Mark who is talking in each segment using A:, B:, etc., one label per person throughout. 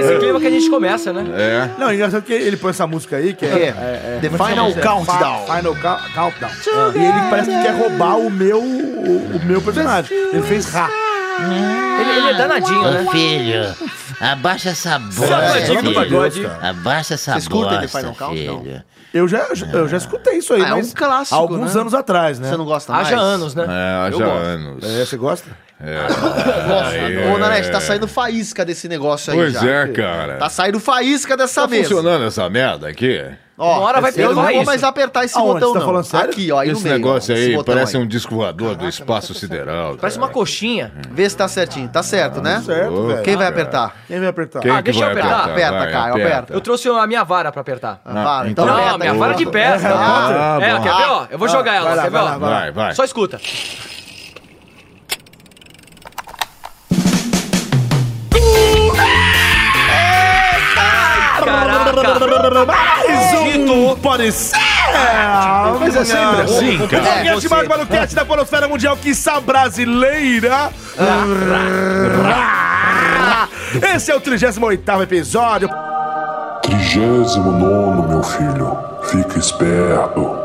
A: Esse clima que a gente começa, né?
B: É.
C: Não, engraçado que ele põe essa música aí, que é.
D: É.
C: é- é-
D: The
C: como é que
D: Final
C: chama?
D: Countdown.
C: Final Cou- Countdown. Ah. E ele parece que quer roubar o meu, o, o meu personagem. Ele fez Ra.
A: Ele, ele é danadinho, né?
E: Ô filho, abaixa essa bosta,
A: Safadinho do
E: filho.
A: pagode.
E: Abaixa essa
D: Vocês curtem The
E: bosta,
D: Final Count, não?
E: filho.
C: Eu já, eu já escutei isso aí,
D: Ah, é um
C: mas
D: clássico,
C: há alguns
D: né?
C: anos atrás, né?
D: Você não gosta mais?
A: Haja anos, né?
B: É,
A: Eu
B: já
A: gosto.
B: anos.
C: É, você gosta?
D: Nossa,
B: É.
D: ô Nanete, tá saindo faísca desse negócio aí
B: Pois
D: já.
B: é, cara.
D: Tá saindo faísca dessa
B: Tá
D: mesa.
B: funcionando essa merda aqui?
D: Ó,
A: Uma hora vai
D: eu não
A: pegar
D: vou
A: isso.
D: mais apertar esse
C: Aonde?
D: botão,
C: Você tá
D: não.
C: falando sério?
D: Aqui, ó, aí
B: Esse
D: no meio.
B: negócio
D: ó, esse
B: aí
D: botão
B: parece
D: aí.
B: um disco voador do espaço
D: tá
B: sideral.
A: Parece uma
B: cara.
A: coxinha.
D: Vê se tá certinho. Tá certo, né?
C: Certo,
B: Ô,
C: velho.
D: Quem vai apertar?
C: Quem vai apertar?
B: Quem
A: Ah,
B: que
A: deixa eu
B: vai
A: apertar.
D: Tá. Aperta,
B: Vai,
D: Caio, aperta.
A: Eu trouxe a minha vara pra apertar.
D: Ah, para, então,
B: então-
A: Não,
D: aperta
A: minha
D: aí.
A: vara de pesca.
B: Ah,
A: é,
B: bom.
A: quer ver, ó? Eu vou jogar
C: Ah,
A: ela,
C: vai lá,
A: quer ver,
C: vai lá,
A: ó?
C: vai lá.
B: Vai, vai.
A: Só escuta. Caraca!
C: Mais um pode ser! Mas é sempre
B: assim, cara.
C: É, é demais para o cast da Polosfera Mundial, que brasileira. Esse é o 38º episódio.
F: 39, meu filho. Fica esperto.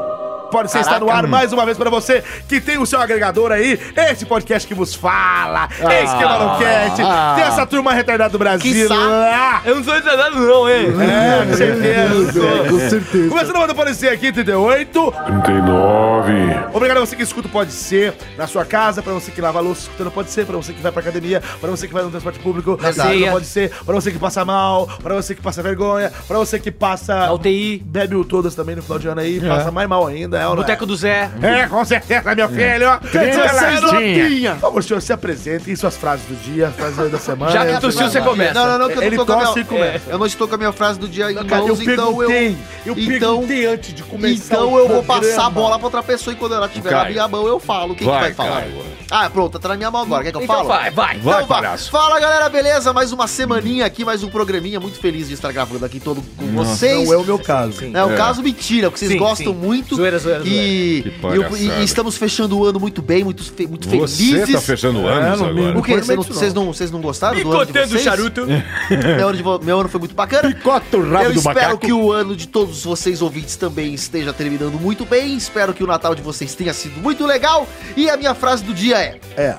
C: Pode ser está no ar mais uma vez para você que tem o seu agregador aí. Esse podcast que vos fala. esse que é o Malocast. tem essa turma retardada do Brasil. Ah.
D: Quiçá.
A: Eu não sou enganado não, hein?
C: É, com certeza. Com certeza. Começando o Pode Ser aqui, 38.
F: 39.
C: Obrigado a você que escuta o Pode Ser na sua casa, pra você que lava a louça escutando Pode Ser, pra você que vai pra academia, pra você que vai no transporte público, escutando
A: ceia.
C: Pode Ser, pra você que passa mal, pra você que passa vergonha, pra você que passa...
A: Na UTI,
C: Bebe o todas também no final de ano aí, passa mais mal ainda, é ou não é?
A: Boteco do Zé.
C: É, com certeza, meu filho.
B: Criança
C: Criança Vamos, senhor, se apresentem, suas frases do dia, frases da semana.
A: Já que tossiu, você começa.
D: é, Não, não, não, que eu
C: Ele
D: não tô com a
C: tosse
D: minha... É.
C: e começa.
D: Eu não estou com a minha frase do dia em
C: Cara, eu
D: mãos, então eu...
C: perguntei, eu
D: então-
C: perguntei antes de começar
D: Então
C: o
D: eu vou
C: programa.
D: passar a bola pra outra pessoa e quando ela tiver na
B: Caio.
D: minha mão eu falo. O que,
B: Vai,
D: que vai falar?
B: Caio.
D: Ah, pronto, tá na minha mão agora. Quer que eu
A: Então
D: falo?
A: vai, vai.
B: Vai,
D: Então vai.
B: palhaço.
D: Fala galera, beleza? Mais uma semaninha aqui, mais um programinha. Muito feliz de estar gravando aqui todo com Então, vocês.
C: Não é o meu caso.
D: É, o caso mentira, porque vocês
A: Sim,
D: gostam
A: sim.
D: muito.
A: Zoeira, zoeira,
D: e,
B: Que
D: e eu- e- e
B: palhaçada.
D: estamos fechando o ano muito bem, muito, fe- muito
B: Você
D: felizes.
B: tá fechando
A: É,
B: anos
C: não me-
B: agora.
D: O quê?
C: Não
D: Vocês não,
C: prometo isso,
D: vocês não, vocês não gostaram do ano de
A: Picotando o
D: vocês?
A: charuto.
D: Meu ano, de vo- meu ano foi muito bacana.
B: Picota o rabo
D: Eu
B: do
D: espero
B: macaco.
D: que o ano de todos vocês ouvintes também esteja terminando muito bem. Espero que o Natal de vocês tenha sido muito legal. E a minha frase do dia é:
C: É,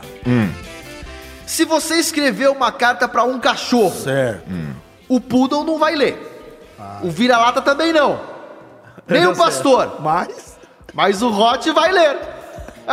D: se você escrever uma carta pra um cachorro, hum,
C: certo.
D: o poodle não vai ler. O vira-lata também não. Nem o pastor.
C: Mas...
D: Mas o Hot vai ler.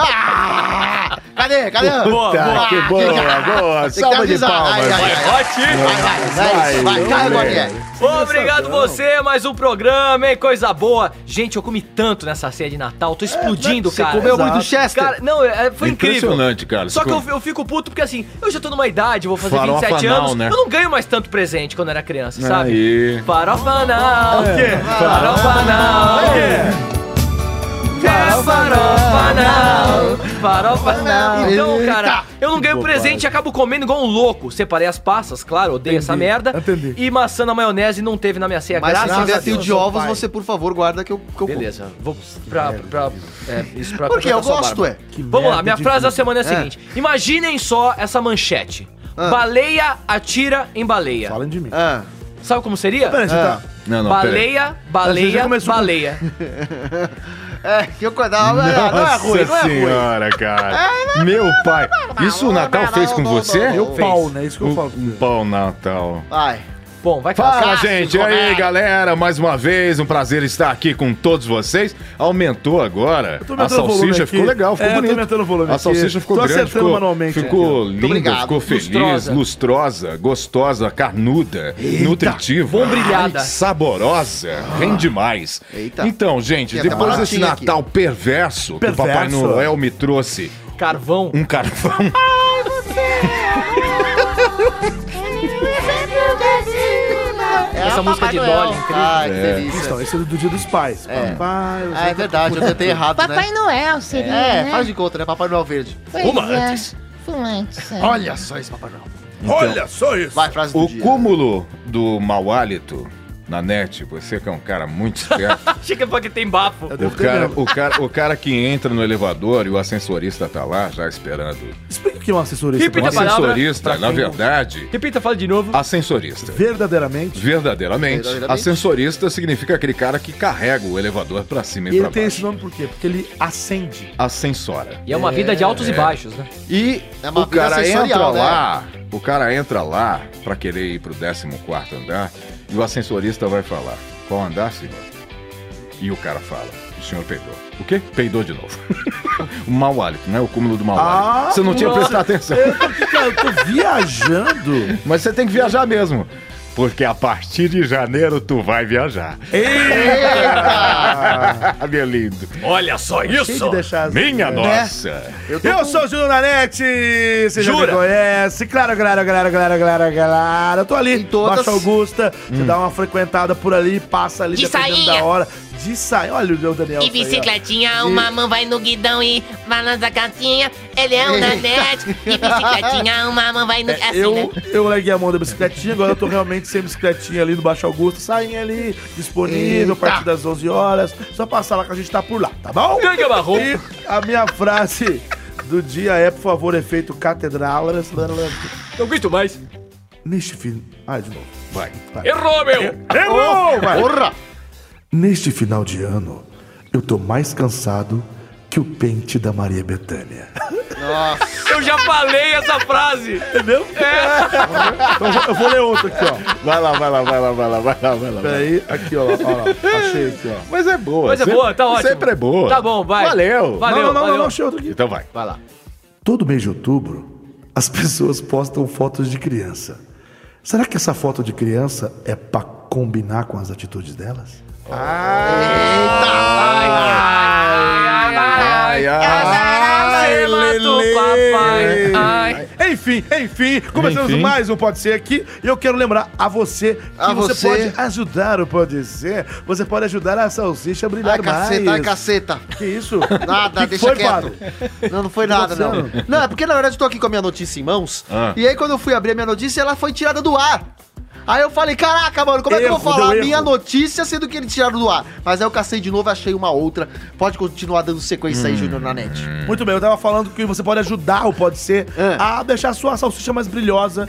D: Ah! Cadê? Cadê?
A: Boa, boa,
B: que boa, boa.
D: Tem que
B: Salva de
D: avisar.
B: palmas.
D: Ai, ai, ai.
A: Ótimo.
D: Vai, vai, vai, vai,
B: Vai,
D: Caio
B: vai.
D: Guarnieri.
A: Obrigado você, mais um programa, hein? Coisa boa. Gente, eu comi tanto nessa ceia de Natal, tô explodindo,
D: É, Você
A: cara.
D: comeu muito
C: Exato.
D: Chester?
A: Cara, não, é, foi incrível.
B: Impressionante, cara.
A: Só que eu,
B: Ficou-
A: eu fico puto porque assim, eu já tô numa idade, vou fazer
B: Farofa
A: 27
B: anal,
A: anos,
B: né? É,
A: eu não ganho mais tanto presente quando era criança, sabe?
B: Aí.
A: Farofa anal. O
C: É.
A: quê? Farofa anal. O quê? Farofa anal. Farofa anal. Então, cara, eu não ganho presente e acabo comendo igual um louco. Separei as passas, claro, odeio essa merda.
C: entendi.
A: E maçã na maionese não teve na minha ceia,
D: Mas se
A: graças
D: tiver
A: a
D: fio
A: Deus.
D: de ovos, você, por favor, guarda que eu, que eu como.
A: Beleza, vou pra. pra, é, isso pra
D: Porque eu
A: completar sua
D: gosto,
A: barba.
D: é.
A: Vamos lá, minha
C: de
A: frase da semana é a seguinte: Imaginem só essa manchete. Baleia atira em baleia.
C: Falem de mim.
D: Ah,
A: Sabe como seria?
C: Peraí, você tá...
B: Não, não, peraí.
A: Baleia,
C: Você já
A: baleia,
C: começou com-
A: baleia.
D: é, que eu não, não, é- não é ruim, É, não
B: Nossa
D: é ruim.
B: senhora, cara. Meu pai.
D: é
B: Isso o Natal fez com você?
D: Eu
A: fez.
C: Pau, né? Isso que eu falo.
B: Um pau Natal.
D: Vai.
A: Bom, vai
B: Fala,
D: Cássio
B: gente. é E aí, galera, mais uma vez, um prazer estar aqui com todos vocês. Aumentou agora.
C: tô aumentando
B: A
C: o volume
B: salsicha
C: aqui.
B: ficou legal, ficou
C: É, eu tô
B: bonito.
C: aumentando o volume
B: a
C: aqui.
B: salsicha ficou
C: Tô
B: grande,
C: acertando
B: ficou,
C: manualmente
B: ficou linda,
D: obrigado.
B: ficou feliz,
A: Lustrosa.
B: lustrosa, gostosa, carnuda, nutritiva,
A: bombrilhada.
B: saborosa, rende mais.
D: Eita.
B: Então, gente,
D: Tem até
B: depois desse
D: baratinha aqui.
B: Natal perverso, que o
C: Perverso.
B: Papai Noel me trouxe
A: Carvão.
B: um carvão
D: É
A: Essa
D: a
A: música
D: Papai
A: de
D: Noel.
A: Dolly, incrível.
D: Ai, que delícia.
C: Então, esse é do Dia dos Pais. Papai, eu
D: Ah, é verdade, eu tentei errado,
E: Papai
D: né?
E: Noel seria,
D: É,
E: né?
D: faz de conta, né? Papai Noel Verde.
E: Pois
B: Uma
E: é.
B: antes.
E: Uma antes, é.
D: Olha só esse Papai Noel.
C: Olha só isso.
D: Vai, Então, frase do
B: O
D: dia.
B: cúmulo do mau hálito na net, você que é um cara muito esperto.
A: Chega porque tem bafo.
B: O cara, o, cara, o cara que entra no elevador e o ascensorista tá lá já esperando.
C: Explica o que é um assessorista.
B: O
A: Repita a palavra.
B: ascensorista,
A: Pra
B: na
A: quem-
B: verdade,
A: Repita, fala de novo.
B: ascensorista.
C: Verdadeiramente.
B: Verdadeiramente,
D: Verdadeiramente.
B: ascensorista significa aquele cara que carrega o elevador pra cima e
C: Ele
B: pra
C: tem
B: baixo.
C: esse nome por quê? Porque ele acende.
B: Ascensora.
A: E é uma vida de altos e baixos, né?
B: E
D: É uma
B: o cara
D: vida
B: entra
D: sensorial, né?
B: lá, o cara entra lá pra querer ir pro 14 andar e o ascensorista vai falar: "Qual andar, senhor?" E o cara fala: "O senhor peidou." O quê? Peidou de novo. o mau hálito, né? O cúmulo do mau
C: Ah,
B: hálito. Você não tinha
C: nossa.
B: prestado atenção.
C: Cara, eu tô viajando.
B: Mas você tem que viajar mesmo. Porque a partir de janeiro tu vai viajar.
C: Ah.
B: Meu lindo.
A: Olha só
C: Tem que deixar as-
B: Minha
C: É.
B: nossa.
D: Eu
C: Eu sou o Júlio Nanete, você já me
A: Jura?
C: conhece. Claro, claro, claro, claro, claro, claro. Eu tô ali,
D: Em todas.
C: Baixa Augusta,
B: Hum.
C: você dá uma frequentada por ali, passa ali,
G: De
C: dependendo
G: sainha.
C: da hora. De sair, olha o Daniel.
G: E
C: sair, ó.
G: bicicletinha, uma mão vai no guidão e balança a calcinha. Ele é um nanete. E bicicletinha, uma mão
D: É,
G: vai no. Assim, né?
C: É Eu, eu larguei a mão da bicicletinha, agora eu tô realmente sem bicicletinha ali no Baixo Augusto. Sainha ali, disponível, a partir das 11 horas. Só passar lá que a gente tá por lá, tá bom?
A: Ganga Marrom.
C: E a minha frase do dia é, por favor, efeito catedral.
A: Não aguento mais.
C: Neste fim... Ah, de novo.
B: Vai.
A: Errou, meu!
C: Errou! vai.
D: Porra!
C: Neste final de ano, eu tô mais cansado que o pente da Maria Bethânia.
A: Eu já falei essa frase. É.
C: Entendeu? Então eu vou- eu vou ler outro aqui, ó.
B: Vai lá, vai lá, vai lá, vai lá, vai lá, vai lá.
C: Peraí, aqui, ó. ó lá. Achei aqui, ó.
B: Mas é boa.
A: Mas é
B: sempre-
A: boa, tá ótimo.
B: Sempre é boa.
A: Tá bom, vai.
B: Valeu.
A: Valeu,
C: não, não, não,
A: valeu.
C: não, achei outro aqui.
B: Então vai.
C: Todo mês de outubro, as pessoas postam fotos de criança. Será que essa foto de criança é pra combinar com as atitudes delas?
B: Ai,
A: Ah,
B: ai,
A: Você matou o papai. Ai.
C: Enfim, enfim, começamos
B: Enfim.
C: mais um Pode Ser aqui. E eu quero lembrar a você que
D: A
C: você,
D: você.
C: pode ajudar o Pode Ser. Você pode ajudar a salsicha a brilhar
D: Ai, Tá caceta, ai,
C: mais.
D: caceta.
C: Que isso?
D: Nada,
C: que
D: deixa
C: foi,
D: quieto.
C: padre?
D: Não, não foi nada, não.
C: acontecendo?
D: Não, é porque na verdade eu tô aqui com a minha notícia em mãos.
B: Ah.
D: E aí quando eu fui abrir a minha notícia, ela foi tirada do ar. Aí eu falei, caraca, mano, como é que eu
C: Erro,
D: vou falar a
C: deu erro.
D: minha notícia sendo que ele tiraram do ar? Mas aí eu cacei de novo e achei uma outra. Pode continuar dando sequência aí, Júnior, na net.
C: Muito bem, eu tava Tá falando que você pode ajudar o Pode Ser
D: Ah.
C: a deixar a sua salsicha mais brilhosa,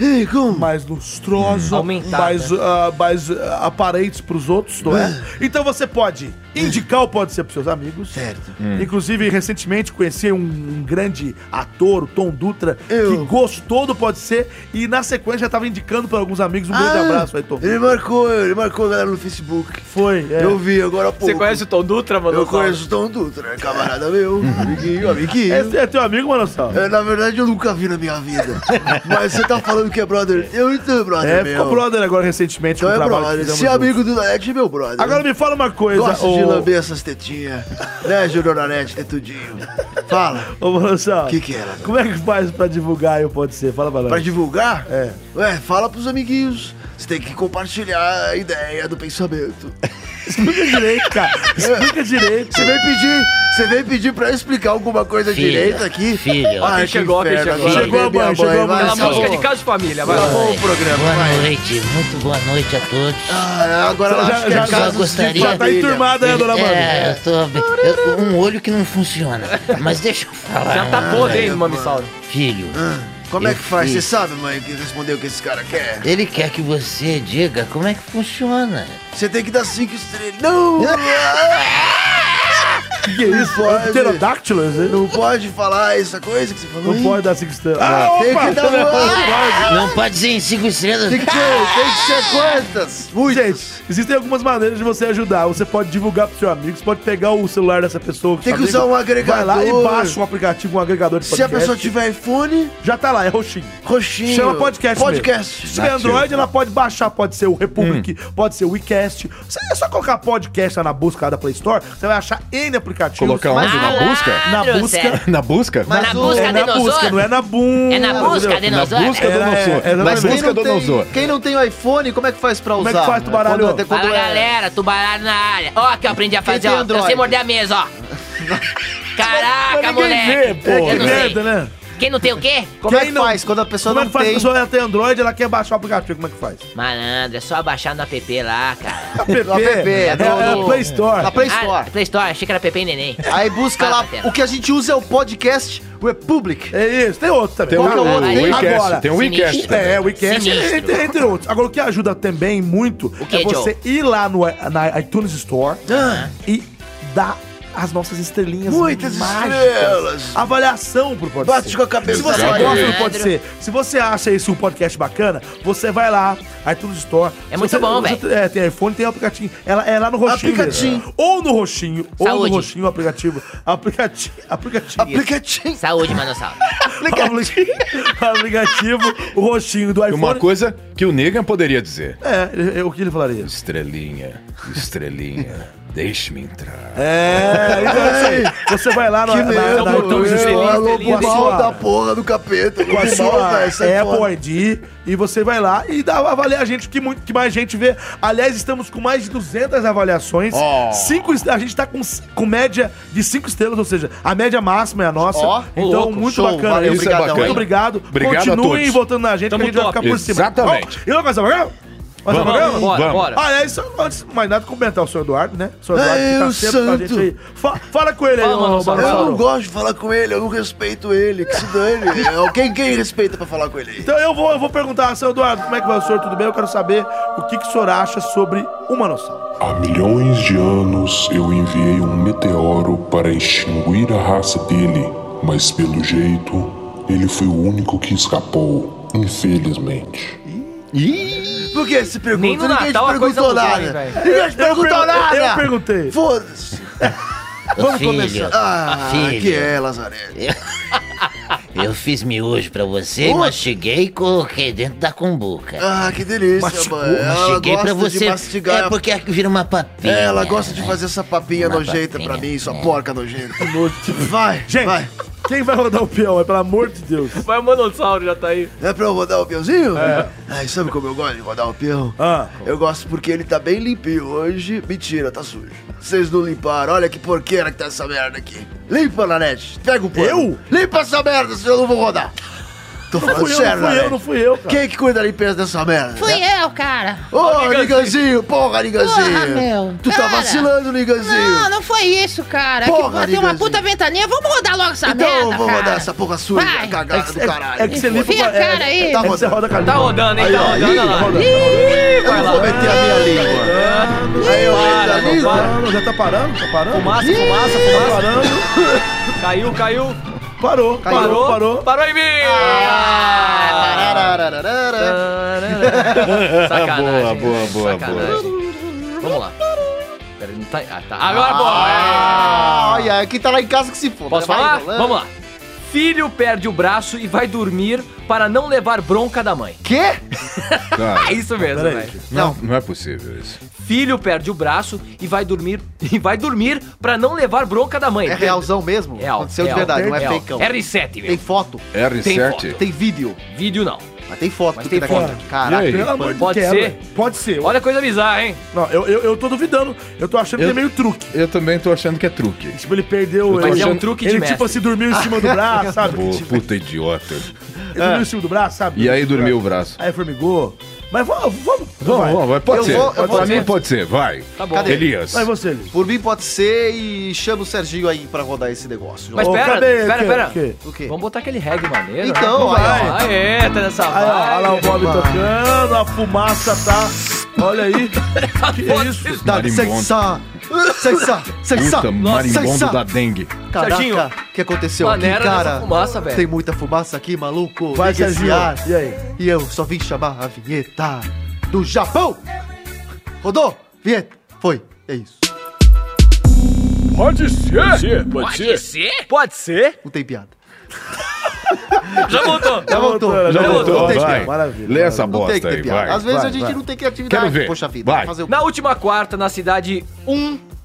C: mais lustrosa,
A: Aumentada.
C: mais, ah, mais ah, aparentes pros outros, não é? Então você pode
D: Hum.
C: indicar o Pode Ser pros seus amigos. Certo. Inclusive, recentemente conheci um, um grande ator, o Tom Dutra, que gostou do Pode Ser e na sequência já tava indicando pra alguns amigos. Um grande abraço aí, Tom.
D: marcou, Ah, ele marcou a galera no Facebook.
C: Foi, é.
D: vi agora há pouco.
A: Você conhece o Tom Dutra, mano?
C: um
D: o Tom Dutra, camarada meu, amiguinho, amiguinho.
C: Esse é teu amigo, Manossauro?
D: É, na verdade, eu nunca vi na minha vida. Mas você tá falando que é brother. Eu entendo, brother.
C: É,
D: meu.
C: ficou brother agora recentemente.
D: Então
C: com
D: é
C: o trabalho que
D: brother.
C: fizemos
D: Se
C: juntos.
D: amigo do Nanete é meu brother.
C: Agora me fala uma coisa.
D: Gosto de
C: ô-
D: lamber essas tetinhas. Né, Júnior Nanete, tetudinho. Fala.
C: Ô, Manossauro.
D: O que que era?
C: Como é que faz pra divulgar aí o Pode Ser? Fala pra nós.
D: Pra divulgar?
C: É.
D: Ué, fala pros amiguinhos. Você tem que compartilhar a ideia do pensamento.
C: Explica direito, cara. Explica direito.
D: Você veio pedir... Você veio pedir pra eu explicar alguma coisa
E: Filha,
D: direito aqui?
E: filha.
D: Ai,
A: Quem
D: que
A: chegou, quem
D: inferno,
A: chegou.
D: agora
C: Chegou a
D: veio minha
C: mãe, chegou a mãe.
D: vai,
A: Aquela
C: Essa
A: música
D: acabou.
A: de casa de família, vai.
D: Acabou o
E: Boa
D: programa, vai.
E: noite, muito boa noite a todos.
D: Ah, agora ela
C: Já-
D: acha que
C: já-
D: é
C: já
D: casa
E: gostaria-
C: Já tá enturmada, né, dona Mami?
E: É, eu tô eu- um olho que não funciona. Mas deixa eu falar.
A: Já tá podre aí no Mamissauro.
E: Filho,
D: Como é que
E: Eu
D: faz? Você
E: fiz.
D: sabe, mãe, que respondeu o que esse cara quer?
E: ele quer que você diga como é que funciona.
D: Você tem que dar cinco estrelas. Não!
C: Que que é isso?
D: Pode.
C: É Pterodáctilos? né?
D: Não pode falar essa coisa que você falou.
C: Não
D: hein?
C: pode dar cinco estrelas. Ah,
D: Tem
C: opa!
D: que dar uma...
E: Não pode ser em cinco estrelas.
D: Tem que ter, tem que ser quantas? Muitas.
C: Gente, existem algumas maneiras de você ajudar. Você pode divulgar pro seu amigo, você pode pegar o celular dessa pessoa.
D: Tem que
C: seu
D: usar
C: amigo,
D: um agregador.
C: Vai lá e baixa um aplicativo, um agregador de
D: Se a pessoa tiver iPhone,
C: Já tá lá, é roxinho.
D: roxinho.
C: Chama podcast.
D: Podcast.
C: Mesmo. Se tiver Android, ela pode baixar. Pode ser o Republic,
B: Hum.
C: pode ser o WeCast. Você- É só colocar podcast lá na busca lá da Play Store. Você vai achar N aplicativos.
B: Colocar
C: mas
B: onde? Na
G: Malandro,
B: busca?
C: Na busca.
G: Zé.
B: Na busca?
D: Mas
G: Na
D: o-
G: busca
C: É na
G: dinossauro.
C: busca, não é na bunda.
G: É na busca,
A: né,
C: entendeu?
B: Na
G: dinossauro.
B: busca do
C: Era-
B: Nosso.
C: era-
B: Na
C: mas quem
B: busca do Nosso.
D: quem não tem o iPhone, como é que faz pra
C: Como é
D: usar?
C: que faz,
D: né?
C: tubaralho?
D: Quando- até quando
G: Fala
D: é-
G: galera, tubarão na área. Ó, que eu aprendi a fazer,
D: tem
G: ó. Eu
D: Android?
G: sei morder a mesa, ó. Caraca,
C: Mas ninguém
G: moleque.
C: vê, pô.
G: Eu
C: Que
G: não sei.
C: merda, né?
G: Quem não tem o quê?
D: Como é que faz? Quando a pessoa
C: Como é
D: não
C: que faz?
D: tem.
C: A pessoa ela tem Android, ela quer baixar o aplicativo. Como é que faz?
G: Malandro, é só baixar no app lá, cara.
C: App.
D: No app,
C: É, é
D: no-
C: Play Store.
D: Na Play
G: Ah,
D: Store.
G: Play Store, achei que era PP e neném.
D: Aí busca
G: Fala,
D: lá.
G: Pateta.
D: O que a gente usa é o podcast Republic.
C: É isso. Tem outro também.
B: Tem o
D: Qual que é o outro?
B: o WeCast.
C: Agora,
B: Tem o WeCast
G: sinistro.
B: também.
C: É, o WeCast,
G: Sinistro.
C: entre, entre outros. Agora, o que ajuda também muito
G: quê,
C: é você ir lá no, na iTunes Store e dar as nossas estrelinhas
H: Muitas
C: mágicas.
H: estrelas.
C: Avaliação pro podcast.
H: Bate com a cabeça.
C: Se você
B: Exato.
C: gosta do
G: Leandro.
C: Pode Ser, se você acha esse um podcast bacana, você vai lá, iTunes Store.
G: É
C: Se
G: muito
C: você-
G: bom,
C: você- É, tem iPhone, tem aplicativo. Ela é lá no roxinho.
H: Aplicatinho.
C: mesmo. Ou no roxinho, ou
G: Saúde.
C: no roxinho, aplicativo. Aplicativo. Aplicativo.
H: Aplicativo.
G: Saúde, Manossauro.
C: aplicativo. aplicativo, o roxinho do iPhone.
B: Uma coisa que o Negan poderia dizer.
C: É, ele- é, o que ele falaria?
B: Estrelinha, estrelinha, deixe-me entrar.
C: É, então é isso aí. Você vai lá no,
H: Que
C: na, na,
H: medo,
C: na iTunes
H: meu,
A: Estrelinha,
H: é
C: Store.
H: lobo
C: com a
H: mal da
C: sua-
H: porra do capeta.
C: Com a
H: lobo mal,
C: sua
H: velho, é sai fora.
C: Apple ID e você vai lá e dá avaliar a gente, que, muito, que mais gente vê. Aliás, estamos com mais de 200 avaliações.
B: Ó.
C: Cinco, est- a gente tá com, c- com média de 5 estrelas, ou seja, a média máxima é a nossa.
D: Ó,
C: então,
A: louco,
C: muito
D: show,
C: bacana.
D: valeu,
C: isso.
D: obrigadão,
C: Muito
D: hein?
C: obrigado.
B: Obrigado a
C: Continuem
B: todos.
C: votando na gente,
A: Tamo
C: que a gente vai
A: top.
C: ficar por cima.
B: Exatamente.
C: Ó, E vamos começar o programa? Vamos começar o programa?
A: Vamos, bora,
B: Vamos.
A: bora.
C: Aliás, só Ah, é antes de mais nada, comentar o senhor Eduardo, né? O senhor Eduardo
H: É,
C: que
H: o
C: tá sempre com a gente
H: santo.
C: aí. Fa- fala com ele aí,
A: Fala,
C: ô,
A: mano,
C: Barão
H: Eu
C: Sauron.
H: não gosto de falar com ele, eu não respeito ele. Que se dane. É, quem, quem respeita pra falar com ele aí?
C: Então eu vou, eu vou perguntar, seu Eduardo, como é que vai o senhor? Tudo bem? Eu quero saber o que, que o senhor acha sobre o Manossauro.
F: Há milhões de anos eu enviei um meteoro para extinguir a raça dele, mas pelo jeito, ele foi o único que escapou, infelizmente.
H: Por que se pergunta?
A: Nem no
H: Ninguém
A: Natal a
H: te
A: coisa
H: perguntou
A: mudou, hein,
H: nada.
A: velho.
H: Ninguém te perguntou nada.
C: eu perguntei.
H: Foda-se.
E: Ô, filho,
H: Ah,
E: filho,
H: que é, Lazaré.
E: eu fiz miojo pra você,
H: Ui.
E: mastiguei e coloquei dentro da cumbuca.
H: Ah, que delícia,
C: Mastigou,
H: mano. Ela
E: Mastiguei
H: gosta
E: pra você.
H: de mastigar.
E: É porque aqui vira uma papinha.
H: É, ela gosta de fazer essa papinha
E: Uma
H: nojeita
E: papinha,
H: pra mim, sua
E: é.
H: porca nojenta. Vai,
C: Gente,
H: vai.
C: quem vai rodar o peão? É, pelo amor de Deus.
A: Vai o Manossauro, já tá aí.
H: É pra eu rodar o peãozinho? Ai, sabe como eu gosto de rodar o peão?
C: É. Ah.
H: Eu gosto porque ele tá bem limpinho hoje. Mentira, tá sujo. Vocês não limparam. Olha que porqueira que tá essa merda aqui. Limpa, Nanete. Pega o pano.
C: Eu?
H: Limpa essa merda, senão eu não vou rodar. Tô
C: Não
H: falando
C: fui eu,
H: sério,
C: não fui eu,
H: Nanete.
C: não fui eu, cara.
H: Quem que cuida da limpeza dessa merda?
G: Fui
H: né?
G: eu, cara.
H: Ô, Niganzinho, porra, Niganzinho.
I: Porra, meu.
H: Tu tá
I: Cara.
H: vacilando, Niganzinho.
I: Não, não foi isso, cara.
H: Porra,
I: Porra, que, tem uma
H: Niganzinho.
I: puta ventania. Vamos rodar logo essa
H: Então
I: merda,
H: eu vou
I: cara.
H: rodar essa porra suja,
I: Vai.
H: cagada do caralho.
C: É que você limpa
I: Enfia a
C: é-
I: cara aí.
C: É que você roda com a
A: Tá
C: língua.
A: rodando, hein?
H: Aí,
A: tá
H: ó,
A: rodando,
H: aí,
A: olha lá.
C: roda.
H: Eu não vou meter a minha língua. Aí eu meto
A: Para,
H: a
A: Ah, não
H: língua.
C: Parando, já tá parando? Tá parando?
A: Fumaça, fumaça,
C: Tá
A: fumaça.
C: parando.
A: Caiu, caiu.
C: Parou, parou,
A: Parou,
C: parou.
A: Parou em mim!
H: Ah, Arararararara.
A: Sacanagem.
B: Boa, boa, boa,
A: Sacanagem. Vamos lá. Pera, não tá... Ah, tá. Agora, boa.
D: Ah, Olha, quem tá lá em casa que se foda.
A: Posso
D: Vai
A: falar?
D: enrolando.
A: Vamos lá. Filho perde o braço e vai dormir para não levar bronca da mãe.
D: Quê?
A: É
B: Cara,
A: isso mesmo,
C: Peraí.
A: velho.
B: não, não é possível isso.
A: Filho perde o braço e vai dormir e vai dormir para não levar bronca da mãe.
D: É realzão mesmo?
A: Real.
D: Aconteceu
A: real,
D: de verdade, não é
A: real.
D: fakeão.
A: R7,
D: Tem
A: meu.
D: foto,
B: R7?
D: tem vídeo,
A: Vídeo não.
D: mas tem foto.
A: Mas
D: do
A: tem
D: que tá
A: foto.
D: acontecendo. Caraca.
B: E aí?
C: Pelo amor de
A: Pode
C: quebra.
A: ser?
C: Pode ser.
A: Olha a coisa bizarra, hein?
C: Não, eu, eu, eu tô duvidando. Eu tô achando que
B: Eu-
C: é meio truque.
B: Eu também tô achando que é truque.
C: Tipo, ele perdeu...
A: Mas
C: ele,
A: é um truque de
C: Ele,
A: mestre.
C: tipo, assim, dormiu em cima do braço, sabe?
B: Pô,
C: Ele
B: puta idiota.
C: dormiu em cima é do braço, sabe?
B: É. E aí dormiu o braço.
C: Aí formigou. Mas vamos, vamos.
B: Vamos, vamos, vai.
D: Eu
B: pode ser.
D: vou- eu vou
B: pra
D: ser.
B: mim pode ser, vai.
A: Tá bom.
D: Cadê?
B: Elias.
C: Vai você, Liz.
D: Por mim pode ser e chama o Serginho aí pra rodar esse negócio.
A: Mas
C: Ô,
A: pera,
C: cadê?
A: pera,
C: Que-
A: pera.
C: que-
D: O quê?
A: Vamos botar aquele reggae maneiro.
D: Então,
A: né?
D: aí, ó.
A: Aê, tá nessa
C: Aí, ó, olha lá o
A: vibe.
C: Bob tocando, a fumaça tá. Olha aí. que é isso?
D: Dá sensa, sensa, sensa,
B: Puta, marimbondo da dengue.
A: Serginho.
D: Caraca, o que aconteceu aqui,
A: Maneira
D: cara?
A: nessa fumaça,
D: Tem
A: velho.
D: muita fumaça aqui, maluco.
C: Vai,
D: Liga esse
C: Serginho.
D: ar.
C: E aí?
D: E eu só vim chamar a vinheta do Japão. Rodou? Vinheta. Foi. É isso.
B: Pode ser.
A: Pode ser? Pode ser?
D: Não tem piada.
A: Já voltou.
D: Já voltou.
B: Já
A: Não,
B: voltou,
D: Não tem
B: vai.
D: piada.
C: Maravilha,
B: Lê essa
D: Não tem que
B: bosta
D: ter
B: aí,
D: piada.
B: vai.
D: Às vezes
C: vai,
D: a gente
C: vai.
D: não tem criatividade.
B: Quero ver.
D: Poxa vida.
B: Vai.
D: Fazer o...
A: Na última quarta, na cidade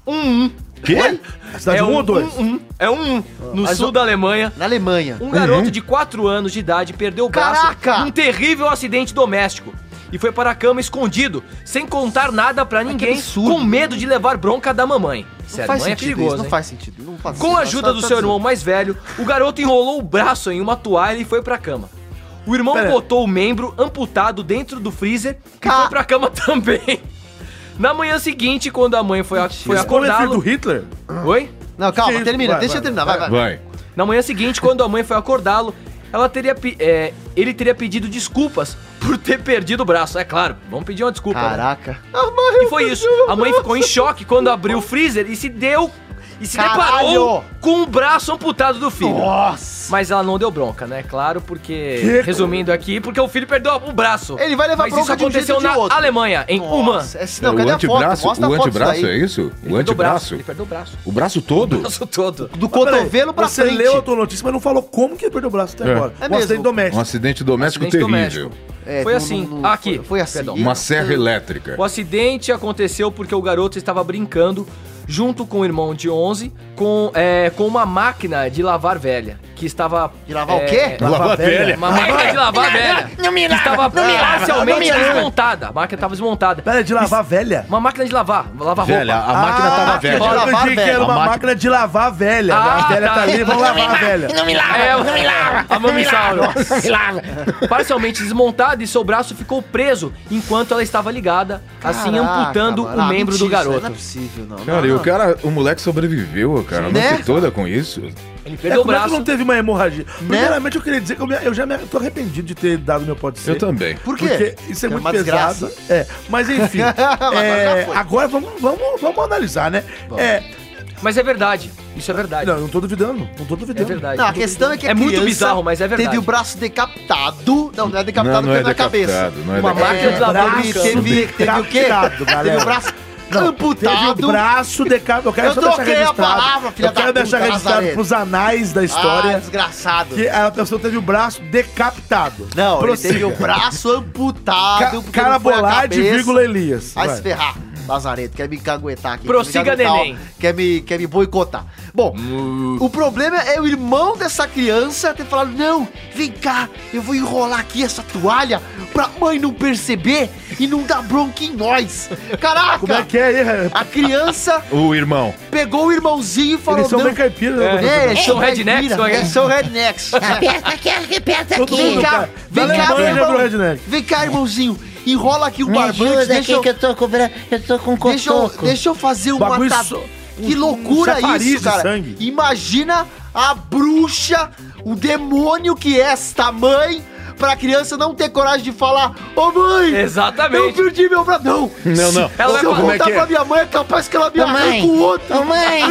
A: 1, 1, 1.
B: Quê?
C: Cidade 1
A: um,
C: ou 2?
A: um, um. É um, no
D: Mas
A: sul
D: o-
A: da Alemanha.
D: Na Alemanha.
A: Um garoto de 4 anos de idade perdeu o braço
D: Caraca!
A: num terrível acidente doméstico. e foi para a cama escondido, sem contar nada pra ninguém,
D: absurdo.
A: com medo de levar bronca da mamãe.
D: Não
A: Sério,
D: faz
A: mãe é
D: sentido
A: perigoso,
D: isso, não
A: hein?
D: faz sentido. Não faz
A: Com a ajuda
D: tá
A: do seu irmão
D: irmão.
A: mais velho, o garoto enrolou o braço em uma toalha e foi pra cama. O irmão
C: Pera.
A: botou o membro amputado dentro do freezer que
D: Ah.
A: foi pra cama também. Na manhã seguinte, quando a mãe foi, a- foi
C: Escolha
D: é
C: filho do
A: acordá-lo...
C: Hitler?
A: Oi?
D: Não,
C: Que
D: calma,
C: isso?
D: termina,
C: Vai,
D: deixa
C: vai,
D: eu terminar, vai, vai.
B: Vai.
A: Na manhã seguinte, quando a mãe foi acordá-lo, ela teria pe- é, ele teria pedido desculpas por ter perdido o braço. É claro, vamos pedir uma desculpa. né?
D: Caraca.
A: E foi isso. A mãe ficou em choque quando abriu o freezer e se deu. E se deparou
D: Caralho!
A: com o braço amputado do filho.
D: Nossa.
A: Mas ela não deu bronca, né? Claro, porque.
C: Que
A: resumindo aqui, porque o filho perdeu o braço.
D: Ele vai levar
A: Mas isso
D: bronca de um jeito
A: aconteceu
D: ou de
A: na
D: outro.
A: Alemanha, em Uma.
D: Nossa, essa- não,
B: É,
D: cadê
B: o
D: a foto?
B: antebraço,
D: Mostra a
B: o
D: foto
B: antebraço
D: disso
B: é
D: daí.
B: isso? O
A: Perdeu o braço.
B: antebraço?
A: Ele perdeu o braço.
B: O braço todo?
A: O braço todo.
D: Do cotovelo pra
C: Você
D: frente.
C: leu a tua notícia, mas não falou como que ele perdeu o braço até
B: É.
C: agora.
D: É
C: um acidente
D: mesmo.
B: Um
C: doméstico.
B: acidente doméstico
A: Acidente
B: terrível.
A: doméstico.
D: É,
A: Foi
D: não-
A: assim.
D: não- não-
A: Aqui.
D: Foi, foi assim.
A: Perdão.
B: Uma serra elétrica.
A: O acidente aconteceu porque o garoto estava brincando junto com o irmão de 11 com, é, com uma máquina de lavar velha que estava é,
D: De lavar o quê?
C: Lava velha.
A: uma máquina de lavar velha
E: Não me
A: que tá estava
E: lava, não me lava, não
A: parcialmente
E: me lava.
A: desmontada. A máquina estava desmontada.
C: Pera, de lavar velha?
A: Uma máquina de lavar, lavar
B: Velha,
A: roupa.
B: a máquina tava
D: máquina de
B: velha.
D: lavar.
C: Eu achei que
D: velha.
C: era uma
B: A máquina-
C: máquina de lavar velha.
A: Ah,
C: a velha
A: tá.
C: tá ali, vamos
E: Não me
C: lavar a
E: lava,
C: velha.
E: não me lava,
A: É,
E: não me lava.
A: a
E: não me
A: mamissauro.
E: lava, não me lava.
A: Parcialmente desmontada e seu braço ficou preso enquanto ela estava ligada, assim
D: Caraca,
A: amputando
D: mano.
A: o
D: Ah,
A: membro do
D: mentira, isso aí Não
A: garoto.
D: é possível, não.
B: Cara, e o cara, o moleque sobreviveu, cara. A
D: Né?
B: noite toda com isso.
A: Ele
C: É,
A: perdeu o
C: como é que
A: braço.
C: não teve uma hemorragia? Primeiramente, eu queria dizer que eu, me- eu já me, tô arrependido de ter dado meu pode ser.
B: Eu também.
D: Por
C: Porque
D: quê?
C: isso é
D: Que é
C: muito
D: uma
C: pesado. É, mas enfim.
D: Agora
C: é,
D: já foi.
C: agora vamos, vamos, vamos analisar, né? É,
A: Mas é verdade. Isso é verdade.
C: não, eu não tô duvidando. Não tô
A: É
C: duvidando.
A: verdade.
D: Não, a questão é que a
A: É muito
D: criança
A: bizarro, mas é verdade.
D: Teve o braço decapitado. Não, não é
B: Não,
D: decapitado,
B: não
D: teve
B: é
D: na cabeça.
B: decapitado. Não é
A: Uma
B: decapitado.
A: máquina de lavar
C: braço
D: Teve, teve, teve o quê?
C: decapitado,
D: Teve
C: galera.
D: o braço
C: Não, Teve o
D: amputado.
C: braço decapitado. Eu quero
D: Eu
C: só deixar
D: troquei a
C: registrado.
D: palavra, filha
C: eu quero
D: da puta,
C: deixar registrado
D: Lazarento.
C: pros anais da
D: Ah,
C: história
D: desgraçado.
C: que a pessoa teve o braço decapitado.
D: Não, ele
C: Prossiga.
D: teve o braço amputado.
C: Ca
D: porque
C: cara
D: não foi a
C: Bolade,
D: cabeça.
C: vírgula Elias.
D: Vai
C: Vai.
D: se ferrar, Lazareto. Quer me caguetar aqui.
A: Prossiga,
D: quer me caguetar,
A: neném.
D: ó, Quer me, quer me boicotar. Bom,
C: Hum.
D: o problema é o irmão dessa criança ter falado, não, vem cá, eu vou enrolar aqui essa toalha pra mãe não perceber e não dar bronca em nós. Caraca!
C: Como é que é aí, Ré?
D: A criança
B: O irmão.
D: pegou o irmãozinho e falou,
C: Eles são
D: não...
C: bem caipiras,
A: É.
C: né?
A: Eles são rednecks,
D: vira,
A: como é que é?
D: Eles são rednecks.
E: Aperta aqui, aperta
C: Todo
E: aqui.
C: mundo,
D: Vem cá,
C: cara.
D: vem
C: Da
D: cá, meu
C: Alemanha pro
D: irmão.
C: redneck.
D: Vem cá, irmãozinho. Enrola aqui o
E: Me
D: barbante,
E: ajuda
D: deixa
E: aqui
D: eu...
E: que eu tô com, bra- eu tô com
D: Deixa eu,
E: cotoco.
D: deixa eu fazer uma
C: Bagulho
D: tab-
C: so-
D: Que
C: um- um
D: loucura
C: chafariz
D: isso,
C: de
D: cara.
C: sangue.
D: Imagina a bruxa, o demônio que é esta mãe, pra criança não ter coragem de falar, ô mãe! Eu
A: Exatamente.
D: perdi meu braço. Não!
B: Não, não.
A: Ela vai
D: Se eu
A: falar, como
D: contar pra minha mãe, é capaz que ela me
E: Ô, mãe.
D: arranca o outro.
E: Ô, mãe,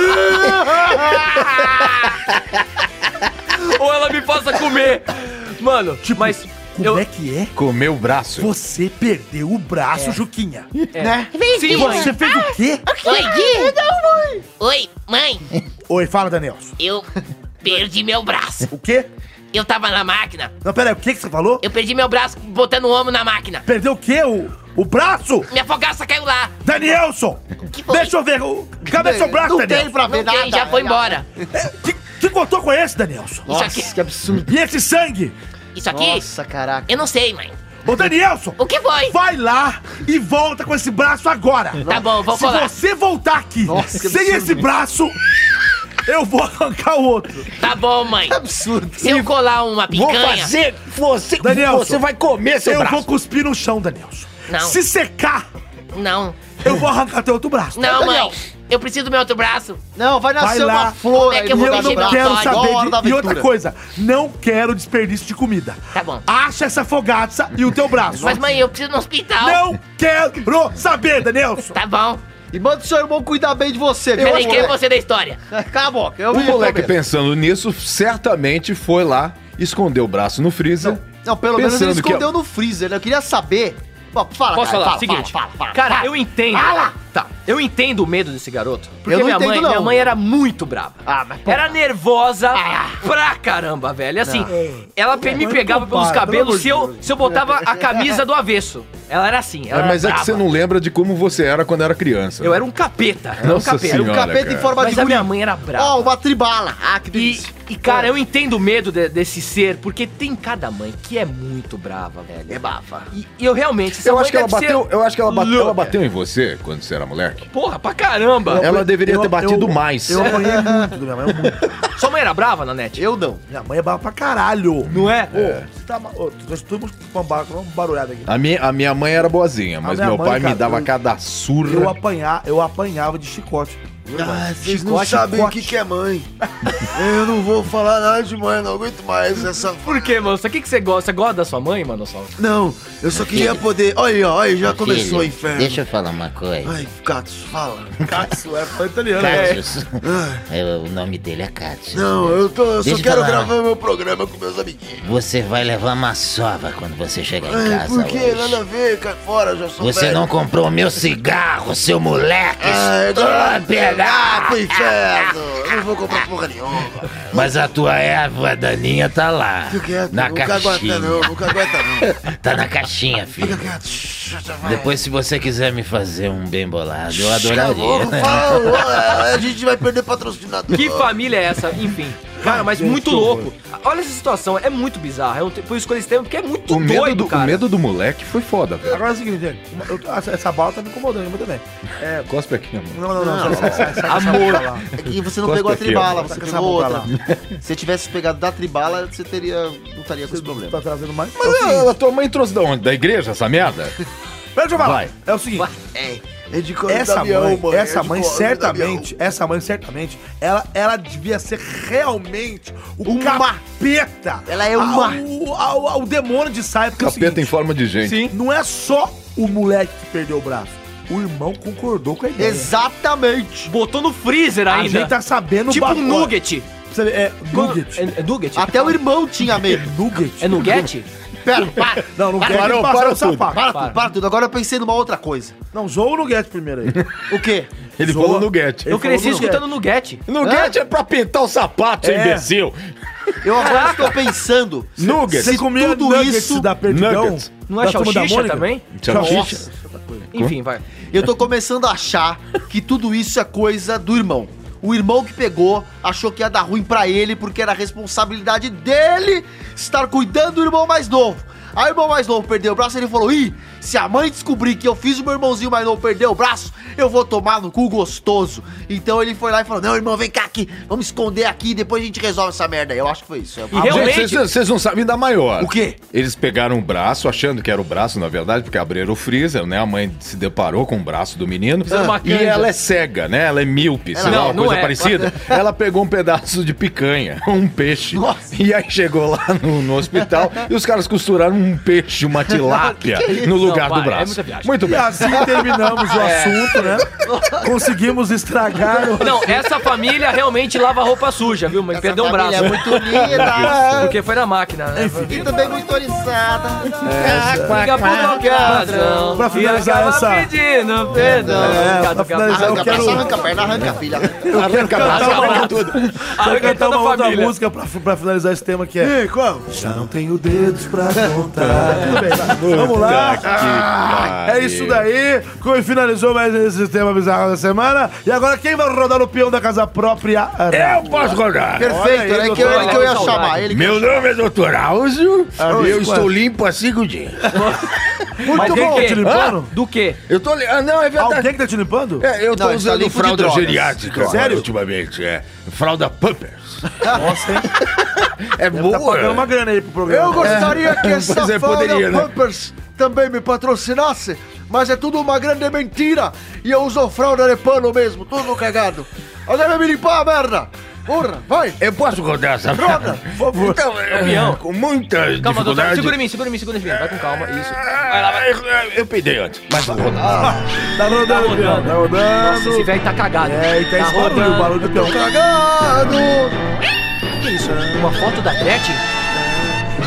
E: é
A: Ou ela me faça comer. Mano, mas.
C: Como
A: Eu,
C: é que é?
B: Comeu o braço.
C: Você perdeu o
D: É.
C: braço, Juquinha.
D: Né?
E: vem
A: Sim,
E: aqui.
A: mãe.
C: É. Você fez
D: Ah,
C: o quê?
E: Oi, Gui.
D: então,
G: Oi, mãe,
C: Oi, fala, Danielson.
G: eu perdi meu braço.
C: O quê?
G: Eu tava na máquina,
C: Não, peraí, o que, que você falou?
G: eu perdi meu braço botando o ombro na máquina.
C: Perdeu o quê? O, o braço?
G: Minha fogaça caiu lá.
C: Danielson!
G: Que foi?
C: Deixa eu ver. o- Cadê seu braço,
D: Não tem
C: Danielson?
D: pra ver
G: Não
D: nada.
G: tem, já foi embora.
C: É, Que, que cotoco é esse, Danielson?
D: Nossa,
G: Isso aqui-
D: que absurdo.
C: E esse sangue?
G: Isso aqui,
D: Nossa, caraca.
G: eu não sei, mãe.
C: Ô, Danielson!
G: O que foi?
C: Vai lá e volta com esse braço agora.
G: Tá bom, vou
C: Se
G: colar.
C: você voltar aqui
D: Nossa, que
C: sem
D: absurdo.
C: esse braço, eu vou arrancar o outro.
G: Tá bom, mãe.
D: Absurdo.
G: Se eu colar uma
E: Vou
G: picanha,
E: fazer você.
C: Danielson,
E: você vai comer seu
C: eu
E: braço.
C: vou cuspir no chão, Danielson.
G: Não.
C: Se secar,
G: não.
C: eu vou arrancar teu outro braço.
G: Não,
D: Daniel.
G: mãe. Eu preciso do meu outro braço.
D: Não, vai nascer
C: Vai lá.
D: uma flor
G: Como é que
D: aí
G: eu
D: no
C: E
G: vou
D: lugar
C: eu
D: do
G: dar
C: não
D: braço,
C: quero
D: igual a
C: saber
D: Hora da
C: de... E outra
D: Aventura.
C: coisa, não quero desperdício de comida.
G: Tá bom.
C: Acha essa fogata e o teu braço.
G: Mas, mãe, eu preciso ir no hospital.
C: Não quero saber, Danielson.
G: Então. Tá bom.
D: E manda o seu irmão cuidar bem de você, viu?
G: Peraí,
D: moleque?
G: quem é você da história?
D: Cala a boca, eu
B: O
D: ia
B: moleque
D: também.
B: pensando nisso, certamente foi lá, escondeu o braço no freezer.
D: Não, pelo menos ele
B: pensando que-
D: escondeu no freezer, né? Eu queria saber. Bom, fala,
A: Posso
D: cara,
A: falar?
D: fala,
A: Seguinte,
D: fala, fala, fala,
A: cara,
D: fala.
A: eu entendo.
D: Fala!
A: Tá, eu entendo o medo desse garoto. Porque
D: Eu não
A: minha
D: entendo,
A: mãe,
D: não.
A: minha mãe era muito braba.
D: Ah, mas Ah.
A: Era nervosa pra caramba, velho. Assim, ela pe- me
C: Mãe,
A: pegava
C: compara,
D: é
A: pelos cabelos se
C: pelo amor
A: eu, se eu botava a camisa do avesso. Ela era assim, ela
B: Ah, mas é
A: era
B: que
A: braba.
B: você não lembra de como você era quando era criança.
A: Eu era um capeta, era um
B: Nossa
A: capeta.
B: senhora,
D: capeta em
B: cara.
D: forma de
A: Mas a
D: guri.
A: minha mãe era braba.
D: Ó, uma tribala. Ah, que
A: E
D: delícia.
A: E, cara, eu entendo o medo de- desse ser, porque tem cada mãe que é muito brava, velho. É bafa. E, e eu realmente... essa
B: Eu
A: mãe
B: acho que ela
A: deve ser
B: bateu, eu acho que ela bateu, ela
A: louca.
B: bateu em você quando você era moleque.
A: Porra, pra caramba.
B: Ela deveria
C: eu-
B: ter batido
C: eu-
B: mais.
C: Eu apanhei muito da minha mãe, muito.
A: Sua mãe era brava, Nanete?
D: Eu não.
C: Minha mãe é brava pra caralho.
A: Não é?
C: Ô, você tá ma- ô, tu- todo mundo com uma barulhada- uma barulhada aqui.
B: A minha, a minha mãe era boazinha, mas
C: minha
B: meu
C: mãe,
B: pai me
C: cara,
B: dava
C: eu-
B: cada
C: Eu,
B: surra.
C: apanhar, eu apanhava de chicote.
H: Ah, vocês não
C: Chicote,
H: sabem o
C: chicote.
H: que, que é mãe. Eu não vou falar nada de mãe, não aguento mais essa.
A: Por quê, mano? O que, que você gosta? Você gosta da sua mãe, mano?
H: Não, eu só queria poder. Olha aí, ó, olha aí, já começou o
E: Filho,
H: inferno.
E: Deixa eu falar uma coisa.
H: Ai, Katsu, fala.
C: Cássio, é fã italiano. né?
E: Cátios. É, o nome dele é Cátios.
H: Não, eu, tô, eu só
E: Deixa eu
H: quero
E: falar.
H: gravar meu programa com meus amiguinhos.
E: Você vai levar uma sova quando você chegar em
H: Ai,
E: casa
H: por que?
E: hoje.
H: Nada a ver, cai fora, já sou
E: Você
H: velho. Ah, é
E: não comprou o meu cigarro, seu moleque!
H: Ai, agora
E: Estou
H: pegar pro
E: pegar!
H: inferno. Eu não vou comprar porra nenhuma.
E: Mas a tua erva daninha tá lá.
H: Fica quieto,
E: na
H: nunca aguenta
E: caixinha.
H: não, nunca aguenta não.
E: Tá na caixinha, filho.
H: Fica quieto. shh, já vai.
E: Depois, se você quiser me fazer um bem bolado, eu
H: Cala a boca,
E: adoraria.
H: fala, A gente vai perder patrocinador.
A: Que família é essa? Enfim. Cara, mas muito louco. Olha essa situação, é muito bizarra. É um te- Por isso que eles têm, porque é muito
B: O medo,
A: doido,
B: do, o
A: cara.
B: medo do moleque foi foda, velho.
C: Agora é o seguinte, gente. uma- eu tô- essa, essa bala tá me incomodando muito também.
B: Cospe aqui, amor.
C: É. Não, não, não. sai, sai, sai, sai, sai,
A: Amor.
C: sai pra lá.
D: É que você não
B: Gosto
D: pegou a
B: daquele,
D: tribala,
C: ó.
D: você
C: Essa
D: pegou
C: boca
D: outra.
C: lá.
D: Se você tivesse pegado da tribala, você teria. não estaria com esse problema.
C: Tá trazendo mais.
B: Mas a, a tua mãe trouxe da onde? Da igreja, essa merda?
C: Deixa eu falar. É o seguinte.
H: É de cor
C: essa
H: da minha
C: mãe,
H: alma, é
C: essa
H: de
C: mãe
H: cor da minha alma.
C: certamente, essa mãe certamente, ela, ela devia ser realmente o
D: Uma.
C: capeta.
D: Ela é uma.
C: Ah, O, a- o- o demônio de saia, porque
B: Capeta
C: é
B: em
C: o seguinte,
B: forma de gente.
A: Sim.
C: não é só o moleque que perdeu o braço. O irmão concordou com a ideia.
D: Exatamente.
A: Botou no freezer
C: A
A: ainda.
C: gente tá sabendo
A: Tipo
C: bagulho.
A: um nugget.
C: Você vê, É, nugget.
A: É, é nugget?
D: Até o irmão tinha medo.
C: Nugget.
A: É nugget?
D: Pera, para.
C: Não, não
B: Parou, parou
C: quero passar o
B: tudo.
C: sapato.
D: Para,
A: Para.
D: tudo, para tudo. Agora eu pensei numa outra coisa.
C: Não, zoa o Nugget primeiro aí.
D: O quê?
B: Ele
C: Zoa.
B: falou Nugget.
A: Eu
C: Ele
A: cresci
C: falou
A: escutando nugget.
B: Nugget é pra pintar o sapato, seu
C: É.
B: imbecil.
D: Eu agora estou pensando.
B: Nugget.
C: Você comia
D: tudo
C: nuggets
D: isso-
C: da perdidão?
B: Nuggets.
A: Não é
C: Da turma da
A: salsicha
C: Mônica?
A: também?
D: é
B: Salsicha.
A: Enfim, vai.
D: Eu tô começando a achar que tudo isso é coisa do irmão. O irmão que pegou achou que ia dar ruim pra ele porque era a responsabilidade dele estar cuidando do irmão mais novo. Aí o irmão mais novo perdeu o braço, ele falou: "Ih, se a mãe descobrir que eu fiz o meu irmãozinho mais novo perder o braço, eu vou tomar no cu gostoso". Então ele foi lá e falou: "Não, irmão, vem cá aqui, vamos esconder aqui, depois a gente resolve essa merda". aí." Eu acho que foi isso. É
A: E realmente-
B: Gente, vocês- vocês não sabem da maior.
D: O quê?
B: Eles pegaram o braço, achando que era o braço, na verdade, porque abriram o freezer, né? A mãe se deparou com o braço do menino.
A: Fizeram uma
B: e
A: canja.
B: ela é cega, né? Ela é míope,
A: Não,
B: sei lá, uma
A: não
B: coisa
A: é.
B: parecida. ela pegou um pedaço de picanha, um peixe. E aí chegou lá no, no hospital e os caras costuraram um peixe, uma tilápia, no lugar
A: Não, vai, é
B: do braço.
A: muita viagem.
B: Muito
C: E
B: bem. É.
C: assim terminamos o assunto, né? Conseguimos estragar o...
A: Não, essa família realmente lava roupa suja, viu? Mas perdeu um braço.
D: É muito linda.
A: Porque foi na máquina, né?
D: e também muito oriçada. Ah,
A: Liga pro tocadrão.
C: Pra finalizar
A: e acaba
C: essa-
A: Pedindo perdão.
C: É, pra
A: Catuca-
C: finalizar,
A: arranca-
D: Arranca,
C: eu quero-
D: só arranca a perna, arranca a filha.
B: Arranca braço,
A: cantar uma-
B: arranca tudo.
C: Quero
A: Arranca
C: cantar
A: toda
C: uma
A: a
C: outra
A: família.
C: música pra, pra finalizar esse tema que é...
H: Ei, qual?
C: Já não tenho dedos pra contar. Tudo bem, vai. vamos lá.
B: Ah,
C: É isso daí. Como finalizou mais esse tema bizarro da semana. E agora quem vai rodar o peão da casa própria?
B: Eu posso rodar.
D: Perfeito,
C: Olha aí,
D: era que eu,
A: doutor,
D: ele que eu ia
A: olha aí,
D: chamar.
A: saudade.
D: Ele que
B: Meu
D: eu
B: nome é Dr. Áuzio e eu
C: Áuzio,
B: estou limpo há cinco dias.
A: Mas é
C: Alguém
A: do
C: que tá te
A: quê?
C: limpando?
A: Do quê?
B: Eu tô li... Ah, não, é verdade.
C: Alguém que tá te limpando?
B: É, eu tô
D: Não, ele tá
B: usando
D: limpo de
B: fralda
D: drogas.
B: geriátrica
C: Sério?
B: ultimamente. É. Fralda Pumpers.
C: Nossa, hein?
B: É
C: Tá
B: boa.
C: pagando uma grana aí pro programa.
D: Eu
C: É.
D: gostaria que essa
B: Pois é,
D: Fala
B: poderia, né?
D: Pampers também me patrocinasse, mas é tudo uma grande mentira. E eu uso fralda de pano mesmo, tudo cagado. é Agora vai me limpar a merda. Porra, vai.
B: Eu posso rodar essa
D: Roda,
B: fralda? Por favor. Então, é,
A: Campeão.
B: com muita
A: Calma, doutor.
B: dificuldade...
A: Segura em mim, segura em mim, segura em mim. Vai com calma, isso.
B: Vai lá, vai. Eu, eu peidei antes, mas vou rodar.
C: Tá rodando o peão, tá
A: Nossa, esse
C: rodando.
A: velho tá cagado.
C: É, e tá esse barulho, o
A: rodando. Tá
C: barulho do peão.
D: Cagado.
A: Que isso? né? Uma foto da Gretchen?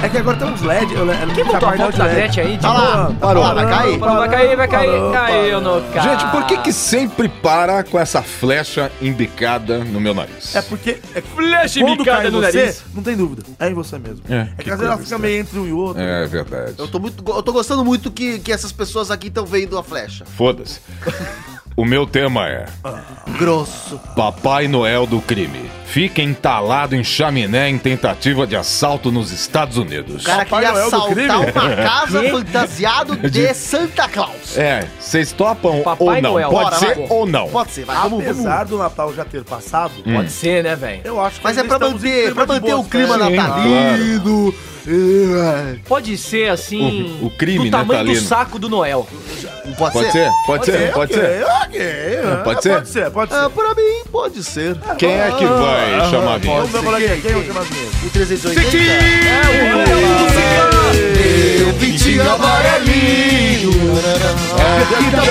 C: É que agora tem uns LED. eu- eu-
A: Quem
C: tá
A: botou a
C: painel
A: foto
C: de
A: da
C: LED.
A: Gretchen aí?
D: Tá lá, parou. Vai cair.
A: Parou, vai cair, vai cair.
C: Parou,
A: Caiu no cara.
B: Gente, por que que sempre para com essa flecha embicada no meu nariz?
C: É porque é que
A: Flecha
C: quando
A: bicada
C: cai em
A: no
C: você,
A: nariz.
C: não tem dúvida. É em você mesmo.
B: É,
C: É,
B: que
C: que às vezes ela
B: coisa
C: fica meio entre um e outro.
B: É verdade.
D: Eu tô, muito, eu tô gostando muito que, que essas pessoas aqui estão vendo a flecha.
B: Foda-se. O meu tema é
D: Grosso.
B: Papai Noel do crime. Fica entalado em chaminé em tentativa de assalto nos Estados Unidos.
D: O cara
C: Papai
D: queria
C: Noel do
D: assaltar
C: crime?
D: uma casa fantasiado de Santa Claus.
B: É, vocês topam
A: Papai
B: ou não?
A: Noel.
B: Pode
A: Bora,
B: ser
A: vai.
B: ou não.
D: Pode ser, vai. Vamos, vamos.
C: Apesar do Natal já ter passado,
B: Hum.
A: Pode ser, né, velho?
C: eu acho que
D: Mas é
C: ainda
D: pra
C: estamos em
D: manter,
C: clima
D: pra
C: de
D: manter o
C: boas né?
D: clima
C: festas.
B: Sim,
J: Tá
D: natalino.
A: Pode ser, assim...
B: O- o crime, né,
A: Do tamanho do
B: Talino?
A: saco do Noel.
D: Não Pode,
B: Pode
D: ser?
B: ser? Pode ser, pode ser.
C: Ok, ok.
B: Pode ser?
C: Pode ser? Pode ser, pode ser. Ah,
D: Ah, pra mim, pode ser.
B: Quem é que vai chamar a
C: Vamos ver
B: vinheta?
C: qual é que é. Quem é o
D: Quem?
C: mais bonito?
D: O 380.
B: É, Eu pintinho amarelinho.
J: tá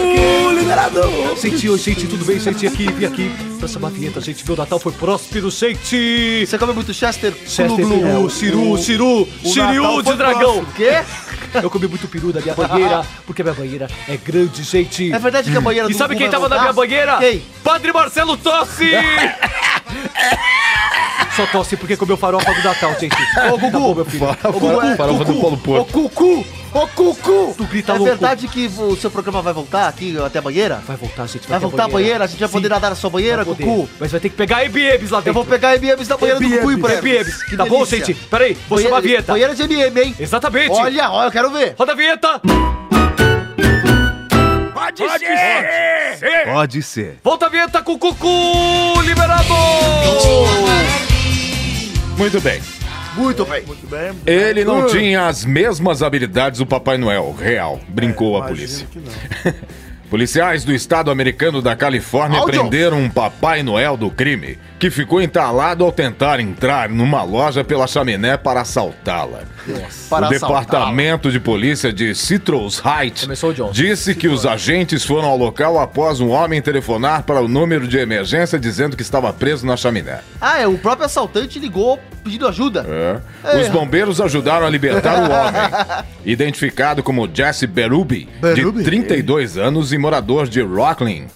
J: é
A: Senti, oi, senti, tudo bem, senti aqui, vim aqui pra essa vinheta, gente. Meu Natal foi próspero, senti.
D: Você come muito Chester?
A: Chester,
D: Blue,
A: é,
D: Blue.
A: o Ciru, Ciru, Ciru
C: Natal
A: de
C: foi
A: dragão.
D: O quê?
A: Eu comi muito peru da minha banheira, porque a minha banheira é grande, gente.
D: É verdade que a banheira
A: E
D: do
A: sabe
D: Gugu
A: quem
D: vai
A: tava na
D: voltar?
A: minha banheira?
D: Quem?
A: Padre Marcelo Tosse! Só tosse porque comeu farofa do Natal, gente.
D: Ô, Gugu.
B: Fala,
D: Ô, Gugu,
B: fala,
D: é,
B: fala do Paulo
D: Ô,
B: Porto.
D: Cucu. Ô, Cucu.
A: Tu grita
D: é
A: louco.
D: verdade que o seu programa vai voltar aqui até a banheira?
A: Vai voltar, gente.
D: Vai
A: ter
D: voltar a banheira? A gente vai poder nadar na sua banheira,
A: Vai poder.
D: Cucu?
A: Mas vai ter que pegar MBMs lá dentro.
D: Eu vou pegar M&M's da banheira do Cucu e pra
A: MBMs.
D: Que
A: Tá bom,
D: delícia.
A: gente? Peraí, vou chamar a vinheta.
D: Banheira de M&M, hein?
A: Exatamente.
D: Olha, olha, eu quero ver.
A: Roda a vinheta. Pode, ser.
B: Pode ser.
A: Volta a vinheta com o Cucu liberado.
B: Muito bem.
D: Muito bem.
C: Muito bem.
B: Ele não tinha as mesmas habilidades do Papai Noel, real, brincou a
C: É, Imagino
B: polícia.
C: que não.
B: Policiais do estado americano da Califórnia
D: Áudio.
B: prenderam um Papai Noel do crime, que ficou entalado ao tentar entrar numa loja pela chaminé para assaltá-la.
D: para
B: o
D: assaltá-la.
B: departamento de polícia de Citrus Heights
A: Começou o Johnson.
B: disse que os agentes foram ao local após um homem telefonar para o número de emergência dizendo que estava preso na chaminé.
D: Ah, é, o próprio assaltante ligou pedindo ajuda.
B: É.
D: É.
B: Os bombeiros ajudaram a libertar o homem, identificado como Jesse Berubi,
D: Berube?
B: de 32 anos e morador de Rockland.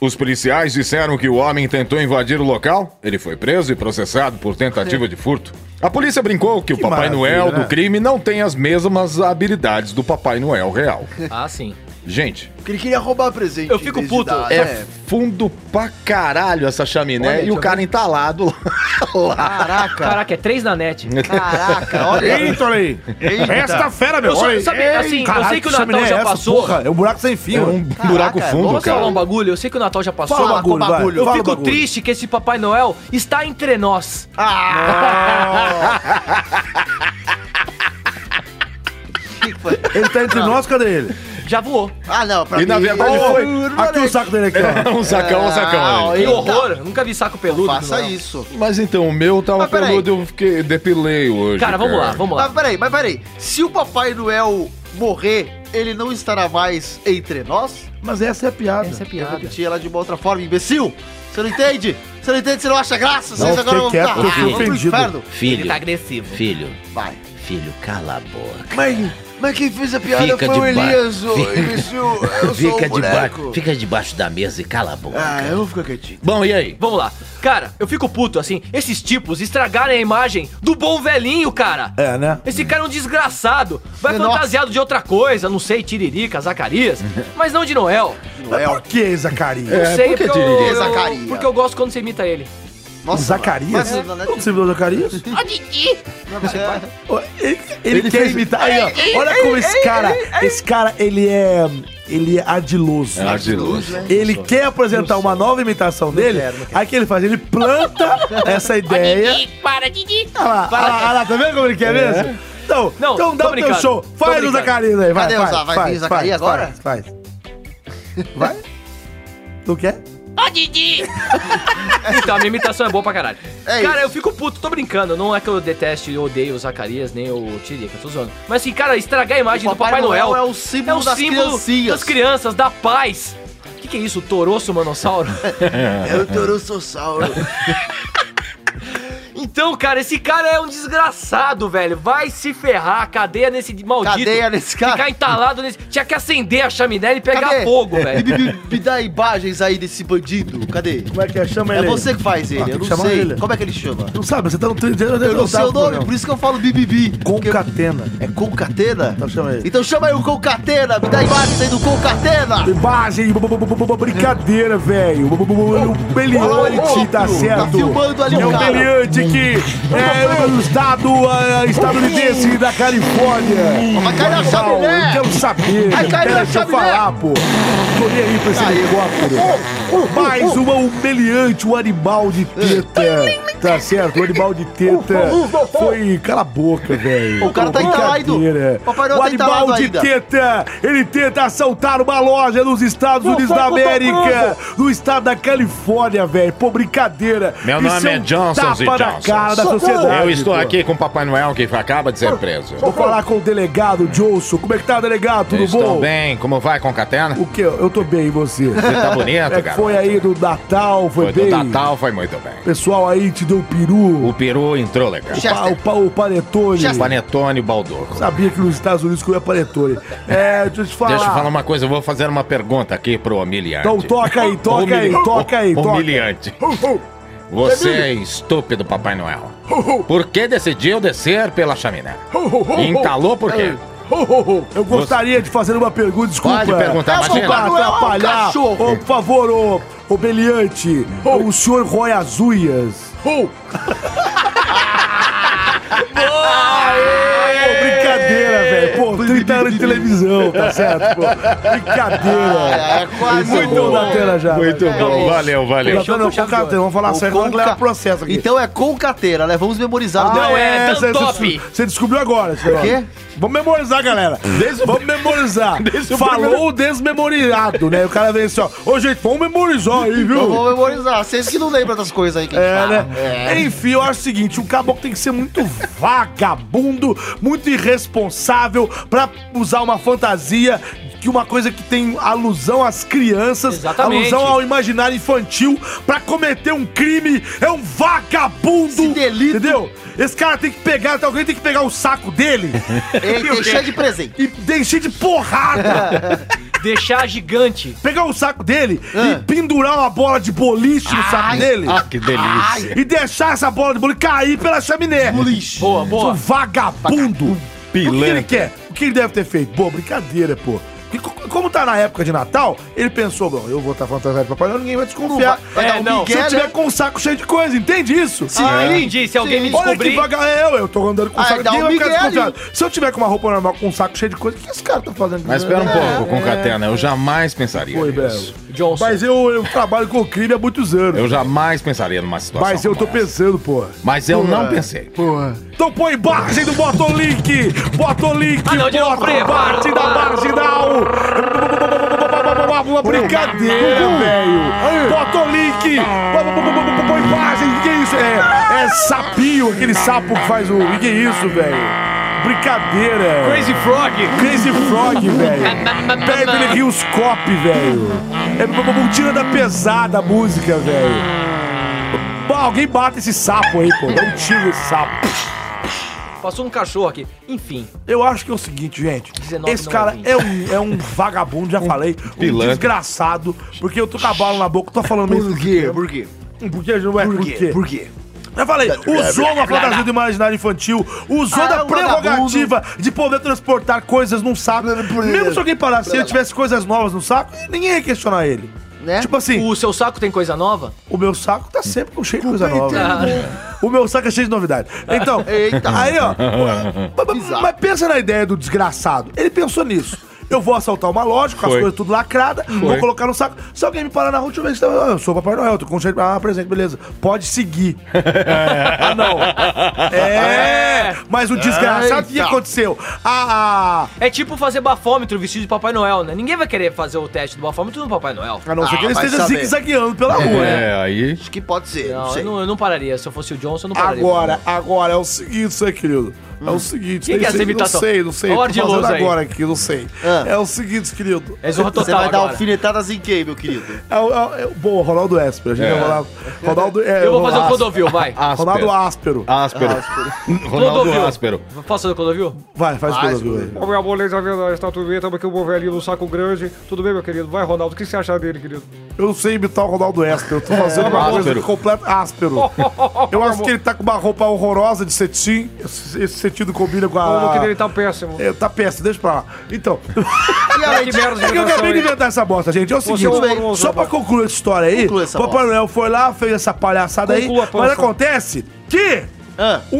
B: Os policiais disseram que o homem tentou invadir o local. Ele foi preso e processado por tentativa de furto. A polícia brincou que, o Papai
C: maravilha,
B: Noel
C: né?
B: do crime não tem as mesmas habilidades do Papai Noel real.
D: É.
A: Ah, sim.
B: Gente,
H: Porque ele queria roubar presente.
A: Eu fico
H: em vez
A: puto.
H: de dar,
B: é,
H: né?
B: fundo pra caralho essa chaminé
A: Olha,
B: e o
A: deixa
B: cara entalado lá.
D: Caraca.
A: Caraca, é três na net.
D: Caraca, olha.
C: Eita, olha aí. Esta fera, meu.
A: Eu só-
C: olha aí.
A: sabe,
C: Ei,
A: assim, eu
C: caralho,
A: sei que o Natal
C: chaminé
A: já
C: é essa,
A: passou.
C: porra? É um buraco sem
B: É
C: fio. é
B: um
D: Caraca,
B: buraco fundo,
A: Posso falar um
B: cara.
A: bagulho? Eu sei que o Natal já passou.
C: Fala bagulho,
A: mas-
C: vai.
A: Eu
C: Fala
A: fico
C: bagulho.
A: triste que esse Papai Noel está entre nós. Ah!
C: Ele tá entre nós, cadê ele?
A: Já voou.
D: Ah, não, pra oh,
B: E, na verdade, foi-
C: Aqui o saco dele aqui, ó.
B: um sacão, um sacão.
D: Ah,
B: olha.
A: Que
D: Eita.
A: horror. Nunca vi saco peludo.
D: Faça
A: não.
D: isso.
B: Mas então, o meu tava
D: Mas peraí.
B: peludo, eu fiquei, depilei hoje.
C: é
A: Cara, vamos lá, vamos
C: Tá
A: lá.
D: Mas peraí, mas peraí. Se o Papai Noel morrer, ele não estará mais entre nós?
C: Mas essa é a piada.
A: Essa é
D: Eu
A: piada.
D: repeti ela de uma outra forma, imbecil. Você não entende? Você não entende? Você não acha graça? Vocês
C: Não,
D: agora vão
C: fiquei
D: ficar
C: quieto, eu fiquei
D: vão pro
C: ofendido.
D: inferno. tá
E: Filho,
G: agressivo.
E: filho,
D: Vai.
E: filho, cala a boca.
H: Mas, mas é quem fez a piada
E: Fica
H: foi o
E: de ba-
H: Elias, ô, imbecil. Eu sou
E: Fica,
H: o
E: deba
H: boneco.
E: fica debaixo da mesa e cala a boca.
H: Ah, eu vou ficar quietinho.
E: Bom, e aí?
A: Vamos lá. Cara, eu fico puto, assim. Esses tipos estragaram a imagem do bom velhinho, cara.
C: É, né?
A: Esse cara é um desgraçado. Vai
D: Nossa.
A: fantasiado de outra coisa, não sei, tiririca, Zacarias, mas não de Noel.
C: Mas por que, Zacarias?
A: Não sei,
B: É, por que
A: porque, eu,
B: tiririca?
A: eu-
D: Zacarias.
A: porque eu gosto quando você imita ele.
D: Nossa,
C: Zacarias?
D: Mas, mas-
C: Como você viu o Zacarias?
G: Ô, Didi,
C: Ele, ele quer imitar. Aí, ó. Olha como esse cara. esse cara, ele é. Ele é ardiloso.
B: É ardiloso.
C: Ele quer apresentar uma nova imitação dele. Aí o que ele faz? Ele planta essa
G: ô,
C: ideia.
D: é?
G: Didi, para, Didi.
C: Olha lá, olha lá, olha lá, tá vendo como ele quer mesmo? Então,
A: Não,
C: então dá
A: tô
C: o teu
A: brincando,
C: show.
A: tô
C: Faz o
A: brincando.
C: Zacarias aí, vai.
D: Cadê o
C: faz,
D: Zá? Vai
C: faz,
D: vir o Zacarias
C: faz,
D: agora?
C: Faz. Vai? Tu quer?
G: Ô, Didi.
A: Então, a minha imitação é boa pra caralho.
D: É
A: cara,
D: isso.
A: eu fico puto, tô brincando. Não é que eu deteste, eu odeio o Zacarias, nem o Tirica, tô zoando. Mas assim, cara, estragar a imagem
D: O
A: do Papai Noel,
D: é o símbolo das criancinhas.
A: das crianças, da paz. O que, que é isso,
D: É
A: toroço manossauro?
H: É o Torossauro.
A: Então, cara, esse cara é um desgraçado, velho. Vai se ferrar, cadeia nesse maldito.
D: Cadeia nesse cara.
A: Ficar entalado nesse. Tinha que acender a chaminé e pegar
D: Cadê?
A: fogo,
D: Me,
A: velho.
D: me- me dá imagens aí desse bandido. Cadê?
C: Como é que é? Chama
D: É
C: ele. aí.
D: você que faz ele,
C: Ah, tem
D: eu
C: que
D: não
C: chamar
D: sei.
C: ele.
D: Como é que ele chama?
C: Não sabe, você tá no treino de
D: Eu não sei o nome, por isso que eu falo BBB. Porque-
C: Concatena.
D: É Concatena?
C: Então chama ele.
D: Então chama aí o Concatena, me dá imagens aí do Concatena.
C: Imagem, bu- bu- bu- bu- bu- bu- brincadeira, velho. Bu- bu- bu- bu- O Beliante, tá
D: Tá
C: certo?
D: filmando ali
C: É
D: o
C: o
D: cara.
C: Beliante que é o estado ah, estadunidense da Califórnia.
D: Mas cai na né?
C: Não, eu
D: chaminé.
C: quero saber.
D: Ai, caiu
C: Pera,
D: a
C: deixa eu
D: chaminé.
C: falar, pô. Escolhi aí pra esse helicóptero. Mais uma humilhante, um animal de teta. Tá certo? O animal de teta foi. Cala a boca, velho.
D: O cara tá entalado.
C: Brincadeira.
D: Papai Noel
C: O
D: tá
C: animal
D: entalado
C: de
D: ainda.
C: teta, ele tenta assaltar uma loja nos Estados Unidos da América, no estado da Califórnia, velho. Pô, brincadeira.
B: Meu
C: Isso
B: nome é
C: um
B: Johnsons e
C: Tapa na
B: Johnsons.
C: cara da sociedade.
B: Eu estou
C: pô.
B: aqui com o Papai Noel que acaba de ser preso.
C: Vou falar com o delegado Johnson. Como é que tá, delegado? Tudo
B: Estou
C: bom?
B: bem, como vai com catena?
C: O que? Eu tô bem, e você?
B: Você tá bonito,
C: É que
B: cara.
C: foi aí do Natal, foi,
B: Foi do
C: bem.
B: Natal, foi muito bem.
C: O pessoal aí te deu um peru,
B: O peru entrou legal.
C: o, pa, o, pa, o panetone.
B: Panetone Baldur.
C: Sabia que nos Estados Unidos comia panetone. É, deixa eu te falar.
B: Deixa eu falar uma coisa, eu vou fazer uma pergunta aqui pro humilhante.
C: Então toca aí, toca aí,
B: Humilha-
C: toca aí, toca.
B: Humilhante. Você é estúpido, Papai Noel. Por que decidiu descer pela chaminé? Entalou por quê?
C: Eu gostaria de fazer uma pergunta, desculpa.
B: Pode perguntar,
C: desculpa
B: imagina.
D: É um
C: atrapalhar.
D: cachorro.
C: Ô, por favor, ô, ô Beliante, o senhor rói as unhas. Pô, brincadeira, velho. Pô, 30 anos de televisão, tá certo? Pô, brincadeira.
D: É quase
C: Muito
D: o-
C: na tela já.
B: Muito bom, valeu, valeu.
C: Não, não, com carteira, vamos falar
D: o
C: sério, vamos
D: Conca-
C: levar processo aqui.
D: Então é Concatena, né? Vamos memorizar.
A: Ah, Não, é,
C: você-
A: Dantop.
C: Você descobriu agora. esse negócio.
D: quê?
C: Vamos memorizar, galera. Vamos memorizar. Falou o desmemorizado, né? O cara vem assim, ó. Ô, gente, vamos memorizar aí,
D: Eu vou
C: viu?
D: memorizar. Vocês que não lembram das coisas aí que a gente
C: É,
D: fala.
C: né? Enfim, eu acho o seguinte, o caboclo tem que ser muito vagabundo, muito irresponsável pra usar uma fantasia que uma coisa que tem alusão às crianças,
A: Exatamente.
C: alusão ao imaginário infantil, pra cometer um crime, é um vagabundo.
D: Esse delito.
C: Entendeu? Esse cara tem que pegar, alguém tem que pegar o saco dele
D: Ei, tem cheio de presente.
C: e deixar de porrada.
A: Deixar gigante.
C: pegar o saco dele
D: Ah.
C: e pendurar uma bola de boliche no saco dele.
B: Ah, que delícia.
C: E deixar essa bola de boliche cair pela chaminé. Boliche.
A: Boa, boa.
C: Um vagabundo. O que ele quer? O que ele deve ter feito? Boa, brincadeira, pô. Porque co- como tá na época de Natal, ele pensou, bom, eu vou estar fantasiado de papai, Noel, ninguém vai desconfiar.
D: Vai
A: É,
D: dar um
A: não.
C: Se
D: migué,
C: eu tiver
D: né?
C: com o saco cheio de coisa, entende isso? Ah,
A: Sim, entendi. Se alguém me
C: Olha que
A: descobrir.
C: vaga é eu, eu tô andando com
D: Ah,
C: o saco,
D: dá um
C: ninguém vai ficar
D: migué ali.
C: desconfiado. Se eu tiver com uma roupa normal, com um saco cheio de coisa, o que esse cara tá fazendo?
B: Mas espera um
D: É.
B: pouco, Concatena, eu jamais pensaria
C: Foi,
B: nisso.
C: Belo.
A: Johnson.
C: Mas eu, eu trabalho com crime há muitos anos.
B: Eu jamais pensaria numa situação
C: Mas eu tô
B: como essa.
C: pensando, pô.
B: Mas eu não pensei.
C: Então põe margem do bota o link! Bota o link!
A: Ah, não, de novo,
C: bota
A: Fê.
C: parte da marginal! Brincadeira, velho! Bota o link! Põe margem! O que é isso? É, é sapinho, aquele sapo que faz o. O que é isso, velho? Brincadeira!
A: Crazy Frog.
C: Crazy Frog, velho! Beverly Hills Cop, velho. É b- b- tira da pesada a música, velho. Pô, alguém bata esse sapo aí, pô. Dá um tiro nesse sapo.
A: Passou um cachorro aqui. Enfim.
C: Eu acho que é o seguinte, gente.
A: 19
C: esse
A: não
C: cara
A: é
C: é um, é um vagabundo, já falei. Um
B: pilantra.
C: desgraçado. Porque eu tô com a bala na boca, tô falando né?
H: Por quê? Por quê?
C: Porque a gente não é
H: Por quê? Por quê?
C: Já falei, usou uma fantasia do imaginário infantil, usou
D: Ah,
H: é
C: da
D: um
C: prerrogativa de poder transportar coisas num saco.
H: Por-
C: Mesmo se alguém parasse, se ele tivesse coisas novas no saco, ninguém ia questionar ele.
D: Né?
C: Tipo assim,
A: O seu saco tem coisa nova?
C: o meu saco tá sempre com cheio de coisa nova.
A: inteiro.
C: O meu saco é cheio de novidade. Então, aí ó. mas- mas, mas pensa na ideia do desgraçado. Ele pensou nisso. Eu vou assaltar uma loja, com as
B: Foi.
C: coisas tudo lacrada, vou colocar no saco. Se alguém me parar na rua, deixa eu ver se tá. Ah, Eu sou o Papai Noel, tô com cheio de. Ah, presente, beleza. Pode seguir. ah, não. É. Mas o desgraçado, o que
H: Eita.
C: aconteceu? A.
A: É tipo fazer bafômetro vestido de Papai Noel, né? Ninguém vai querer fazer o teste do bafômetro no Papai Noel.
C: A não ser
H: Ah,
C: que ele
H: vai
C: esteja
H: saber.
C: zigue-zagueando pela rua, né?
B: É, aí.
H: Acho que pode ser, não,
A: Não,
H: sei.
A: eu não, eu não pararia. Se eu fosse o Johnson, eu não pararia.
C: Agora, agora é o seguinte, seu querido. É o seguinte,
A: Que
C: tem
A: que é essa
C: gente-
A: imitação?
C: Não sei, não sei.
A: Ordem
C: tô
A: lousa
C: fazendo
A: aí.
C: agora aqui, não sei.
D: Ah.
C: É o seguinte, querido.
A: É zorra
D: Você
A: total
D: vai dar
A: agora.
D: alfinetadas em quem, meu querido?
C: É, o- é, o- bom, Ronaldo Esper. A gente
B: É.
C: vai falar. Ronaldo. É,
A: Eu vou fazer o
C: Ronaldo
A: Clodovil, vai.
C: Áspero. Ronaldo Áspero.
B: Áspero. Ronaldo
A: Clodovil.
B: Áspero.
A: Posso fazer o Clodovil?
C: Vai, faz o
D: Faz,
C: Clodovil aí.
K: Ô, meu amor, Leis da Verdade, está tudo bem? Estamos aqui o bom velhinho no saco grande. Tudo bem, meu querido? Vai, Ronaldo, o que você acha dele, querido?
C: Eu não sei imitar o Ronaldo Esper. Eu tô fazendo uma coisa
B: áspero.
C: completa. Áspero. Eu acho que ele tá com uma roupa horrorosa de cetim. Esse, esse cetim não combina com
K: O look
C: a.
K: dele
A: um
K: tá péssimo.
C: É, tá péssimo, deixa pra lá. Então,
K: Que merda
C: é que eu acabei de
K: hein?
C: inventar essa bosta, gente. É o seguinte,
K: horroroso,
C: só pra concluir essa história aí,
D: Conclua essa
C: Papai
D: bosta.
C: Noel foi lá, fez essa palhaçada
K: Conclua,
C: aí, mas
K: Pancho.
C: acontece que
D: Ah.
C: o,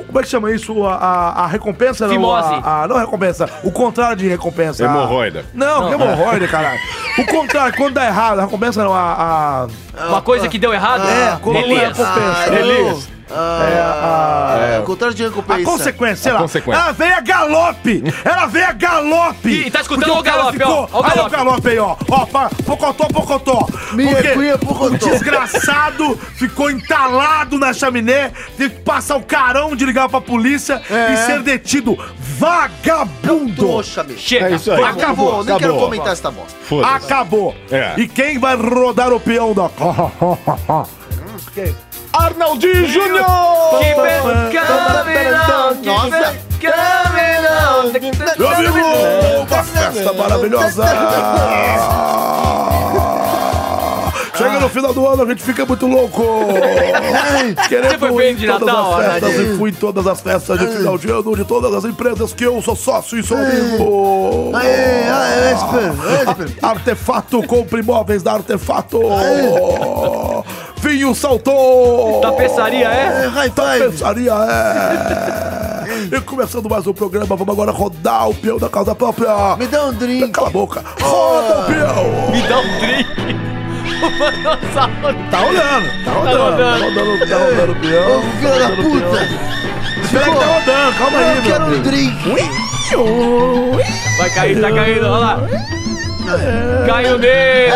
C: o- Como é que chama isso? A, a- a recompensa?
A: Fimose.
C: Não, a, a- não a recompensa. O contrário de recompensa. a-
B: Hemorroida.
C: Não, que é
A: é.
C: hemorroida, caralho. O contrário, quando dá errado, a recompensa não, a... a
A: Uma coisa que deu errado?
C: é, quando não é
A: Elias.
C: recompensa.
B: Elias.
D: Ah, é, o contrário de
C: Ah, A
D: recompensa.
C: consequência, sei lá.
B: consequência.
C: Ela veio a galope! Ela veio a galope!
A: Ih, tá escutando?
C: Porque
A: Ó o
C: cara
A: galope, ó. Ó o
C: Aí, ó o
A: galope.
C: galope aí, ó. Ó, pá, pocotó, pocotó.
H: Minha
C: Porque
H: cunha
C: o
H: Pocotó.
C: desgraçado ficou entalado na chaminé, teve que passar o carão de ligar pra polícia e ser detido. Vagabundo!
D: Poxa, bicho.
B: É
A: Chega.
B: isso aí.
D: Acabou, nem quero
B: Acabou.
D: comentar essa bosta.
B: Foda-se.
C: Acabou!
B: É.
C: E quem vai rodar o peão da.
B: Arnaldinho Júnior!
A: Keep it coming on,
D: Nossa.
A: keep it coming on.
C: Meu amigo, uma festa maravilhosa! Chega no final do ano, a gente fica muito louco! Queremos
A: Você foi bem
C: ir
A: de
C: em todas
A: Natal,
C: as festas
D: Arnaldo?
C: e fui em todas as festas de final de ano de todas as empresas que eu sou sócio e sou amigo!
H: Aê, aê, Esper, Esper.
C: Artefato, compre imóveis da Artefato! Vinho saltou!
A: Tapeçaria é?
H: É, high five.
C: Pensaria, é. E começando mais um programa, vamos agora rodar o peão da casa própria.
H: Me dá um drink.
C: Cala a boca. Roda
D: Ah.
C: o peão.
A: Me dá um drink. O Manossauro.
C: Tá olhando. Tá rodando. Tá rodando, tá rodando o
H: Ô,
C: peão.
H: filho da puta.
C: Espera que tá rodando, calma aí,
H: Eu quero
C: meu
H: um drink.
C: Ui,
A: Vai cair, tá caindo, olha lá.
C: É.
A: Caiu nele.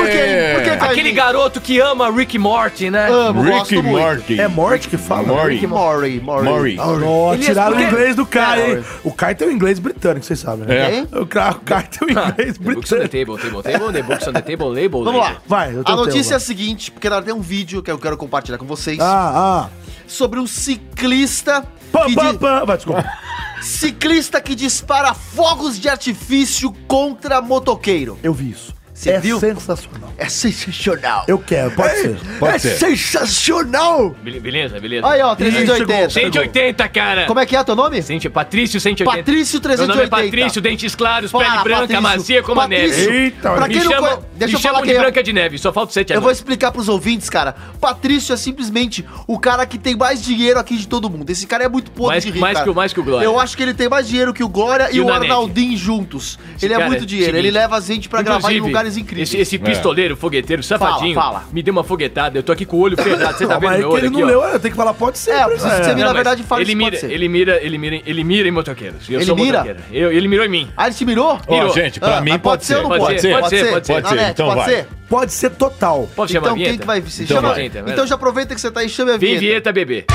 D: Por que, ele- por que ele tá
A: Aquele
D: ali?
A: garoto que ama Rick Morty, né?
D: Amo, gosto
B: Rick
D: muito.
B: Morty.
C: É morte que fala?
B: Morty.
D: Mori,
B: Mori.
D: Mori.
C: Ó,
A: Elias, por
C: tiraram o
A: quê?
C: inglês do cara, hein? O Kai tem um inglês britânico, vocês sabem, né?
B: É.
C: O cara, o Kai tem um inglês
A: Ah, The books on the
C: britânico.
A: table, table, table, the books on the table, label,
D: Vamos
A: label.
D: lá.
C: Vai, eu
D: A
C: tenho
D: notícia é a
C: tempo.
D: seguinte, porque ela tem um vídeo que eu quero compartilhar com vocês
C: Ah, ah.
D: sobre um ciclista
C: Pam,
D: que
C: pam,
D: di-
C: pam. Vai, desculpa.
D: ciclista que dispara fogos de artifício contra motoqueiro.
C: Eu vi isso.
D: Você
C: é
D: viu?
C: sensacional.
D: É sensacional.
C: Eu quero, pode ser.
B: Pode
H: É
B: ser.
H: sensacional.
A: Be- Beleza, beleza.
D: Aí, ó, 380.
A: 180, cara.
D: Como é que é teu nome?
A: Centi- Patrício 180.
D: Patrício
A: Meu nome é
D: 380.
A: Patrício, dentes claros,
D: Fala,
A: pele branca,
D: Patrício.
A: macia como a
D: Patrício,
A: neve.
C: Eita,
D: pra
C: olha.
A: Me
D: quem não
A: chamam,
D: conhe- Deixa
A: me
D: eu falar
A: chamam
D: quem
A: de
D: é.
A: branca de neve, só falta o 7
D: Eu vou explicar pros ouvintes, cara. Patrício é simplesmente o cara que tem mais dinheiro aqui de todo mundo. Esse cara é muito podre
A: Mais-
D: de rico,
A: mais
D: cara.
A: que o- mais que o Glória.
D: Eu acho que ele tem mais dinheiro que o Glória e,
A: E o
D: o
A: Nanete.
D: Arnaldinho juntos.
A: Esse
D: ele é
A: cara
D: muito
A: é
D: dinheiro.
A: seguinte.
D: Ele leva a gente pra gravar em lugares incríveis.
A: Esse, esse
C: É.
A: pistoleiro, fogueteiro, safadinho,
D: fala.
A: me deu uma foguetada. Eu tô aqui com o olho fechado. Você tá
C: Não,
A: vendo
C: mas é
A: meu
C: que
A: olho aqui,
C: ele não
A: ó?
C: leu, é, tem que falar pode ser.
D: É, eu preciso que você
A: Não,
D: me, na
A: mas
D: verdade, fala
A: ele
D: isso,
A: mira,
D: pode ser.
A: ele mira, ele mira, ele mira em motoqueiros. Eu
D: Ele
A: sou
D: mira?
A: motoqueiro. Eu- ele mirou em mim.
D: Ah, ele te mirou?
B: Ó,
A: Virou.
B: gente, pra
D: Ah,
B: mim
D: mas
B: pode, ser.
D: ou não pode?
A: ser, pode ser, pode ser.
B: Pode ser,
D: Nanete,
B: então
D: pode
B: vai.
D: ser?
C: Pode ser total.
A: Pode chamar
D: Então
A: a vinheta?
D: quem que vai se
B: Então
D: chama?
B: vai.
D: Então já aproveita que você tá aí, chama a
A: Vem
D: vinheta.
A: vinheta, bebê.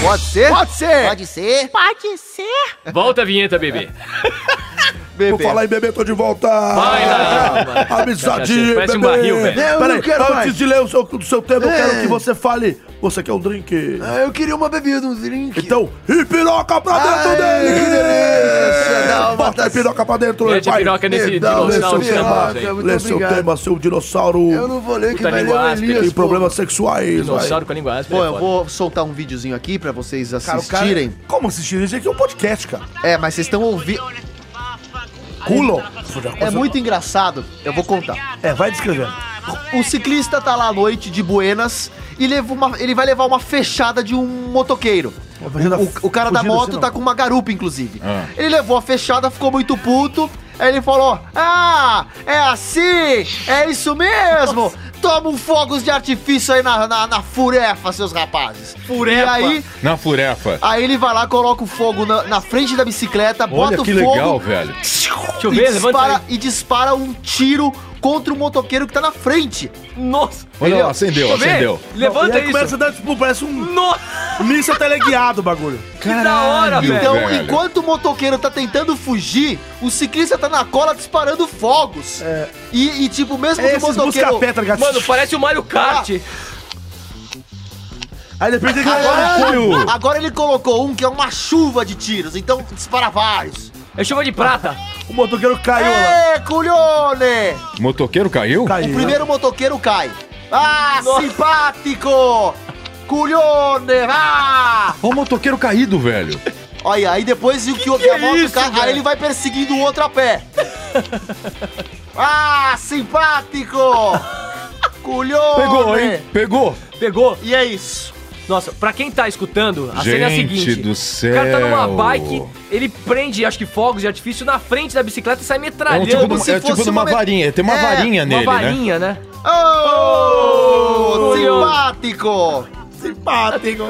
D: Pode ser? Pode ser.
G: Pode ser? Pode ser.
A: Volta a vinheta, bebê.
C: Vou falar em bebê, tô de volta.
A: Vai lá. mano.
C: Amizade,
A: Parece um barril, velho.
H: Eu
C: Peraí,
H: não quero
C: antes
H: mais. É.
C: de ler o seu, o seu tema, eu quero que você fale. Você quer um drink?
H: Ah, eu queria uma bebida, um drink.
C: Então, e piroca pra dentro
H: Ai,
C: dele!
H: que delícia, dá uma
C: Bota a
H: taça-
C: piroca pra dentro,
A: Mete
C: vai.
A: piroca nesse
H: me dá um
A: dinossauro tá
H: desse
A: escambado aí.
H: piroca. Muito
C: Lê seu
H: obrigado.
C: tema, seu dinossauro.
H: Eu não vou ler que
A: Puta
H: vai ler
D: é
A: língua
H: o
A: áspera,
H: Elias,
C: Tem
H: pô.
C: problemas sexuais, vai.
A: Dinossauro com a língua áspera.
D: Bom,
A: é
D: eu
A: foda.
D: vou soltar um videozinho aqui pra vocês
C: Cara, o cara-
D: assistirem.
C: Como assistir? Isso aqui é um podcast, cara.
D: É, mas vocês estão ouvindo.
C: Culo.
D: É muito engraçado. Eu vou contar.
C: É, vai descrevendo.
D: O ciclista tá lá à noite de Buenas e leva uma- ele vai levar uma fechada de um motoqueiro.
C: Imagina
D: O, o cara da
C: fugindo
D: moto
C: assim,
D: tá
C: não.
D: com uma garupa, inclusive.
B: Ah.
D: Ele levou a fechada, ficou muito puto. Aí ele falou: Ah, é assim! É isso mesmo! Toma um fogos de artifício aí na, na, na furefa, seus rapazes. Furefa. E aí,
B: Na furefa.
D: aí ele vai lá, coloca o fogo na, na frente da bicicleta,
B: Olha
D: bota o
B: que
D: fogo.
B: legal, velho.
A: eu
D: e,
A: ver,
D: dispara,
A: levanta
D: e dispara um tiro contra o motoqueiro que tá na frente.
A: Nossa.
B: Olha lá, acendeu,
A: Deixa eu ver.
B: acendeu.
A: Levanta
C: e aí
A: isso.
C: começa a dar, tipo, parece um...
A: Nossa.
C: Nisso é teleguiado o bagulho.
D: Que da hora,
C: Caralho,
D: velho. Então,
C: velho.
D: enquanto o motoqueiro tá tentando fugir, o ciclista tá na cola disparando fogos.
C: É.
D: E, e, tipo, mesmo que o
C: Esses
D: motoqueiro... Ah,
C: busca-pé, tá ligado?
A: Mano, parece o Mario Kart.
C: Aí depois tem que
D: Agora,
C: levar no cu.
D: agora ele colocou um que é uma chuva de tiros, então dispara vários.
A: É chuva de prata.
C: O motoqueiro caiu lá.
D: Ê, culhone!
B: Motoqueiro caiu?
D: O
C: Caiu.
D: primeiro motoqueiro cai. Ah, simpático! Culhone! Ah!
B: Ó o motoqueiro caído, velho.
D: Olha, aí depois o que, que,
A: é
D: a moto cai, aí ele vai perseguindo o outro a pé. ah, simpático! Culhone!
B: Pegou, hein? Pegou.
A: Pegou?
D: E é isso.
A: Nossa, pra quem tá escutando, a cena é a
B: Gente
A: seguinte.
B: do
A: O cara tá numa
B: céu.
A: bike, ele prende, acho que fogos de artifício na frente da bicicleta e sai
B: É um
A: metralhando.
B: tipo, de,
D: se
B: é tipo
D: fosse
B: de uma
D: uma me-
B: varinha. Tem uma
D: É,
B: varinha
A: uma
B: nele, né?
A: varinha, né?
D: Oh,
A: Ô,
D: simpático!
C: Simpático.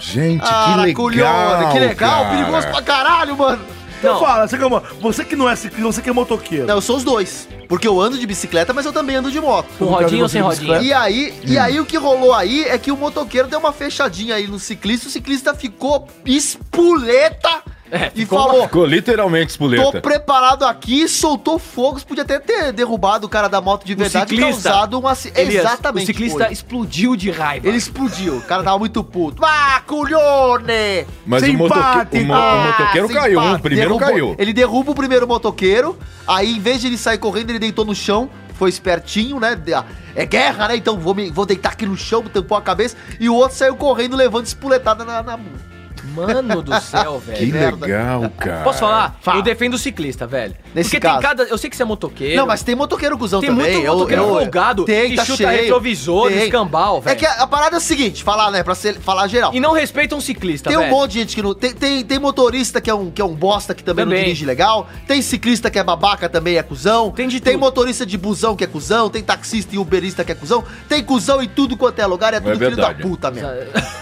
B: Gente,
D: Ah,
B: que legal.
D: culhone, que legal,
B: cara.
D: perigoso pra caralho, mano.
C: Então
A: Não.
C: fala, você que, é uma- você que não é ciclista, você que é motoqueiro.
D: Não, eu sou os dois. Porque eu ando de bicicleta, mas eu também ando de moto.
A: Com
C: é
A: rodinha ou sem rodinha?
D: E aí, e aí o que rolou aí é que o motoqueiro deu uma fechadinha aí no ciclista, o ciclista ficou espuleta
A: É,
D: e
A: ficou
D: falou:
B: Ficou literalmente
D: "Tô
B: espoleta.
D: preparado aqui", soltou fogos, podia até ter derrubado o cara da moto de verdade e
A: ciclista.
D: causado um acidente.
A: Elias, O ciclista
D: foi.
A: explodiu de raiva.
D: ele explodiu, o cara tava muito puto. Ah, culhone!
B: Mas o, motoque-
C: Simpático.
B: o mo- o motoqueiro
D: Ah,
B: caiu,
D: simpático.
B: o primeiro
D: Derrubou-
B: caiu.
D: Ele derruba o primeiro motoqueiro, aí em vez de ele sair correndo, ele deitou no chão, foi espertinho, né? De- ah, É guerra, né? Então vou, me- vou deitar aqui no chão, tampou a cabeça, e o outro saiu correndo, levando espuletada na, na mão.
A: Mano do céu, velho.
B: Que
D: merda.
B: legal, cara.
A: Posso falar?
D: Fala.
A: Eu defendo o ciclista, velho.
D: Nesse
A: Porque
D: caso.
A: tem cada. Eu sei que você é motoqueiro.
D: Não, mas tem motoqueiro cuzão
A: Tem
D: também.
A: muito
D: eu-
A: motoqueiro
D: eu-
A: folgado
D: Tem,
A: que
D: tá
A: chuta
D: cheio.
A: retrovisor,
D: Tem.
A: escambau,
D: É
A: velho.
D: que a, a parada é a seguinte, falar, né? Pra ser, falar geral.
A: E não respeitam um ciclista,
D: Tem um
A: velho.
D: monte de gente que não. Tem, tem, tem motorista que é, um, que é um bosta que também,
A: Também.
D: não dirige legal. Tem ciclista que é babaca também é cuzão.
A: Tem de
D: tem
A: tudo.
D: motorista de busão que é cuzão. Tem taxista e uberista que é cuzão. Tem cuzão em tudo quanto é lugar. É tudo filho da
B: verdade.
D: puta mesmo.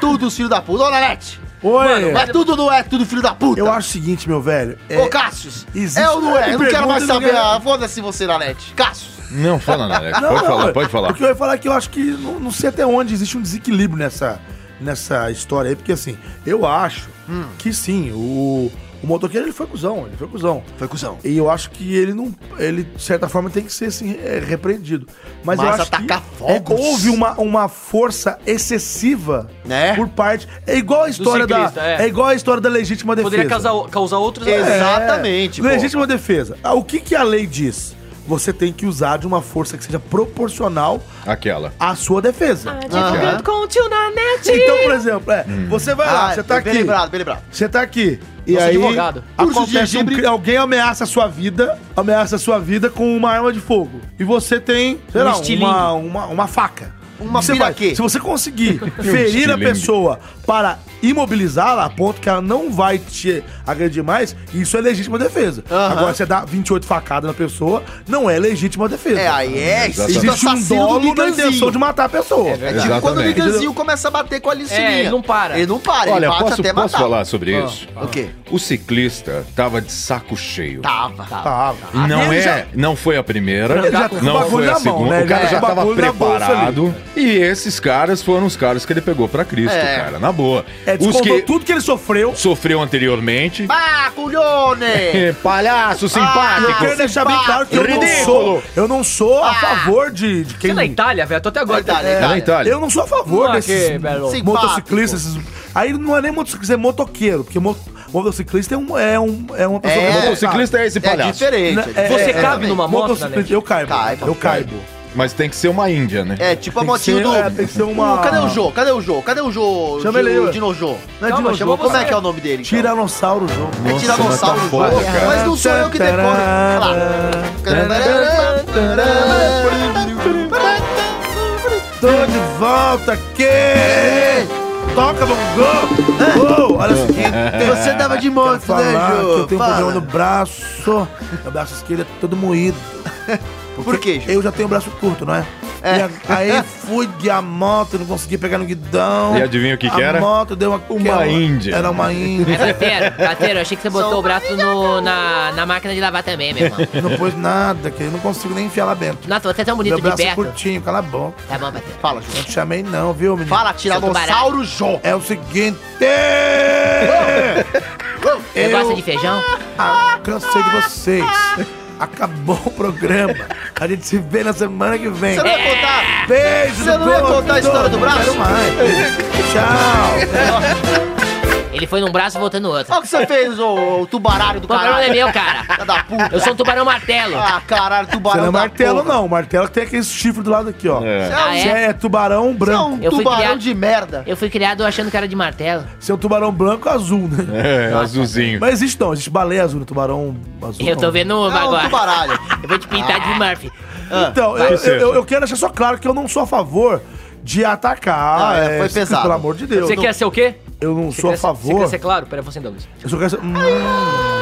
D: tudo filho da puta. Ô, Nanete!
C: Oi.
D: É tudo não é tudo filho da puta.
C: eu acho o seguinte, meu velho. é-
D: Ô, Cassius!
C: Existe-
D: É ou não é? Eu não quero mais
C: Pergunta do
D: saber.
C: cara.
D: Ah, Foda-se você, Nanete. Cassius!
B: Não, fala nada. Alex.
C: Não,
B: pode
C: não,
B: falar,
C: eu-
B: pode falar.
C: O que eu ia falar é que eu acho que não, não sei até onde existe um desequilíbrio nessa, nessa história aí, porque assim, eu acho que sim, o, o motoqueiro ele foi cuzão, ele foi cuzão.
D: Foi cuzão.
C: E eu acho que ele não. Ele, de certa forma, tem que ser assim, é, repreendido. Mas,
D: Mas
C: eu acho
D: atacar
C: que
D: fogos?
C: é, houve uma, uma força excessiva
D: Né?
C: por parte. É igual a história
A: ciclista,
C: da.
A: é.
C: É. igual a história da legítima defesa.
A: Poderia causar, causar outros.
D: Exato.
A: É. um
D: Exatamente, pô.
C: Legítima defesa. Ah, O que, que a lei diz? Você tem que usar de uma força que seja proporcional
B: Aquela.
C: à sua
D: Ah,
C: defesa.
A: um
D: Aham.
C: Então, por exemplo, é, você vai lá,
D: Ah,
C: você tá
D: bem
C: aqui.
D: lembrado, bem lembrado.
C: Você tá aqui. E
A: Nosso
C: aí,
A: advogado.
D: Curso de
C: acontece um,
D: gengibre.
C: cri- alguém ameaça a sua vida, ameaça a sua vida com uma arma de fogo. E você tem, sei
A: Um
C: lá,
A: estilingue.
C: uma, uma, uma faca.
D: Uma
C: O que você faz?
D: piraquê.
C: Se você conseguir ferir a
B: estilingue.
C: pessoa para imobilizá-la a ponto que ela não vai te agredir mais, isso é legítima defesa.
D: Aham.
C: Agora, você dá 28 facadas na pessoa, não é legítima defesa.
D: É, aí é.
B: Exatamente.
D: isso é
C: Existe um
D: assassino do
C: dolo na
D: Miganzinho.
C: intenção de matar a pessoa.
A: É
D: É tipo quando o
B: Exatamente.
D: Niganzinho começa a bater com a Licininha.
A: É, ele não para.
D: Ele não para,
B: Olha,
D: ele bate
B: posso,
D: até
B: posso
D: matar. Ah,
B: falar sobre isso?
D: O quê?
B: O ciclista tava de saco cheio.
D: Tava.
C: Tá,
B: Não
C: Ele
B: é,
C: já-
B: não foi a primeira,
C: Ele já tá com o
B: não
C: bagulho
B: foi a
C: na mão,
B: segunda,
C: né?
B: o cara já
C: Ele já tá com
B: tava
C: o bagulho na bolsa
B: preparado e esses caras foram os caras que ele pegou pra Cristo,
D: É.
B: cara, na boa.
C: É,
B: os
C: descontou
B: que
C: tudo que ele sofreu.
B: sofreu anteriormente,
D: Ah, culhone!
B: É, palhaço
D: Ah,
C: Eu
B: simpático,
C: quero deixar bem claro que eu não
B: Ridículo.
C: sou, eu não sou a favor de, de
A: Você
C: quem.
A: é na Itália, velho? Tô até agora.
D: Vai dar,
A: É.
D: né,
B: é na
D: cara?
B: Itália.
C: Eu não sou a favor
A: Não,
D: é
C: desses
A: aqui, Belo.
C: simpático. motociclistas. esses- Aí não é nem motociclista, é motoqueiro, porque mo- motociclista é, um, é, um, é uma pessoa que
D: É.
B: Motociclista é esse
D: É
B: palhaço.
D: diferente.
C: Né? É,
A: Você
C: é,
A: cabe
D: é,
A: numa moto, né?
C: Motociclista, eu caibo.
D: Caibo,
C: eu caibo.
B: Mas tem que ser uma índia, né?
D: É, tipo a
C: Tem que
D: motinha
C: ser-
D: do...
C: é, tem que ser uma-
D: O- cadê o Jô? Cadê o Jô? Cadê o Jô?
C: Chama ele aí,
D: o
C: ué.
D: Dinojô.
C: Não é
A: Calma,
C: de
A: chamou
C: novo.
D: Como é
A: você.
D: que é o nome dele? então?
C: Tiranossauro, João.
D: É tiranossauro
B: tá
D: Jô.
B: foda, cara.
D: Mas não sou eu que decoro. Olha lá.
C: Ah. Tô de volta aqui! Toca, bongo! Oh, olha só.
D: Você tava de
C: Quero
D: moto, né,
C: falar que eu
D: Jô?
C: tenho um
D: Fala.
C: problema no braço. Meu braço esquerdo é todo moído.
D: Por quê, Ju?
C: Eu já tenho o braço curto, não é?
D: É.
C: E a- aí fui de a moto, não consegui pegar no guidão.
B: E adivinha o que que era?
C: A moto deu uma...
B: Uma índia.
C: Era uma
G: Mas,
C: índia.
G: Gateiro, Gateiro, achei que você botou o braço no- na, na máquina de lavar também, meu irmão.
C: não pôs nada, que eu não consigo nem enfiar lá dentro.
G: Nossa, você é tão bonito
C: Meu
G: de
C: braço é
G: perto.
C: curtinho, cala a boca.
G: Tá bom, Gateiro.
D: Fala,
C: Não
D: Ju.
C: te chamei não, viu, menino?
D: Fala, Tiranossauro Jô.
C: É o seguinte...
G: Você gosta de feijão?
C: Ah, cansei de vocês. Acabou o programa. A gente se vê na semana que vem.
D: Você não ia contar?
C: Beijo,
D: Você não ia
C: povo
D: contar a história do
C: todo.
D: braço?
C: Quero mais. Tchau.
G: Ele foi num braço e voltou no outro.
D: Olha o que você fez, ô, ô tubarário do
G: O problema não é
D: caralho.
G: meu, cara.
D: Filha da puta.
G: Eu sou um tubarão martelo.
D: Ah, caralho,
C: Você
D: tubarão
C: não é
D: da
C: martelo,
D: porra.
C: não. O martelo é tem aquele chifre do lado aqui, ó.
B: É.
D: Você é um-
G: Ah,
C: Você é tubarão
D: você é
C: branco.
D: um
G: Eu fui
D: tubarão
G: criado-
D: de merda.
G: Eu fui criado achando que era de martelo.
C: Você é um tubarão branco azul, né?
B: É, azulzinho.
C: Mas existe não, existe baleia azul, né? tubarão azul.
G: Eu tô
C: não.
G: vendo uma
D: É um
G: agora.
D: tubaralho. Ah.
G: Eu vou te pintar de Murphy.
C: Então, eu,
B: Vai.
C: eu- eu- eu quero deixar só claro que eu não sou a favor de atacar.
D: Ah, é, foi
C: isso que,
D: pesado.
C: Pelo amor de Deus.
A: Você
C: Eu não-
A: quer ser o quê?
C: Eu não
A: Você
C: sou a
A: quer ser- Você
C: favor.
A: quer ser claro? Pera, vou acender a luz.
C: Eu só quero. sa- Hum.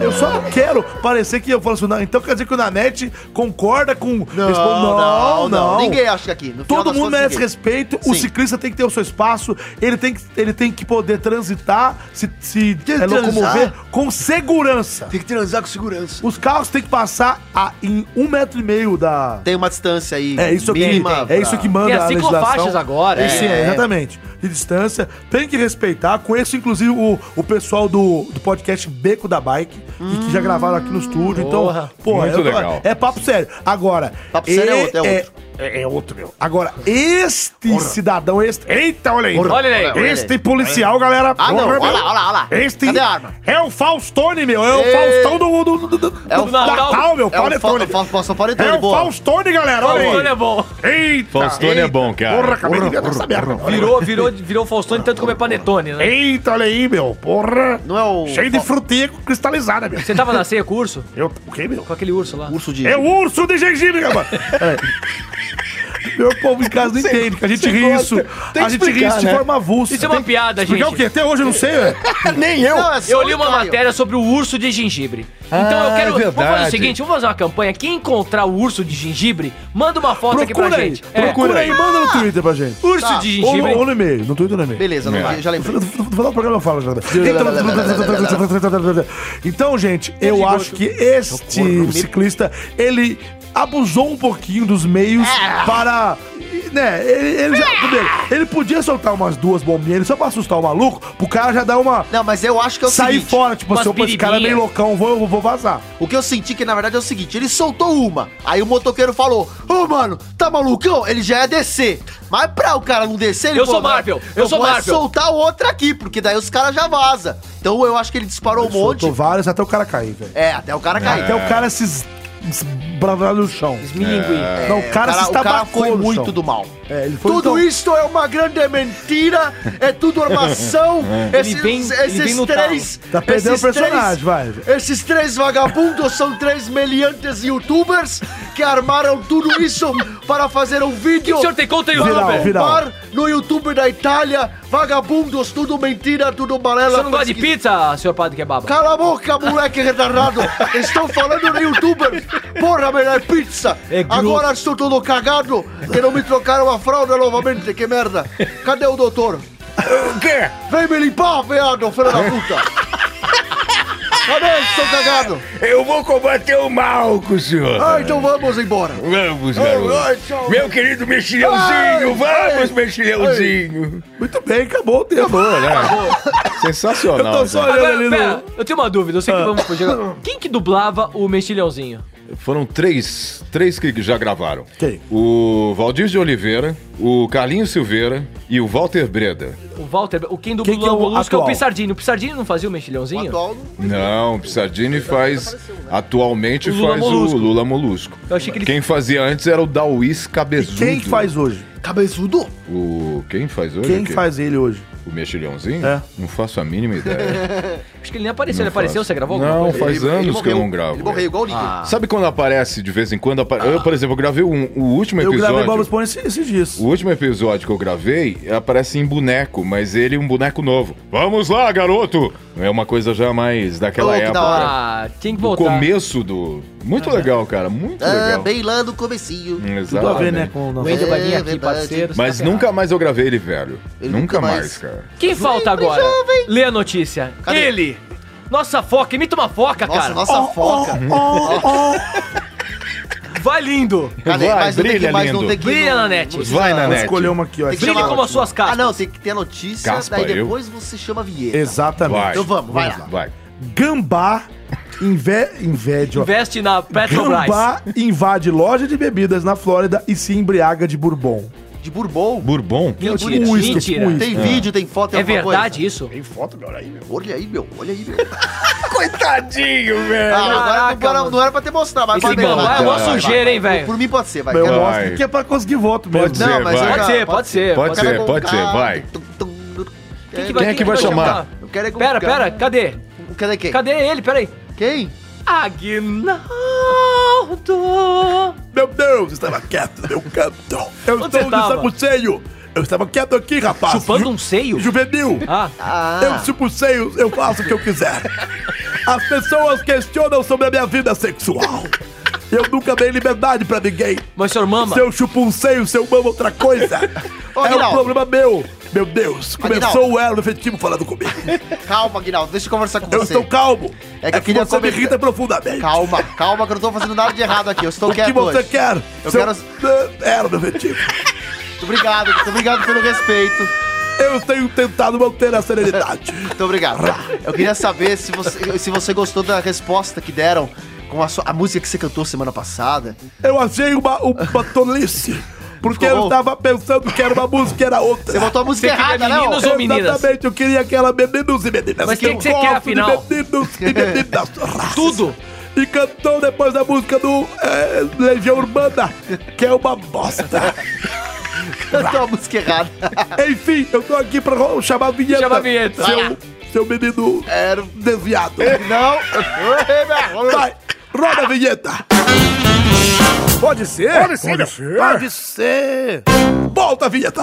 C: Eu só não quero parecer que eu falo assim, não. Então quer dizer que o Nanete concorda com. Responde,
D: Ninguém acha que aqui. no final
C: Todo
D: das
C: mundo
D: contas,
C: merece
D: ninguém.
C: respeito, o
D: Sim.
C: ciclista tem que ter o seu espaço, ele tem que, ele tem que poder transitar, se, se
H: que
C: é, locomover
H: transar.
C: com segurança.
H: Tem que transar com segurança.
C: Os carros têm que passar a- em um metro e meio da.
D: Tem uma distância aí.
C: É isso que,
D: mínima
C: é
D: pra-
C: isso que
A: Tem
C: manda a
A: as ciclofaixas
C: legislação.
A: agora.
C: Esse é,
D: tá
C: exatamente. De distância, tem que respeitar. Conheço, inclusive, o, o pessoal do, do podcast Beco da Bike, e que já gravaram aqui no estúdio. Então, pô,
B: Muito
C: é,
B: legal.
C: é papo sério. Agora.
D: Papo sério é outro, é outro.
C: é- é outro, meu. Agora, este cidadão, este. Eita, olha aí.
A: Olha ele aí.
D: Olha ele.
C: Este policial, galera.
D: Ah, não.
C: porra,
D: Olha
C: meu.
D: lá, olha lá, olha lá.
C: Este
D: Cadê a arma?
C: é o Faustone, meu. É o
D: Ei.
C: Faustão do, do, do, do-
D: É o
C: do
A: Natal.
C: Natal, meu.
D: É o
C: Paletone.
D: Fausto Fa Fa Paletone,
C: É o
D: boa.
C: Faustone, galera. Olha aí.
A: Faustone é bom.
C: Eita!
B: Faustone é bom, cara.
C: Porra, acabei de ver essa merda.
A: Virou, virou, virou Faustone tanto como é panetone, né?
C: Eita, olha aí, meu. Porra.
D: Não é o-
C: Cheio de frutinha cristalizada, meu.
A: Você tava na ceia com o urso?
C: Eu... O quê, meu?
A: Com aquele urso lá.
D: Urso de...
C: É o urso de gengibre, rapaz. Meu povo em casa não entende, que a gente ri isso.
B: Tem
C: A
B: que
C: gente ri
B: explicar,
C: isso de
B: né?
C: forma avulsa.
A: Isso é uma
C: Tem que
A: piada,
C: explicar
A: gente.
C: o quê? Até hoje eu não sei, velho.
B: Nem eu.
D: Não, é só
A: Eu
D: o
C: um
A: li uma
D: Caio.
A: matéria sobre o urso de gengibre. então eu
B: Ah,
A: quero.
B: é
A: vamos fazer o
B: verdade.
A: seguinte: vamos fazer uma campanha. Quem encontrar o urso de gengibre, manda uma foto aqui
C: Procura
A: pra
C: aí.
A: gente. É,
C: Procura aí, manda no Twitter pra gente.
A: Urso
D: Tá.
A: de
C: Ou,
A: gengibre.
C: ou no e-mail, no Twitter ou no e-mail.
D: Beleza, não, já lembrei.
C: No final do programa eu falo já. Então, gente, eu acho que
D: um
C: este ciclista, ele abusou um pouquinho dos meios
D: É.
C: para... Né, ele, ele já... primeiro, ele podia soltar umas duas bombinhas só pra assustar o maluco, pro cara já dar uma...
D: Não, mas eu acho que é o
C: Sair
D: seguinte.
C: fora, tipo
A: umas
C: assim, opa, esse cara é meio
A: biribinhas.
C: loucão, vou, vou vazar.
D: O que eu senti que, na verdade, é o seguinte. Ele soltou uma. Aí o motoqueiro falou, ô, mano, tá malucão? Ele já ia descer. Mas pra o cara não descer, ele
A: Eu sou
D: "Mano,
A: Marvel, eu sou
D: vou é
A: Marvel."
D: soltar outra aqui, porque daí os caras já vazam. Então eu acho que ele disparou um monte.
C: Soltou várias até o cara cair, velho.
D: É, até o cara cair.
C: Até o
A: É.
C: cara se es- esbravar no chão.
A: Esmilingui.
C: Não, o É. cara, se
D: o cara
C: estabacou
D: foi
C: no
D: muito
C: chão.
D: do mal.
C: É, ele foi
D: tudo
C: então-
D: isso é uma grande mentira, é tudo armação.
A: Ele
D: esses
A: vem- ele
D: esses
A: vem no
D: três.
C: Tá perdendo
D: esses
C: o personagem, vai.
D: três- Esses três vagabundos são três meliantes youtubers que armaram tudo isso para fazer um vídeo.
A: O senhor tem conta aí,
C: Viral,
A: Robert?
C: viral.
D: Par no YouTube da Itália, vagabundos, tudo mentira, tudo
A: O
D: balela.
A: senhor não gosta de
D: pesquisa-
A: pizza, senhor padre kebaba?
D: Cala a boca, moleque retardado! Estou falando de youtuber! Porra, melhor é pizza!
A: É grosso.
D: Agora estou todo cagado, que não me trocaram a fralda novamente, que merda! Cadê o doutor? O quê? Vem me limpar, veado, filho da puta!
J: Tá
D: Cadê? Estou cagado!
B: Eu vou combater o mal com o senhor.
D: Ah, então vamos embora!
B: Vamos, garoto.
D: ai, tchau.
B: Meu querido mexilhãozinho, vamos, mexilhãozinho. né?
C: Muito bem, acabou o tempo.
B: Sensacional.
C: Eu tô só
B: gente.
C: olhando
A: Agora,
C: ali
A: pera,
C: no... Ah.
A: eu tenho uma dúvida, eu sei que vamos fugir. agora. Quem que dublava o mexilhãozinho?
B: Foram três, três que já gravaram.
C: Quem?
B: O Valdir de Oliveira, o Carlinhos Silveira e o Walter Breda.
A: O Walter, o quem
C: Quem que é
A: dublou
C: o
A: o Molusco é o
C: atual?
A: Pissardini. O Pissardini não fazia o mexilhãozinho?
D: Atual,
B: Não, o Pissardini faz. Atualmente
A: O Lula
B: faz
A: Molusco.
B: o Lula Molusco.
A: Eu achei que ele-
B: Quem fazia antes era o Dauís Cabezudo.
C: Quem que faz hoje?
D: cabeçudo?
B: O... Quem faz hoje?
C: Quem
B: o quê?
C: que faz ele hoje?
B: O mexilhãozinho?
C: É.
B: Não faço a mínima ideia.
A: Acho que ele nem apareceu.
B: Não
A: ele apareceu?
B: faço.
A: Você gravou alguma
B: Não,
A: coisa? Ah.
B: faz anos que eu não gravo.
C: é.
B: velho. Sabe quando aparece de vez em quando? apa- Eu, por exemplo, eu gravei um- o último
C: Eu
B: episódio.
C: gravei Bob Esponja esses esses dias.
B: O último episódio que eu gravei aparece em boneco, mas ele é um boneco novo. Vamos lá, garoto! É uma coisa já mais daquela época.
A: Ah, tinha que
B: O
A: voltar. É,
B: começo do. Muito legal, cara. Muito
D: Ah,
B: legal.
D: bem lá no comecinho.
B: Exatamente.
A: O
D: É
A: Wendel vai vir aqui, parceiro.
B: Mas
A: tá ferrado.
B: nunca mais eu gravei ele, velho. nunca
A: nunca
B: mais,
A: mais.
B: cara.
A: Quem falta agora? Lê a notícia. Ele! Nossa foca, imita uma foca,
D: Nossa,
A: cara. Oh.
D: nossa foca.
A: Vai lindo.
D: Cadê?
B: Vai,
D: mas não tem
B: brilha,
D: que, mas não
B: lindo.
D: tem que
A: Brilha,
D: não-
A: Nanete.
D: não-
B: Vai,
D: não-
B: Nanete.
D: tem
C: Escolheu uma aqui, ó.
D: que
A: Brilha
D: chamar-
A: como as suas
D: Ah,
A: caspas.
D: não, tem que ter a notícia,
B: Caspa,
D: daí
B: eu?
D: depois você chama a vinheta.
C: Exatamente.
B: Vai.
D: Então vamos, vai lá.
B: Vai.
C: Gambá inve... invade, ó.
A: Investe na Petrobras.
C: Gambá invade loja de bebidas na Flórida e se embriaga de bourbon.
D: De Bourbon.
B: Bourbon?
A: Mentira,
C: Um uísque,
A: mentira.
C: um uísque.
D: Tem vídeo, tem foto,
A: É
D: tem alguma
A: verdade
D: coisa?
A: isso?
C: Tem foto, meu, olha aí, meu.
D: Olha aí, meu, olha aí, meu.
B: Tadinho, velho.
D: Ah, agora
A: Caraca,
D: não, era,
A: mano.
D: não era pra ter mostrado, mas
A: Esse
D: pode ver,
A: gambá é
D: vai,
A: uma
D: vai, vai,
A: sujeira,
D: vai.
A: hein, velho.
D: Por mim pode ser, vai.
C: Eu
B: Vai.
D: Não,
C: mostro que é pra conseguir voto mesmo.
B: Pode ser.
D: mas
B: vai.
D: eu
A: Pode
D: já-
A: ser, pode ser.
B: Pode
A: ser.
B: ser,
D: com
B: pode ser,
D: cara-
B: vai.
D: Tum, tum, tum.
A: Quem que
B: Quem é que vai chamar?
D: Eu quero é com
A: Pera,
D: cara.
A: pera, cadê?
D: Eu quero é quem?
A: Cadê ele? Pera aí.
D: Quem?
A: Aguinaldo!
C: Meu Deus, estava quieto, meu canto. Eu
A: Onde
C: estou
A: você
C: de
A: tava?
C: sapuceio. Eu estava quieto aqui, rapaz.
A: Chupando
C: Ju-
A: um seio?
C: Juvenil.
A: Ah,
D: Ah,
C: Eu sapuceio, eu faço o que eu quiser. As pessoas questionam sobre a minha vida sexual. Eu nunca dei liberdade pra ninguém.
A: mas senhor mama.
C: Se eu chupo um seio, se eu mamo outra coisa.
D: Ô,
C: é um
D: Aguinaldo.
C: problema meu. Meu Deus, começou
D: Aguinaldo.
C: o elo efetivo falando comigo.
D: calma, Guinaldo, deixa eu conversar com
C: Eu
D: você.
C: estou calmo.
D: É que eu queria
C: você me
D: comentar.
C: irrita profundamente.
D: Calma, calma, que eu não tô fazendo nada de errado aqui. Eu estou
C: O que
D: quieto
C: você
D: hoje.
C: quer?
D: Eu
C: Seu-
D: quero-
C: Era meu efetivo.
D: Muito obrigado, muito obrigado pelo respeito.
C: Eu tenho tentado manter a serenidade.
D: Muito obrigado. Eu queria saber se você, se você gostou da resposta que deram com a, sua- a música que você cantou semana passada.
C: Eu achei uma, uma tolice. Porque
D: Ficou
C: eu
D: bom?
C: tava pensando que era uma música e era outra.
D: Você botou a música
A: Você queria
D: errada, né?
A: meninos
D: ô?
A: ou meninas?
C: Exatamente, eu queria que era meninos e meninas.
A: Mas quem
C: eu
A: que você quer,
C: gosto de
A: afinal?
C: Meninos e meninas.
A: Tudo.
C: E cantou depois da música do eh, Legião Urbana, que é uma bosta.
D: Cantou a música
J: é.
D: errada.
C: Enfim, eu tô aqui pra ro- chamar a vinheta.
A: Chama a vinheta.
C: Seu, seu menino
D: Era um-
C: desviado.
D: Não. Ei, meu,
C: Vai, roda a vinheta. Pode ser? Pode ser. Pode ser. Volta a vinheta.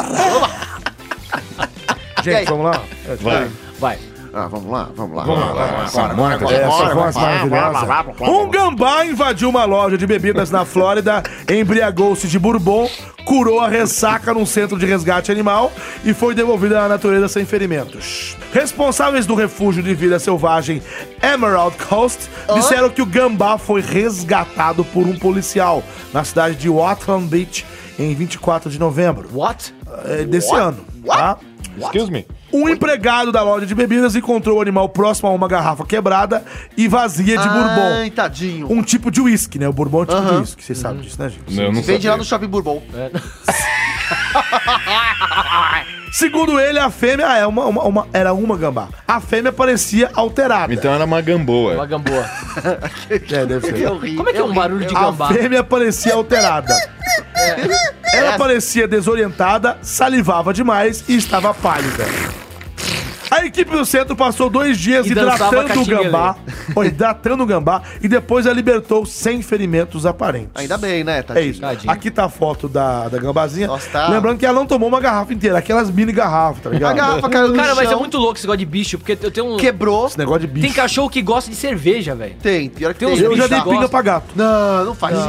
D: E aí?
K: Gente, vamos lá?
J: É,
B: Vai.
A: Vai.
D: Ah, vamos lá, vamos lá.
B: Vamos lá. Essa é moda
K: Essa voz maravilhosa.
C: Um gambá invadiu uma loja de bebidas na Flórida, embriagou-se de bourbon, curou a ressaca num centro de resgate animal e foi devolvido à natureza sem ferimentos. Responsáveis do refúgio de vida selvagem Emerald Coast disseram que o gambá foi resgatado por um policial na cidade de Watland Beach em 24 de novembro
A: What?
C: eh, desse ano. Tá?
B: Excuse me.
C: Um empregado da loja de bebidas encontrou o animal próximo a uma garrafa quebrada e vazia
D: Ah,
C: de bourbon
D: Ai, tadinho.
C: um tipo de uísque, né? O bourbon é um tipo de uísque, vocês sabem disso, né, gente?
B: Eu Uhum. não
D: Vende
B: sabia.
D: lá no Shopping Bourbon.
C: Segundo ele, a fêmea é uma, uma- uma- era uma gambá. A fêmea parecia alterada.
B: Então era uma
A: Uma
B: gamboa.
A: gamboa.
C: é, deve ser.
A: Como é que é um barulho de
C: A
A: gambá?
C: fêmea parecia alterada. Ela parecia desorientada, salivava demais e estava pálida. A equipe do centro passou dois dias
A: E dançava
C: hidratando o
A: catinguelê.
C: gambá, ó, hidratando o gambá e depois a libertou sem ferimentos aparentes.
D: Ainda bem, né,
C: É
D: tadinho?
C: isso.
A: Tadinho.
C: Aqui tá a foto da, da gambazinha.
D: Nossa, tá.
C: Lembrando que ela não tomou uma garrafa inteira, aquelas mini garrafas, tá ligado?
D: A garrafa caiu no
A: Cara, mas é
D: chão,
A: muito louco esse negócio de bicho, porque eu tenho um.
D: quebrou.
C: Esse negócio de bicho.
A: Tem cachorro que gosta de cerveja, velho.
D: Tem, pior que
A: Tem
D: tem.
A: uns
C: Eu já
A: bicho
C: dei
A: que
C: pinga
A: gosta.
C: pra gato.
D: Não, não faz isso.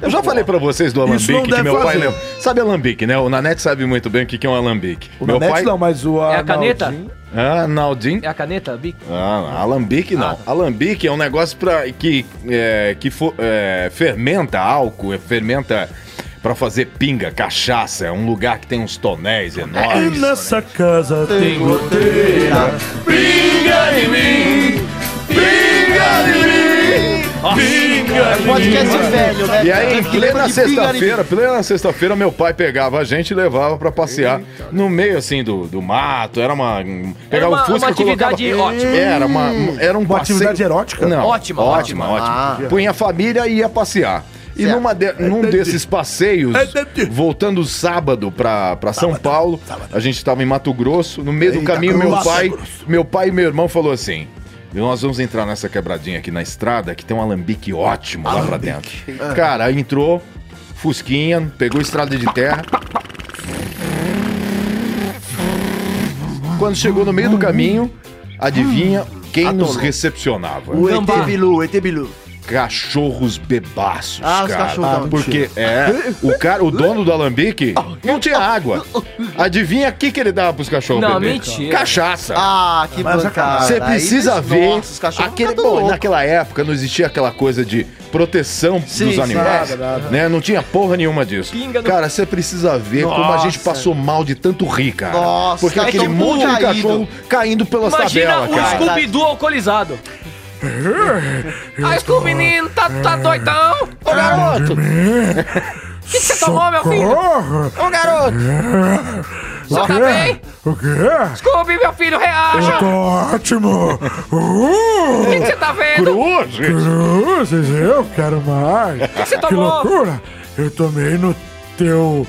B: Eu já falei pra vocês do
C: Isso não
B: alambique que
C: deve
B: meu pai
C: fazer.
B: lembra. Sabe alambique, né? O Nanete sabe muito bem o que que é um alambique.
C: O
B: meu
C: Nanete
B: pai.
C: não, mas o
A: É a caneta?
C: Arnaldinho-
B: Ah, Naldinho.
A: É a caneta, bico?
B: Ah, alambique não. Alambique é um negócio pra, que, é, que fo- é, fermenta álcool, é, fermenta pra fazer pinga, cachaça. É um lugar que tem uns tonéis
C: E
B: enormes.
C: nessa casa tem goteira.
J: É
D: Podcast velho, né?
B: E aí, em
D: Que lembra
B: plena
D: de pinga,
B: sexta-feira, plena sexta-feira, meu pai pegava a gente e levava pra passear no meio, assim, do, do mato. Era uma... um- Pegava
A: uma-
B: o Fusca
A: uma
B: e colocava- É,
A: atividade ótima.
B: Era uma... Era um
C: Uma
B: passeio-
C: atividade erótica?
B: Não.
A: Ótima,
B: Ótima,
A: ótima.
B: ótima.
D: Ah.
B: Punha a família e ia passear. E
D: Certo.
B: numa de- num
C: Entendi. É,
B: desses passeios,
C: Entendi.
B: voltando sábado pra, pra São Paulo, a gente tava em Mato Grosso, no meio do
C: Eita,
B: caminho, meu
C: Grosso.
B: pai,
C: Mato Grosso.
B: meu pai e meu irmão falou assim: E nós vamos entrar nessa quebradinha aqui na estrada, que tem um alambique ótimo lá pra dentro.
D: É.
B: Cara, aí entrou, fusquinha, pegou estrada de terra. Quando chegou no meio do caminho, adivinha quem nos recepcionava?
D: O ET Bilu, ET Bilu.
B: Cachorros bebaços,
D: Ah, os
B: cara.
D: cachorros da
B: porque
D: mentira.
B: é, o cara, o dono do alambique não tinha água. Adivinha o que, que ele dava pros cachorros
A: Não,
B: beber?
A: mentira.
B: Cachaça.
D: Ah, que
C: Mas a
D: bancada.
B: Você
D: Aí,
B: precisa
D: nossa,
B: ver
D: os cachorros
B: aquele
D: ficam
B: bom, né?
D: loucos.
B: naquela época não existia aquela coisa de proteção dos animais, né? Não tinha porra nenhuma disso.
A: Pinga no-
B: Cara, você precisa ver como a gente passou mal de tanto rir, cara.
D: Nossa,
B: Porque
D: é
B: aquele
D: tão
B: monte de
D: caído.
B: cachorro caindo pelas
A: Imagina
B: tabelas,
A: o
B: cara.
A: Scooby-Doo alcoolizado. Ah, Scooby, menino, tá, tá doidão? Ô,
D: é
A: garoto! O que que você tomou, meu filho? Ô, garoto!
J: É.
A: Você tá bem?
C: O quê?
A: Scooby, meu filho, reaja!
C: Tô ótimo!
A: O
C: Uh,
A: que que você tá vendo? O
B: Cruz, gente.
C: cruzes, eu quero mais!
A: que que você
C: Que
A: tomou?
C: loucura! Eu tomei no teu.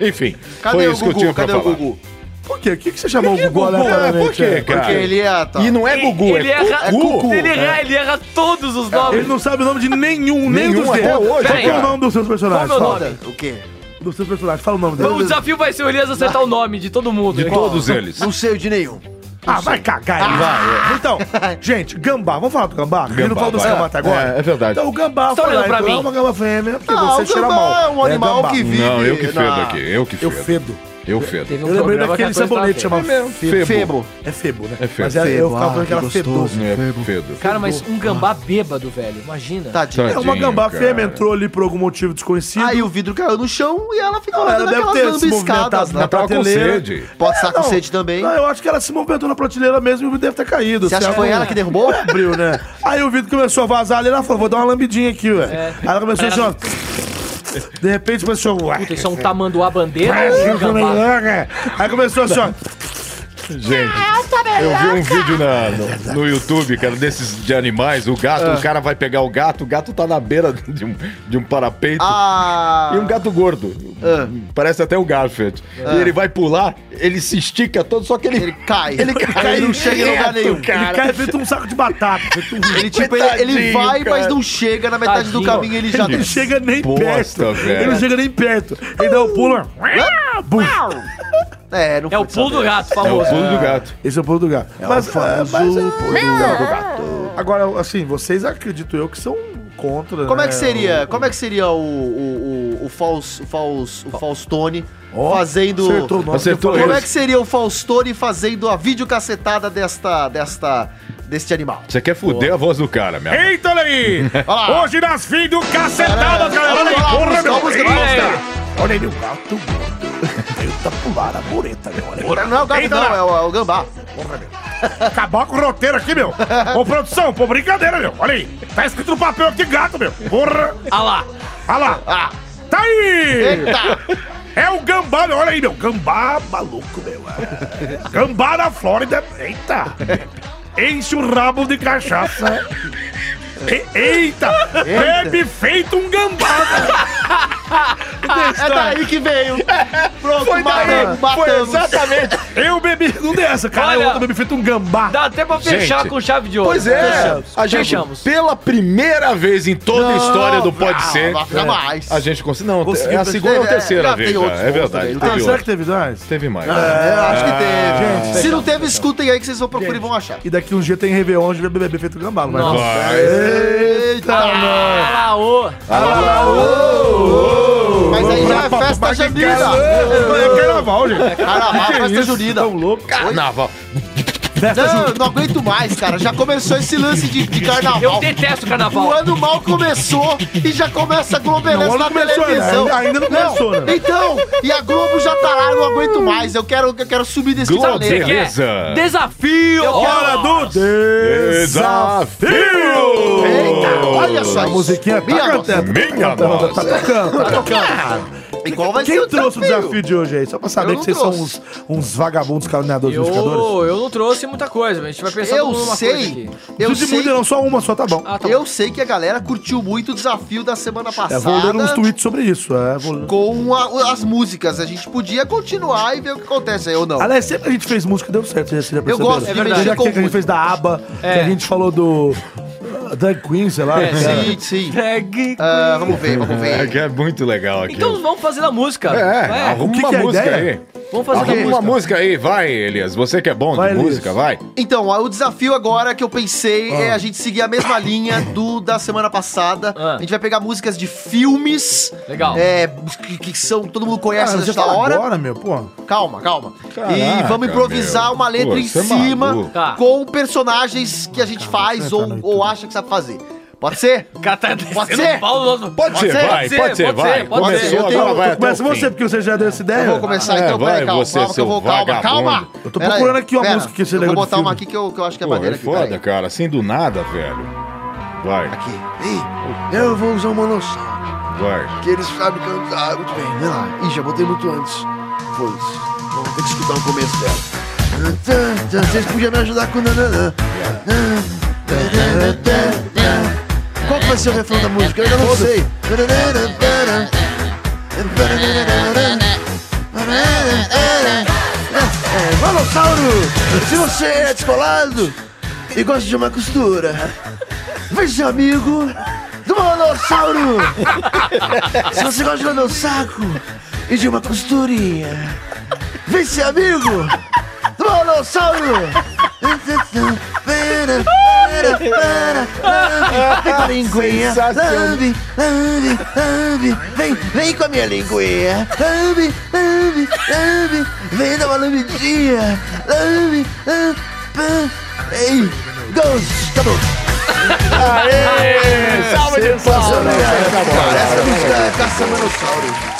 B: Enfim,
D: Cadê
B: foi
D: o
B: isso que eu tinha
D: Gugu?
B: pra
D: Cadê o
B: falar.
D: Gugu?
C: Por quê? O que, que você chamou o Gugu
B: É, por
C: aleatoriamente?
B: quê, cara?
D: Porque ele é... Tá.
B: E não é Gugu,
A: ele
B: é
A: erra,
B: Gugu.
A: Ele, erra, ele erra todos os
C: Ele
A: nomes.
C: não sabe o nome de nenhum, nem
B: Nenhum
C: dos
B: até
C: dele.
B: hoje,
C: Qual que é
B: cara.
C: o nome dos seus personagens?
A: Qual é o
C: Fala.
A: nome?
D: O quê?
C: Dos seus personagens, fala o nome
A: O
C: dele.
A: desafio vai ser o Elias acertar o nome de todo mundo.
B: De todos eles.
D: Não sei o de nenhum.
C: Ah, vai cagar ele. Então, gente, gambá. Vamos falar do gambá? Ele não
B: Gambá,
C: falou dos
B: vai.
C: gambá até agora?
B: É, é verdade.
C: Então o gambá
A: Você tá
C: foi lá,
A: olhando pra
C: então,
A: mim?
C: é uma gamba fêmea, porque
D: Ah, o
C: você cheira
D: gambá
C: mal.
D: é um animal
C: gambá.
D: que vive...
B: Não, eu que fedo
D: na-
B: aqui. Eu que
C: Eu
B: fedo.
C: fedo.
B: Eu fedo.
A: Teve um
C: Eu lembrei
A: programa que a
C: daquele
A: coisa tava
C: sabonete
A: feia.
C: chamado
B: Febo.
D: Febo.
C: É febo, né?
B: É febo.
C: Mas é, eu ficava falando que era fedoso.
B: É fedo.
A: Cara, mas um gambá bêbado, velho. Imagina.
D: Tadinho.
C: É uma gambá
B: Tadinho,
C: fêmea,
B: cara.
C: entrou ali por algum motivo desconhecido.
D: Aí o vidro caiu no chão e ela ficou
C: Não, ela
D: dando
C: deve ter
D: aquelas
C: se
D: lambiscadas
C: movimentado
D: lá.
B: Ela tava com
C: prateleira.
B: sede.
D: Pode estar com
C: É, Não,
D: sede também.
C: Não, eu acho que ela se movimentou na prateleira mesmo e o vidro deve ter caído.
D: Você acha
C: Se
D: que foi ela que derrubou?
C: Abriu, né? Aí o vidro começou a vazar ali, ela falou, vou dar uma lambidinha aqui, ué.
A: É.
C: Aí ela começou a assim, ó... De repente começou... ué, é.
A: Puta, isso é um tamanduá bandeira ou um gambá?
C: Aí começou assim, ó...
B: Gente, eu vi um vídeo na- no, no YouTube, cara, desses de animais. O gato, o cara vai pegar o gato, o gato tá na beira de um, de um parapeito.
D: Ah...
B: E um gato gordo. Parece até o Garfield. E ele vai pular, ele se estica todo, só que ele.
D: Ele cai.
B: Ele cai.
D: Ele não chega em lugar
B: direto,
D: nenhum.
B: Cara.
C: Ele cai feito um saco de batata. feito um-
D: Ele, tipo, ele, ele
B: Coitadinho,
D: vai, mas
B: cara.
D: não chega. Na metade do
A: Tadinho.
D: caminho ele já
C: Ele não chega nem
B: bosta,
C: perto.
B: velho.
C: Ele não chega nem perto. Ele dá o pulo. ó, bum.
D: É, não
A: É o
D: foi
A: pulo do
D: saber.
A: gato,
B: É o
A: famoso.
B: pulo do gato.
C: Esse é o pulo do gato. mas, é, mas é-
D: Né?
C: Agora, assim, vocês acredito eu que são contra.
D: Como é que
C: né,
D: seria? Como é que seria o, o, o, o, Faus, o, Faus, o Faustone
C: Ó,
D: fazendo.
C: acertou o nome.
B: Acertou
D: Como é
B: esse.
D: que seria o Faustone fazendo a videocacetada desta. desta. deste animal?
B: Você quer fuder a voz do cara, minha mãe.
C: Eita, olha aí!
D: lá.
C: Hoje nas fim do cacetadas, galera! Olha aí,
D: Olha lá,
C: porra,
D: música,
C: meu!
D: música do
C: Olha
D: Faustão.
C: aí. Olha aí, meu gato! tá Tenta pular a mureta, meu! Olha aí.
D: Não é o gato,
C: Eita,
D: não,
C: lá.
D: é o, é o gambá.
C: Acabar com o roteiro aqui, meu! Ô, produção, pô, brincadeira, meu! Olha aí! Tá escrito no papel aqui, gato, meu! Porra!
A: Ah lá.
C: Olha lá!
D: Ah!
C: Tá aí!
D: Eita!
C: É o gambá, meu. olha aí, meu. Gambá maluco, meu. Gambá na Flórida. Eita! Enche o rabo de cachaça. E- Eita! Bebe feito um gambá.
D: é daí que veio! Pronto,
B: É, Foi daí,
D: mata-
B: foi
D: matamos.
B: exatamente.
C: velho. Eu bebi. Não dessa, cara.
A: Olha.
C: Eu bebi feito um gambá.
A: Dá até pra fechar
B: Gente,
A: com chave de ouro.
B: Pois é,
A: Fechamos.
B: a gente,
A: Fechamos.
B: pela primeira vez em toda a história do Pode
D: Ah,
B: Ser, é,
D: vai ficar mais.
B: a gente conseguiu. Não,
C: Conseguiu
B: é a segunda ou
D: perceber.
B: terceira
D: É, já
B: vez.
D: tem
B: já,
D: outros
B: É
D: bons
B: verdade.
D: também.
B: Teve, outros.
C: teve mais?
B: Teve mais.
D: É, eu acho que
B: Ah,
D: teve. Se não teve, escutem aí que vocês vão procurar e vão achar.
C: E daqui uns dias tem Réveillon, a gente vai beber feito gambá. Não vai
A: Nossa.
C: não.
D: Eita!
A: Ah lá, ô.
D: Mas aí já é festa junina.
C: É carnaval, gente.
D: Carnaval, festa junina.
C: Tão louco.
B: Carnaval.
D: Não, eu não aguento mais, cara. Já começou esse lance de, de
A: Eu
D: carnaval.
A: detesto
D: O
A: carnaval.
D: ano mal começou e já começa a
C: Não,
D: glomerância
C: o
D: na
C: ano começou, né?
D: televisão.
C: ainda- ainda não começou, né?
D: Então, e a Globo já tá lá, eu não aguento mais. Eu quero, eu quero subir desse
B: Globo,
D: planeta.
B: beleza.
A: Desafio.
C: Hora do desafio!
D: Eita, olha só
C: A
D: isso.
C: musiquinha tá
D: Minha nossa.
C: cantando.
B: Minha
C: Tá
B: nossa.
C: tocando, tá tocando.
D: Igual vai
C: Quem
D: ser o
C: trouxe o
D: desafio
C: desafio de hoje aí? Só pra saber
A: Eu
C: que
A: não
C: vocês
A: trouxe.
C: são uns, uns vagabundos caminhadores buscadores.
A: Eu, eu não trouxe muita coisa, mas a gente vai pensar
D: Eu
A: numa coisa
D: sei,
A: aqui.
D: eu
C: de
D: sei,
C: muito, não, só uma só tá bom.
A: Ah,
D: eu sei que a galera curtiu muito o desafio da semana
C: É, vou ler uns
D: passada
C: tweets sobre isso. É, vou ler.
D: com a- as músicas. A gente podia continuar e ver o que acontece aí ou não.
C: Aliás, sempre que a gente fez música deu certo, vocês já perceberam?
D: gosto de
C: Teve
D: mexer
C: aquele
D: com
C: que a gente
D: música.
C: fez da aba, que a gente falou do uh, Drag Queen, sei lá.
A: É,
C: cara.
D: Sim, sim. Ah, vamos ver, vamos
B: É
D: ver.
B: que é muito legal aqui.
A: Então vamos fazer a música.
B: é,
A: Vai,
B: arruma
C: que
B: uma
C: que é a
B: música
C: ideia?
B: aí.
A: Vamos fazer a
B: Arruma uma
A: música.
B: música aí, vai, Elias. Você que é bom
C: Vai,
B: de
C: Elias.
B: música, vai.
D: Então, ó, o desafio agora que eu pensei
B: Ah.
D: é a gente seguir a mesma linha do da semana passada.
A: Ah.
D: A gente vai pegar músicas de filmes.
A: Legal.
D: É, que, que são, todo mundo
C: Cara,
B: Ah,
D: conhece
C: você
D: nesta
C: fala
D: hora.
C: agora, meu, pô.
D: Calma, calma. e
B: tá Caraca,
D: vamos improvisar
B: meu.
D: uma letra
B: Pô,
D: em
B: você é
D: cima
B: maluco.
A: Tá.
D: com personagens que a gente faz
C: você tá no
D: ou,
C: YouTube.
D: ou acha que sabe fazer. Pode ser?
A: O cara tá
D: Pode
A: descendo
D: ser?
A: o pau do outro.
B: Pode, ser, vai, pode ser, vai.
A: pode
D: Começou
A: ser.
D: Eu tenho-
B: agora vai até
C: Começa
B: o fim.
C: você, porque você já deu essa ideia.
D: Eu vou começar
B: É,
D: então,
B: vai,
D: peraí, calma,
B: você,
D: calma, que eu
B: seu
D: vou, calma, calma.
B: vagabundo.
C: Eu tô
D: Pera aí,
C: procurando aqui uma
D: pera.
C: música que você
D: Eu
C: lembra
D: vou
C: do
D: botar
C: filme.
D: uma aqui que eu, que eu acho que é
B: Pô,
D: maneira
B: é
D: aqui, peraí.
B: foda, cara. Assim do nada, velho. Vai,
H: Aqui. Ei, eu vou usar uma noção.
E: é.
B: vai.
H: Que eles sabem cantar Ah, muito bem. Vê lá. Ih, já botei muito antes. Foda-se. Vamos ter que escutar o começo dela. Tan, tan, Vocês podiam me ajudar com nananã. Tan, tan, tan, tan, tan. Qual que vai ser o refrão da música? Eu ainda não sei. Nananã, tan, tan. É, Valossauro, se você é descolado e gosta de uma costura, vai ser amigo do Valossauro. Se você gosta de lamber um saco e de uma costurinha, vem ser amigo do Monossauro! Para, para, para, Vem com a linguinha, lambe, lambe, lambe, vem, vem com a minha linguinha, lambe, lambe, lambe, vem dar uma lambidinha, lambe, lambe, pam. ei, gosto, tá bom.
B: Salve de
H: Cara, essa música é da Samanossauro.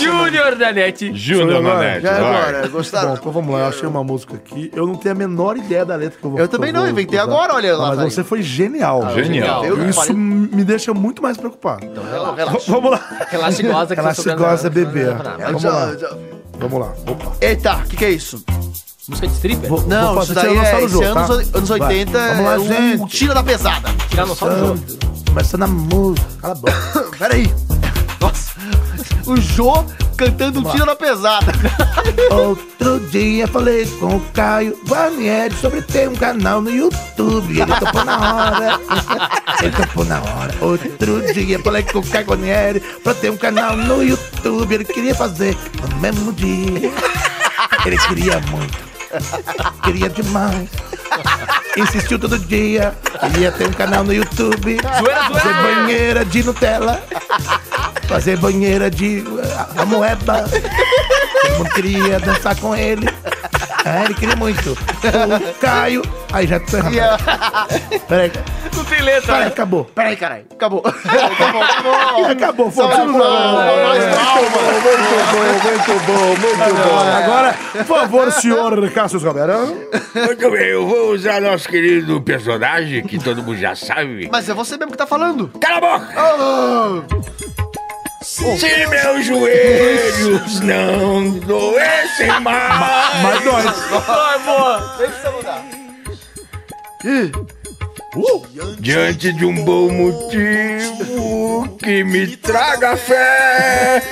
A: Júnior Danete.
B: Júnior
C: Júnior,
B: Nanete,
H: Já é
B: vai.
H: agora, gostaram?
C: Bom, então vamos lá, eu achei uma música aqui. Eu não tenho a menor ideia da letra que eu vou
D: Eu também
C: que vou
D: não, inventei
C: usar.
D: agora, olha lá,
C: Ah,
D: vai.
C: Mas você foi genial.
B: Ah, Genial.
D: Eu-
B: cara.
C: Isso
D: Parei-
C: me deixa muito mais preocupado. V- Vamos lá.
A: Relaxa e goza que
C: Ela
A: você
C: Então, se
A: sobrando-
C: goza, tá bebê.
A: sobrando pra nada.
C: Vamos
H: Já-
C: lá,
H: já-
C: vamos lá. Opa.
D: Eita, o que, que é isso?
A: Música de stripper?
C: Vou-
D: Não,
C: vou
D: isso
C: fazer
D: daí é
C: Tiranossauro
D: esse
C: Joe, tá?
D: anos, anos
C: Vai.
D: 80,
C: Vamos lá,
D: é um
C: gente.
D: tira da pesada.
A: Tirar Tá no só do jogo.
C: Começando a música. Cala a boca.
D: Peraí. Nossa, o Jô cantando um tira da pesada.
C: Outro dia falei com o Caio Guarnieri sobre ter um canal no YouTube.
J: Tá
C: Ele topou na hora. Ele topou na hora. Outro dia falei com o Caio Guarnieri pra ter um canal no YouTube. Ele queria fazer no mesmo dia. Ele queria muito. Queria demais. Insistiu todo dia. Queria ter um canal no YouTube. Fazer banheira de Nutella. Fazer banheira de uh, amoeba. Todo mundo queria dançar com ele. Ah, ele queria muito. O Caio. Aí já tô errado. Peraí,
A: Não tem letra. né?
C: peraí, acabou.
D: Peraí, caralho. Acabou. Acabou, acabou.
C: Acabou, foda-se.
D: Salve,
B: Muito bom, muito bom, muito bom.
C: Agora, por favor, senhor Cássio Roberto.
J: Muito bem, eu vou usar nosso querido personagem, que todo mundo já sabe.
D: Mas é você mesmo que tá falando.
J: Cala a boca! Se meus joelhos não doessem mais...
C: Mais dois.
A: Vai, boa.
J: Diante de um bom motivo que me traga fé.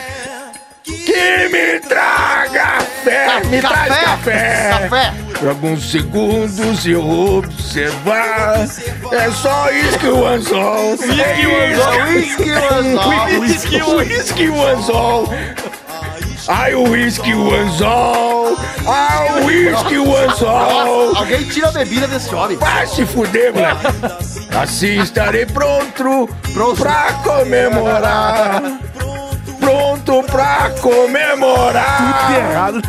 J: Que me traga fé, me traz café.
D: Café.
J: Por alguns segundos eu observar. É só isso que o anzol. É
D: Whisky, whisky, whisky.
J: Whisky, whisky, o anzol. Ai, o whisky, o anzol. Ai, o whisky, o anzol.
D: Nossa, Alguém tira a bebida desse homem.
J: Vai se fuder, moleque. Assim estarei pronto, pra comemorar. Pronto pra comemorar.
C: Errado.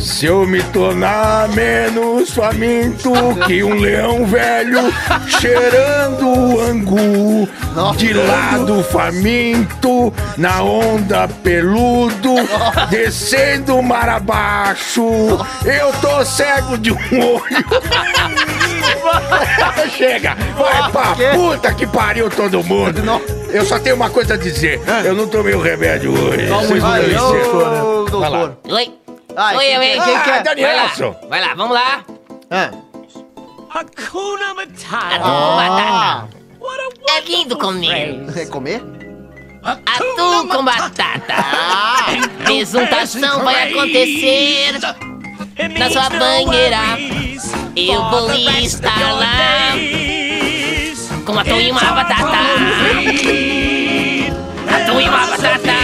J: Se eu me tornar menos faminto que um leão velho cheirando o angu. De lado faminto, na onda peludo, descendo o mar abaixo. Eu tô cego de um olho. Chega, vai pra puta que pariu todo mundo. Eu só tenho uma coisa a dizer. Eu não tomei o remédio hoje. Vocês não devem ser. né? Vai lá.
G: Oi.
J: Ai,
G: Oi,
J: quem-
G: eu, hein?
J: quem que é? Ah.
G: Ah,
J: Danielson.
G: Vai lá, vai lá, vamos lá.
L: Hakuna Matata.
G: Ah. É lindo comer.
D: É comer?
G: Atum com batata.
J: Ah.
G: Presuntação vai acontecer na sua
L: um
G: banheira. Eu vou estar lá com atum e uma batata. Atum e uma batata.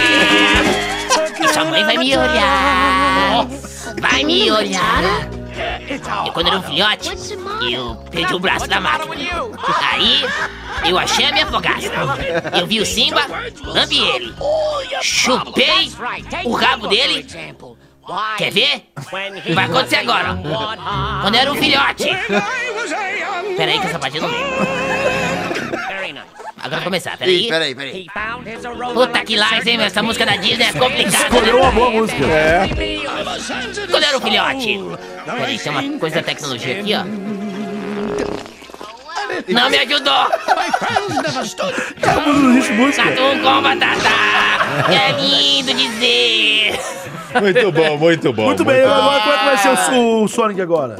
G: E sua mãe vai me olhar. Vai me olhar. Eu, quando era um filhote, eu perdi o braço da máquina. Aí, eu achei a minha fogasta. Eu vi o Simba, lambi ele. Chupei o rabo dele. Quer ver? Vai acontecer agora. ó. Quando eu era um filhote. Peraí que essa parte eu não lembro. Agora vai começar, peraí.
D: Ih, peraí, peraí.
G: Puta que lies, hein, meu? Essa música da Disney é complicada.
D: Escolheu uma boa
G: música.
D: É.
G: Quando eu era um filhote. Peraí, tem uma coisa da tecnologia aqui, ó. Não me ajudou!
C: Estamos no ritmo música.
G: Atum com batata! É lindo dizer!
B: Muito bom, muito bom.
C: Muito bem, agora como é que vai ser o su- o Sonic agora?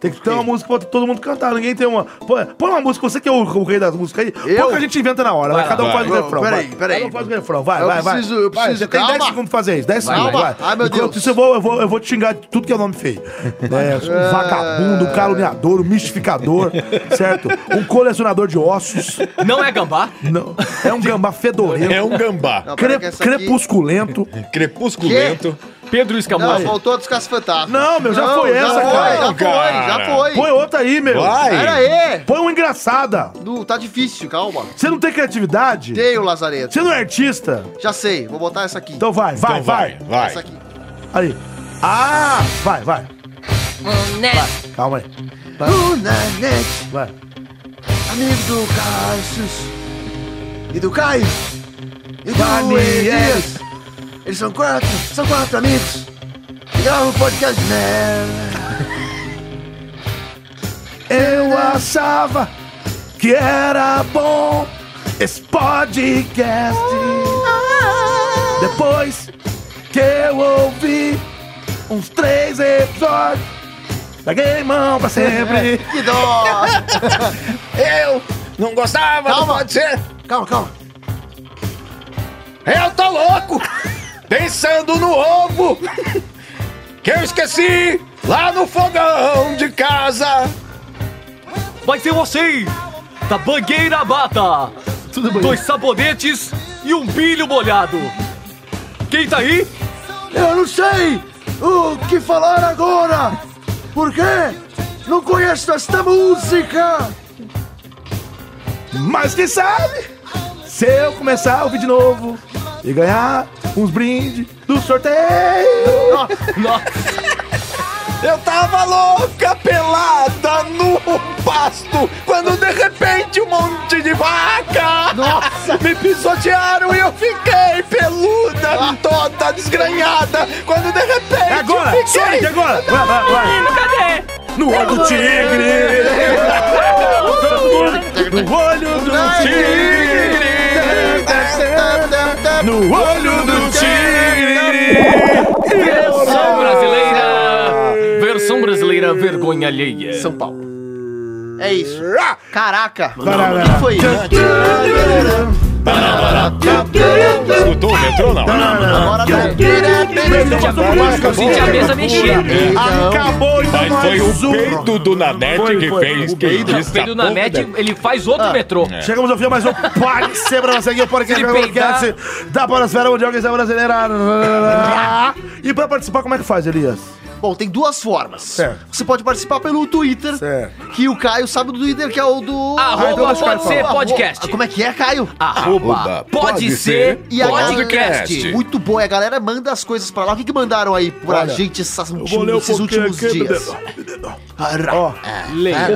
C: Tem que ter uma música pra todo mundo cantar, ninguém tem uma. Põe põe uma música, você que é o, o rei das músicas aí. Põe que a gente inventa na hora, vai, cada um
D: vai.
C: faz o
D: Não,
C: refrão.
D: peraí,
C: vai.
D: peraí.
C: Cada um faz o refrão, vai,
D: Eu
C: vai, vai.
D: preciso, eu
C: Vai,
D: preciso,
C: Você tem
D: calma.
C: 10 segundos pra fazer isso, 10
D: Vai,
C: segundos,
D: vai.
C: vai.
D: Ai, meu
C: Enquanto
D: Deus.
C: isso, eu vou, eu, vou, eu vou te xingar de tudo que é nome feio. É, sou um vagabundo, um caluniador, um mistificador, certo? Um colecionador de ossos.
M: Não é gambá?
C: Não. É um gambá fedorento.
B: É um gambá.
D: Não, pera
C: Cre
D: que essa aqui-
C: crepusculento.
B: Ah, Crepusculento.
M: Pedro
D: Não, faltou a dos caça fantasma.
C: Não, meu, já
D: Não,
C: foi essa,
D: já
C: cara.
D: Foi, já foi, já foi.
C: Põe outra aí, meu.
D: Vai. Pera aí.
C: Põe uma engraçada.
D: Não, tá difícil, calma.
C: Você não tem criatividade?
D: Tenho, Lazareto.
C: Você não é artista?
D: Já sei, vou botar essa aqui.
C: Então vai, vai, vai.
D: Essa aqui.
C: Aí. Ah, vai, vai.
G: Hum, Vai,
C: calma aí. Vai. Vai.
H: Amigo do Cassius e do Caio e do
D: Daniel.
H: Elias. Eles são quatro, são quatro amigos. E gravam um podcast né? de merda.
C: Eu achava que era bom esse podcast. Depois que eu ouvi uns três episódios, peguei mão pra
H: É,
C: sempre.
D: que dó!
J: Eu não gostava, não pode ser.
H: Calma, calma.
J: Eu tô louco! Pensando no ovo! Que eu esqueci lá no fogão de casa!
M: Vai ser você! Da bangueira bata! Dois sabonetes e um bilho molhado! Quem tá aí?
H: Eu não sei o que falar agora, porque não conheço esta música.
C: Mas quem sabe, se eu começar a ouvir de novo e ganhar uns brindes do sorteio.
J: Eu tava louca pelada no pasto quando de repente um monte de vaca me pisotearam e eu fiquei peluda, toda desgranhada quando de repente
C: É Agora,
J: eu fiquei...
C: Sonic, agora! Vai, vai, vai.
J: cadê?
C: No olho do tigre! No olho
J: é
C: do tigre! No olho do tigre!
M: Versão brasileira! Versão brasileira vergonha alheia.
D: São Paulo. É isso. Caraca!
M: Caraca.
D: O que foi isso?
B: Escutou o metrô, não?
D: Agora tá.
J: né?
M: Eu senti a mesa mexer.
C: Acabou então
B: Mas foi
J: um.
B: o peito do Nanete que fez que
C: é
M: Pedro,
B: disse
M: Pedro na net, ele faz outro
C: Ah.
M: metrô.
A: É.
C: Chegamos ao fim, mais um Pode Ser pra você aqui, o podcast,
M: Se ele
C: podcast da Podosfera Mundial, que é brasileira. E pra participar, como é que faz, Elias?
D: Bom, tem duas formas. Você pode participar pelo Twitter, que o Caio sabe do Twitter, que é o do...
M: Arroba
D: então deixa o Caio
M: pode ser
D: falar.
M: podcast.
D: Ah, Como é que é, Caio?
M: Arroba pode pode ser ser
D: E a galera-
M: podcast.
D: Muito boa, e a galera manda as coisas pra lá. O que, que mandaram aí pra
C: Olha,
D: gente essas,
C: eu vou ler um
D: esses
C: pouquinho
D: últimos
C: aqui,
D: dias? Ah,
C: Ó, o
D: fala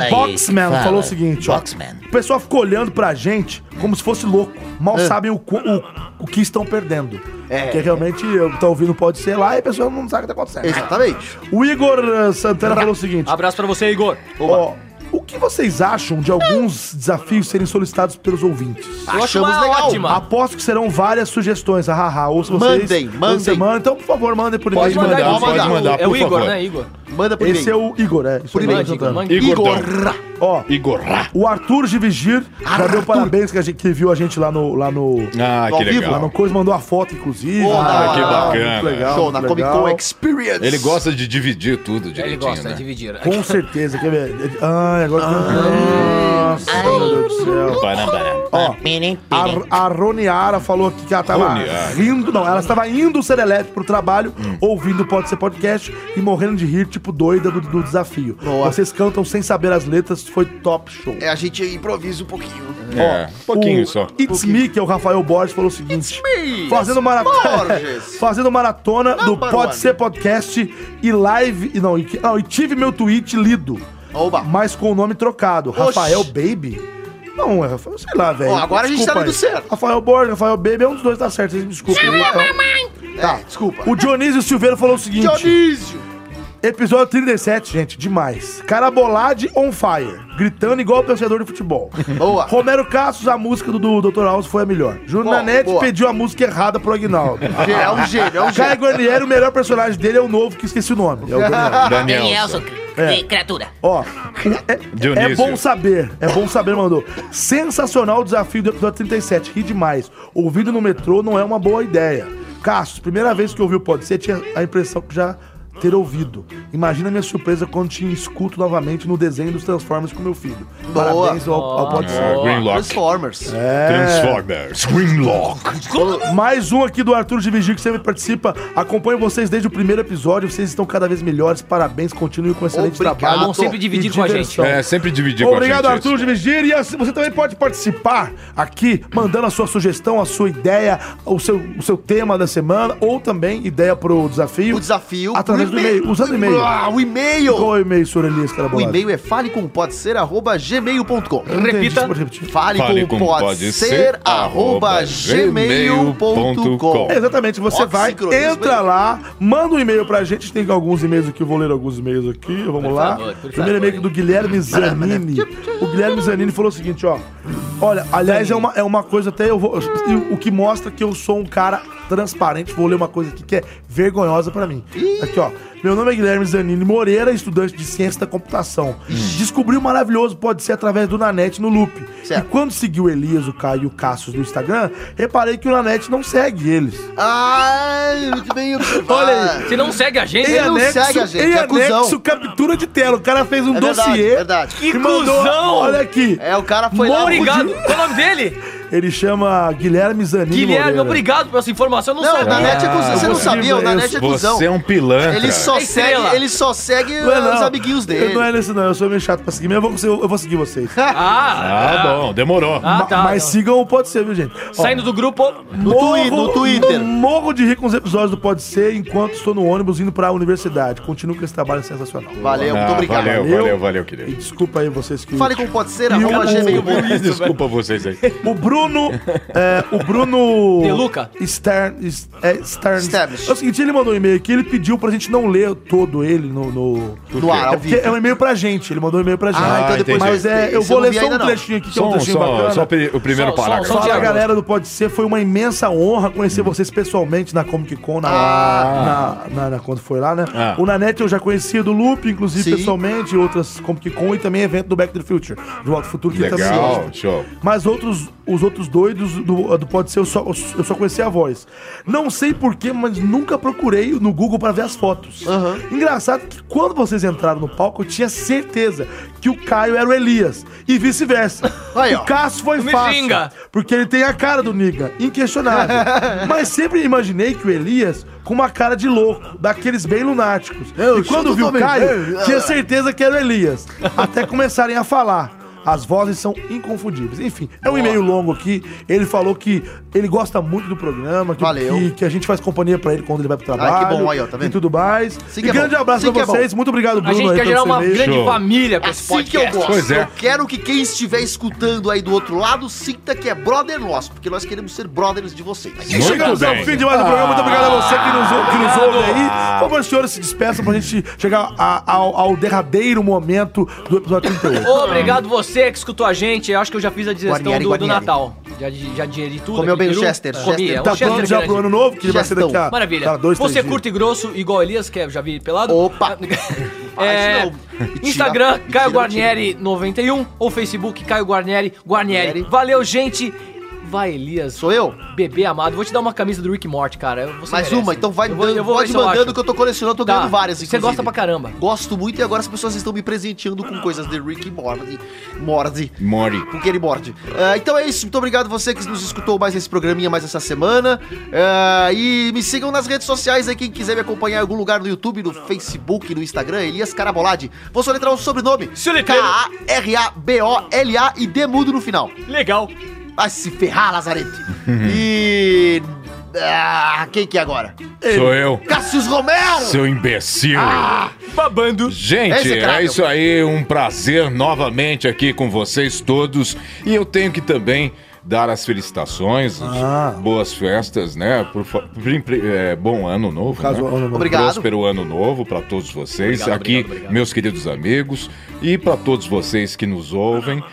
D: aí,
C: Boxman
D: fala.
C: falou o seguinte, ó. O pessoal ficou olhando pra gente como se fosse louco. Mal sabem o, qu- o, o que estão perdendo.
D: Ah. É.
C: Porque realmente eu tô ouvindo pode ser lá e a pessoa não sabe o que tá acontecendo.
D: Exatamente.
C: O Igor eh, Santana falou o seguinte.
M: Abraço pra você, Igor.
C: Ó, O que vocês acham de alguns desafios serem solicitados pelos ouvintes?
D: Eu acho Achamos uma legal. ótima.
C: Aposto que serão várias sugestões. Ah, Hahaha. Ou se vocês.
D: Mandem,
C: toda semana. Então, por favor, mandem por
D: Pode mandar,
C: Mandem.
D: pode mandar,
C: Mandem.
D: por favor.
M: né,
D: Manda por
C: Esse é
D: e-mail.
C: o Igor, é. isso
D: Por
C: mesmo,
D: e-mail,
C: Santana.
D: manda. Igor.
C: Ó,
B: Igor.
C: O Arthur de Vigir já deu parabéns que, a gente, que viu a gente lá no. Lá no
B: Ah,
C: ao
B: que
C: vivo,
B: legal.
C: Lá no Coisa mandou a foto, inclusive.
B: Ah, que
C: muito
B: bacana.
C: Legal, muito legal.
B: Experience. Ele gosta de dividir tudo direitinho,
A: Ele gosta
B: né?
A: de dividir.
C: Com certeza, quer ver? Ai, agora.
E: Ah.
D: É.
C: Nossa, meu Deus do céu.
B: É
C: Ó, a, a Roniara falou aqui que ela tava
B: Roniara.
C: rindo, não, ela estava indo ser elétrico pro trabalho,
B: Hum.
C: ouvindo o Pode Ser Podcast e morrendo de rir, tipo doida do, do desafio. Vocês cantam sem saber as letras, foi top show.
D: É, a gente improvisa um pouquinho.
B: É,
D: Um
B: pouquinho
C: o
B: só.
C: It's Me, que é o Rafael Borges, falou o seguinte:
D: me,
C: fazendo, marat...
D: Borges.
C: fazendo maratona do
D: Number
C: Pode
D: one.
C: Ser Podcast e live. e Não, e, que- não, e tive meu tweet lido. Mas com o nome trocado. Rafael Baby? Não, é Rafael, sei lá, velho.
D: Ó, agora a gente
C: Desculpa
D: tá
C: aí.
D: indo certo.
C: Rafael Borges, Rafael Baby, é um dos dois tá certo, vocês me desculpem. Então, Tá, desculpa. O Dionísio Silveira falou o seguinte:
D: É, Dionísio!
C: Episódio 37, gente, demais. Carabolade on fire, gritando igual torcedor de futebol. Boa. Romero Cassos, a música do, do Dr. Alves foi a melhor. Júnior
D: Boa,
C: Nanete
D: boa.
C: pediu a música errada pro Aguinaldo.
D: É um gênio, é um gênio.
C: Caio Guarnieri, o melhor personagem dele é o novo, que esqueci o nome. É o Daniel.
G: Danielson,
C: É.
G: cri- criatura.
C: Ó, é- é,
G: Dionísio.
C: bom saber, é bom saber, mandou. Sensacional o desafio do episódio 37, ri demais. Ouvido no metrô não é uma boa ideia. Cassius, primeira vez que ouvi o Pode Ser, tinha a impressão que já ter ouvido. Imagina a minha surpresa quando te escuto novamente no desenho dos Transformers com meu filho.
D: Boa. Ah.
C: Parabéns ao, ao Pode Ser.
B: É, Greenlock.
D: Transformers.
C: É.
B: Transformers. Greenlock.
C: Mais um aqui do Arthur de Vigil que sempre participa. Acompanho vocês desde o primeiro episódio. Vocês estão cada vez melhores. Parabéns, continuem com excelente
B: Obrigado.
C: trabalho.
B: Vão sempre dividir
C: e
B: com a gente.
C: diversão.
B: É, sempre dividir com a
C: Obrigado,
B: gente,
C: Arthur de Vigil. E assim, você também pode participar aqui, mandando a sua sugestão, a sua ideia, o seu, o seu tema da semana, ou também ideia pro desafio. O
D: desafio.
C: Através
D: o
C: do e-mail.
D: e-mail.
C: Usando o e-mail.
D: Ah, o e-mail.
C: Qual é o e-mail, senhor Elias
D: O
C: Carabolado?
D: e-mail é falecompodser@gmail.com.
C: Repita.
D: é falecompodser@gmail.com.
C: Exatamente, você
D: Ó, que
C: vai,
D: sincronismo,
C: entra
D: hein?
C: lá, manda um e-mail pra gente. Tem alguns e-mails aqui, eu vou ler alguns e-mails aqui, vamos lá.
D: favor, por
C: Primeiro e-mail aqui do Guilherme Zanini. O Guilherme Zanini falou o seguinte, ó. Olha, aliás, é uma, é uma coisa até eu vou. e O que mostra que eu sou um cara transparente. Vou ler uma coisa aqui que é vergonhosa pra mim. Aqui, ó. Meu nome é Guilherme Zanini Moreira, estudante de ciência da computação.
D: Hum.
C: Descobri o maravilhoso pode ser através do Nanete no Loop. E quando segui o Elias, o Caio e o Cassius no Instagram, reparei que o Nanete não segue eles.
D: Ai, muito bem observado.
C: Olha
J: Ah.
C: aí.
G: Você não segue a gente?
C: Em
G: Ele
D: não
C: anexo,
D: segue a gente,
C: em
D: é
C: anexo,
D: cuzão.
C: captura de tela. O cara fez um
D: É verdade,
C: dossiê.
D: verdade.
C: e
D: Que
C: mandou,
D: cuzão!
C: Olha aqui.
D: É, o cara
G: foi lá-
C: Obrigado.
G: Obrigado. Qual o nome dele?
C: Ele chama Guilherme Zanini
G: Guilherme,
C: Moreira.
G: obrigado pela sua informação. Eu não,
D: Não,
G: sabia.
D: na net é cuzão. Você
C: eu
D: não
C: vou seguir
D: sabia, o
C: isso.
D: Nanete é cuzão.
B: Você é um pilantra.
D: Ele só, segue, ele só segue
C: Não é não.
D: os amiguinhos dele.
C: Eu não é nesse, não. Eu sou meio chato pra seguir, mas eu vou, eu, vou seguir vocês.
D: é.
B: Ah, bom, demorou.
C: Ma-
D: tá,
C: Mas sigam o Pode Ser, viu, gente? Ó,
G: Saindo do grupo.
C: morro- Morro de rir com os episódios do Pode Ser enquanto estou no ônibus indo pra universidade. Continuo com esse trabalho sensacional.
D: Valeu, muito
B: Ah, tá.
D: obrigado.
B: Valeu, valeu, valeu, querido.
C: E desculpa aí vocês que...
D: Fale com pode ser,
C: E
D: arroba
C: o-
D: gmail.com.
B: Desculpa vocês aí.
C: O Bruno. é, o Bruno.
D: De Luca?
C: Stern. es- É, Stern. É o seguinte, ele mandou um e-mail aqui, ele pediu pra gente não ler todo ele no. No,
D: Por No quê? ar, ao
C: é, porque
D: vivo.
C: é um e-mail pra gente, ele mandou um e-mail pra gente.
B: Ah, então depois
C: Mas
B: eu-
C: é, eu
B: esse
C: vou
B: eu não
C: ler
B: vi
C: só um
B: ainda não.
C: trechinho aqui, que é
B: Só
C: um
B: um-
C: trechinho
B: só-
C: bacana.
B: só o pri- o primeiro Só- só- parágrafo. só um
C: Fala,
B: diálogo.
C: galera do Pode Ser, foi uma imensa honra conhecer vocês pessoalmente na Comic Con, na,
B: Hum. Ah.
C: na, na- na- quando foi lá, né?
B: Ah.
C: O Nanete eu já conhecia do Loop, inclusive
B: Sim.
C: pessoalmente, outras Comic Con e também evento do Back to the Future, de Volta ao Futuro, que tá também
B: Legal, show.
C: mas outros, os outros doidos do, do Pode Ser, eu só, eu só conheci a voz. Não sei porquê, mas nunca procurei no Google pra ver as fotos. Engraçado que quando vocês entraram no palco, eu tinha certeza que o Caio era o Elias. E vice-versa.
D: Aí, ó.
C: O Cássio foi
D: Não me
C: fácil.
D: xinga.
C: Porque ele tem a cara do Niga, inquestionável. mas sempre imaginei que o Elias com uma cara de louco, daqueles bem lunáticos. e quando
H: sou
C: vi o
H: totalmente-
C: Caio,
H: É.
C: tinha certeza que era o Elias. até começarem a falar. As vozes são inconfundíveis. Enfim, é um e-mail longo aqui. Ele falou que ele gosta muito do programa, que,
D: Valeu.
C: que, que a gente faz companhia pra ele quando ele vai pro trabalho.
D: bom, aí, ó, tá vendo?
C: E tudo mais.
D: Assim
C: e
D: que é
C: grande
D: bom.
C: abraço
D: Assim
C: pra
D: que é
C: vocês.
D: bom.
C: Muito obrigado, Bruno. aí, pelo seu e-mail.
D: com esse assim que eu
C: podcast.
D: gosto.
C: Pois é.
D: Eu quero que quem estiver escutando aí do outro lado sinta que é brother nosso, porque nós queremos ser brothers de vocês.
C: E chegamos ao fim de mais um programa. Muito obrigado a você que nos, ou- que nos ouve aí, por favor, senhores, se despeça pra gente chegar a- ao, ao derradeiro momento do episódio 38.
M: Obrigado você que escutou a gente. Eu acho que eu já fiz a digestão
C: Guarnieri,
M: do, do
C: Guarnieri.
M: Natal. Já, di- já digeri tudo.
C: Comeu
M: aqui,
C: bem o
M: peru.
C: Chester,
M: Comi,
C: Chester.
M: é, o
C: Tá
M: Chester
C: falando já pro
M: grande.
C: ano novo, que ele vai ser daqui a-
M: Maravilha.
C: tá, dois,
M: você
C: três
M: curto e grosso, igual Elias, que é- já vi pelado. Opa!
C: Ah,
M: é, Instagram, Caio Guarnieri91 ou Facebook, Caio Guarnieri. Guarnieri. Valeu, gente. Vai, Elias. Sou eu? Bebê amado. Vou te dar uma camisa do Rick Morty, cara. Você
D: Mais
M: merece.
D: uma, então vai,
M: Eu vou- eu vou ver
D: pode
M: se eu
D: mandando
M: acho.
D: que eu tô colecionando, tô
M: Tá.
D: ganhando várias.
M: Você gosta pra caramba.
D: Gosto muito e agora as pessoas estão me presenteando com coisas de Rick e Morty. Morty.
B: Morty.
D: Porque ele morde. Ah, então é isso, muito obrigado você que nos escutou mais esse programinha mais essa semana. Ah, e me sigam nas redes sociais aí, quem quiser me acompanhar em algum lugar no YouTube, no Facebook, no Instagram, Elias Carabolade. Vou soletrar o sobrenome. K-A-R-A-B-O-L-A e D mudo no final.
M: Legal.
D: Vai se ferrar, Lazarete. e... Ah, quem que é agora?
B: Sou eu.
D: Cassius Romero!
B: Seu imbecil.
J: Ah,
D: Ah!
M: babando.
B: Gente, é isso aí, um prazer novamente aqui com vocês todos. E eu tenho que também dar as felicitações, as
D: Ah.
B: boas festas, né? Por, fa- prim- pri- é, bom ano novo.
C: Caso
B: né?
C: ano novo.
B: Obrigado.
C: Obrigado.
B: Próspero ano novo para todos vocês
C: Obrigado,
B: aqui, meus queridos amigos, e para todos vocês que nos ouvem.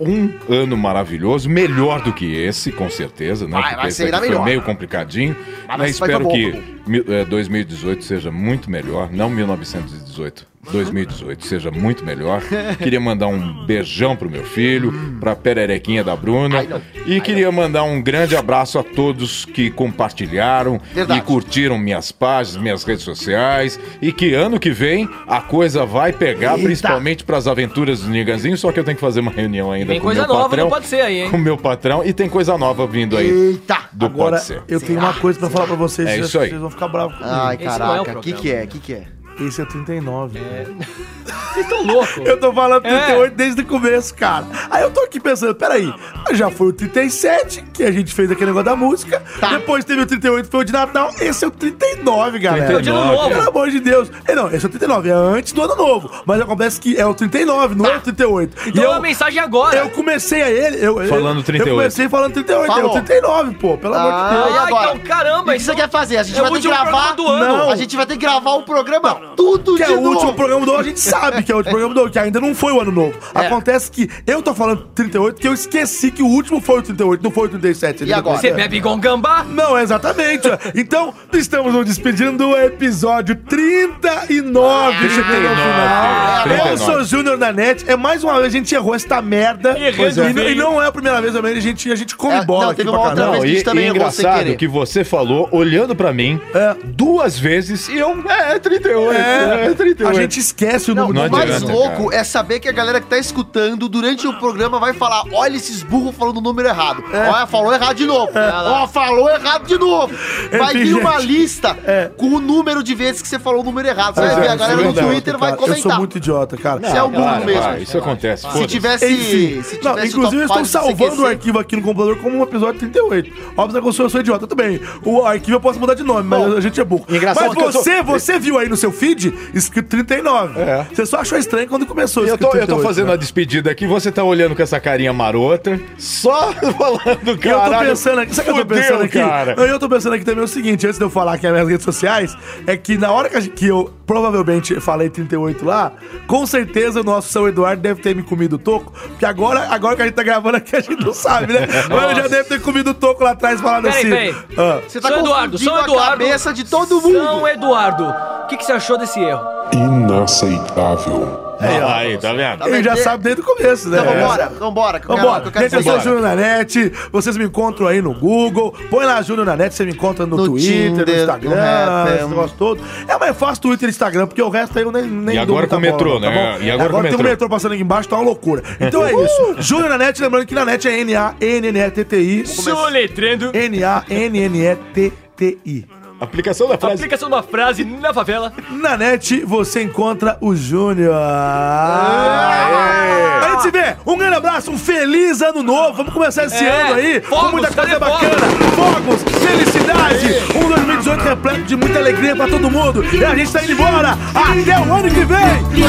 B: Um ano maravilhoso, melhor do que esse, com certeza, né?
D: Vai, vai
B: esse
D: ser ainda
B: aqui foi
D: melhor.
B: meio complicadinho. Mas,
D: Mas vai
B: espero
D: tá bom,
B: que
D: tá
B: mi- eh, 2018 seja muito melhor. Não 1918. 2018 seja muito melhor. Queria mandar um beijão pro meu filho, pra pererequinha da Bruna. E queria mandar um grande abraço a todos que compartilharam e curtiram minhas páginas, minhas redes sociais. E que ano que vem a coisa vai pegar,
M: Eita.
B: principalmente pras aventuras do Niganzinho. Só que eu tenho que fazer uma reunião ainda
M: Tem
B: com o meu
M: coisa nova,
B: patrão.
M: não pode ser aí, hein?
B: Com o meu patrão. E tem coisa nova vindo aí.
D: Eita!
B: Do
C: Agora,
B: Pode Ser.
C: eu tenho uma coisa pra falar pra vocês,
B: É
C: eu
B: isso
C: acho que
B: aí.
C: vocês vão ficar bravos comigo.
D: Ai, caraca, o que que é? que que é?
C: Esse é o 39.
M: né? É. Vocês É. estão loucos.
C: Eu tô falando 38 desde o começo, cara. Aí eu tô aqui pensando, peraí, mas já foi o 37 que a gente fez aquele negócio da música.
D: Tá.
C: Depois teve o 38, foi o de Natal. Esse é o 39, galera.
M: 39. É o de Ano Novo.
C: Pelo amor de Deus. É, Não, esse é o 39, é antes do ano novo. Mas acontece que é o 39, não
D: Tá.
C: é o 38.
M: Então a mensagem agora.
C: Eu comecei a ele. Eu,
B: Falando 38.
C: Eu comecei falando 38, é o
D: Falou. Ah,
C: 39, pô, pelo amor de Deus.
D: e agora?
M: então, caramba,
D: o que você
M: então
D: quer fazer? A gente
M: é o
D: vai ter que
M: último programa
D: gravar.
M: do ano.
D: Não. A gente vai ter que gravar o programa tudo
C: que
D: de
C: é o
D: novo.
C: último programa do ano, a gente sabe que é o último programa do ano, que ainda não foi o ano novo.
D: É.
C: Acontece que eu tô falando 38, que eu esqueci que o último foi o 38, não foi o 37. entendeu?
M: Você bebe igual um gambá?
C: Não, exatamente. então, estamos nos despedindo do episódio 39. chegando ao final.
B: 39.
C: Eu sou o Júnior da NET. É mais uma vez a gente errou esta merda.
B: E errando
C: e, não,
B: feio.
C: e não é a primeira vez também, a gente, a gente
D: É,
B: É,
C: come bola. aqui pra caralho.
B: Não, e, e engraçado que você falou, olhando pra mim,
C: É.
B: duas vezes e eu. É, 38. É, 38.
C: A gente esquece o
B: Não, não
C: número
D: o mais
B: adianta,
D: louco
B: cara.
D: é saber que a galera que tá escutando durante o programa vai falar: olha esses burros falando o número errado.
M: É.
D: Olha, falou errado de novo. Ó, falou errado de novo. Vai
C: Enfim,
D: vir uma
C: gente.
D: lista
M: É.
D: com o número de vezes que você falou o número errado. Você
B: é,
D: vai ver, a galera no Twitter vai
C: Eu sou
D: comentar.
C: muito idiota, cara.
D: Você é um burro mesmo.
B: isso acontece.
D: Se
B: foda-se.
D: tivesse.
C: Enfim,
D: se tivesse
C: não,
D: o
C: inclusive
D: top
C: eles estão
D: five, você
C: salvando o
D: esquecer.
C: arquivo aqui no computador como um episódio 38. Óbvio né, que eu sou, eu sou idiota também. O arquivo eu posso mudar de nome, mas a gente é burro.
B: engraçado que eu
C: mas
B: sou-
C: você, você viu aí no seu feed escrito 39. Você só achou estranho quando começou
B: É. Eu
C: escrito
B: tô, eu tô fazendo
C: né?
B: a despedida aqui, você tá olhando com essa carinha marota, só falando,
C: E eu
B: cara.
C: tô pensando aqui, sabe o que eu tô pensando aqui?
B: Cara.
C: Não, Eu tô pensando aqui também é o seguinte, antes de eu falar aqui nas minhas redes sociais, é que na hora que, a gente- que eu provavelmente falei 38 lá, com certeza o nosso São Eduardo deve ter me comido o toco, porque agora, agora que a gente tá gravando aqui a gente não sabe, né? Mas eu já
M: Nossa.
C: deve ter comido o toco lá atrás falando
M: Peraí,
C: assim.
M: peraí.
C: ah,
M: Você tá São Eduardo, São Eduardo. cabeça
D: de todo
M: mundo. São Eduardo, o que, que você achou desse erro?
F: Inaceitável.
B: Aí, tá vendo?
C: Ele já sabe desde o começo, né?
D: Então
C: É.
D: vambora, vambora. que eu quero-
C: Vambora.
D: que eu quero
C: Gente, eu sou o
D: saber.
C: Júnior na net. Vocês me encontram aí no Google. Põe lá Júnior na net, você me encontra no,
D: No
C: Twitter,
D: Tinder,
C: no
D: no
C: Instagram,
D: Happn.
C: esse negócio todo. É mais fácil Twitter e Instagram, porque o resto aí eu nem, nem
B: E agora
C: muita
B: com o metrô,
C: não,
B: né?
C: bom?
B: E agora com o
C: tem
B: metrô.
C: um metrô passando aqui embaixo, tá uma loucura. Então é isso. Júnior na net, lembrando que na net é N-A-N-N-E-T-T-I.
M: Soletrando.
C: N-A-N-N-E-T-T-I.
B: Aplicação da frase.
M: Aplicação de uma frase na favela.
C: Na net você encontra o Júnior. A gente se vê. Um grande abraço, um feliz ano novo. Vamos começar esse
M: É,
C: ano aí com
M: fogos,
C: muita coisa
M: cadê
C: bacana. Fogos, felicidade. Um 2018 repleto de muita alegria pra todo mundo. E a gente tá indo embora. Até o ano que vem.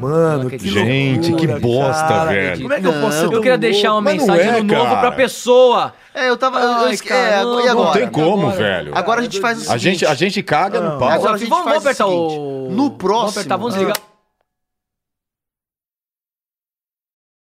C: Mano,
A: acredito.
B: Gente, que bosta, velho.
A: Como é que eu posso ser
B: tão
A: Eu queria deixar uma
B: louco? Mas não
A: mensagem
B: é,
A: no novo
B: cara.
A: pra pessoa.
D: É, eu tava. eu- eu esque- é, agora- e
B: Não
D: agora?
B: tem como, velho.
D: Agora a gente faz o
B: A gente, a gente caga no pau.
C: Ah.
D: Agora a gente
A: vamos-
D: faz
A: vamos apertar
D: o. seguinte. No próximo.
A: apertar, vamos ligar.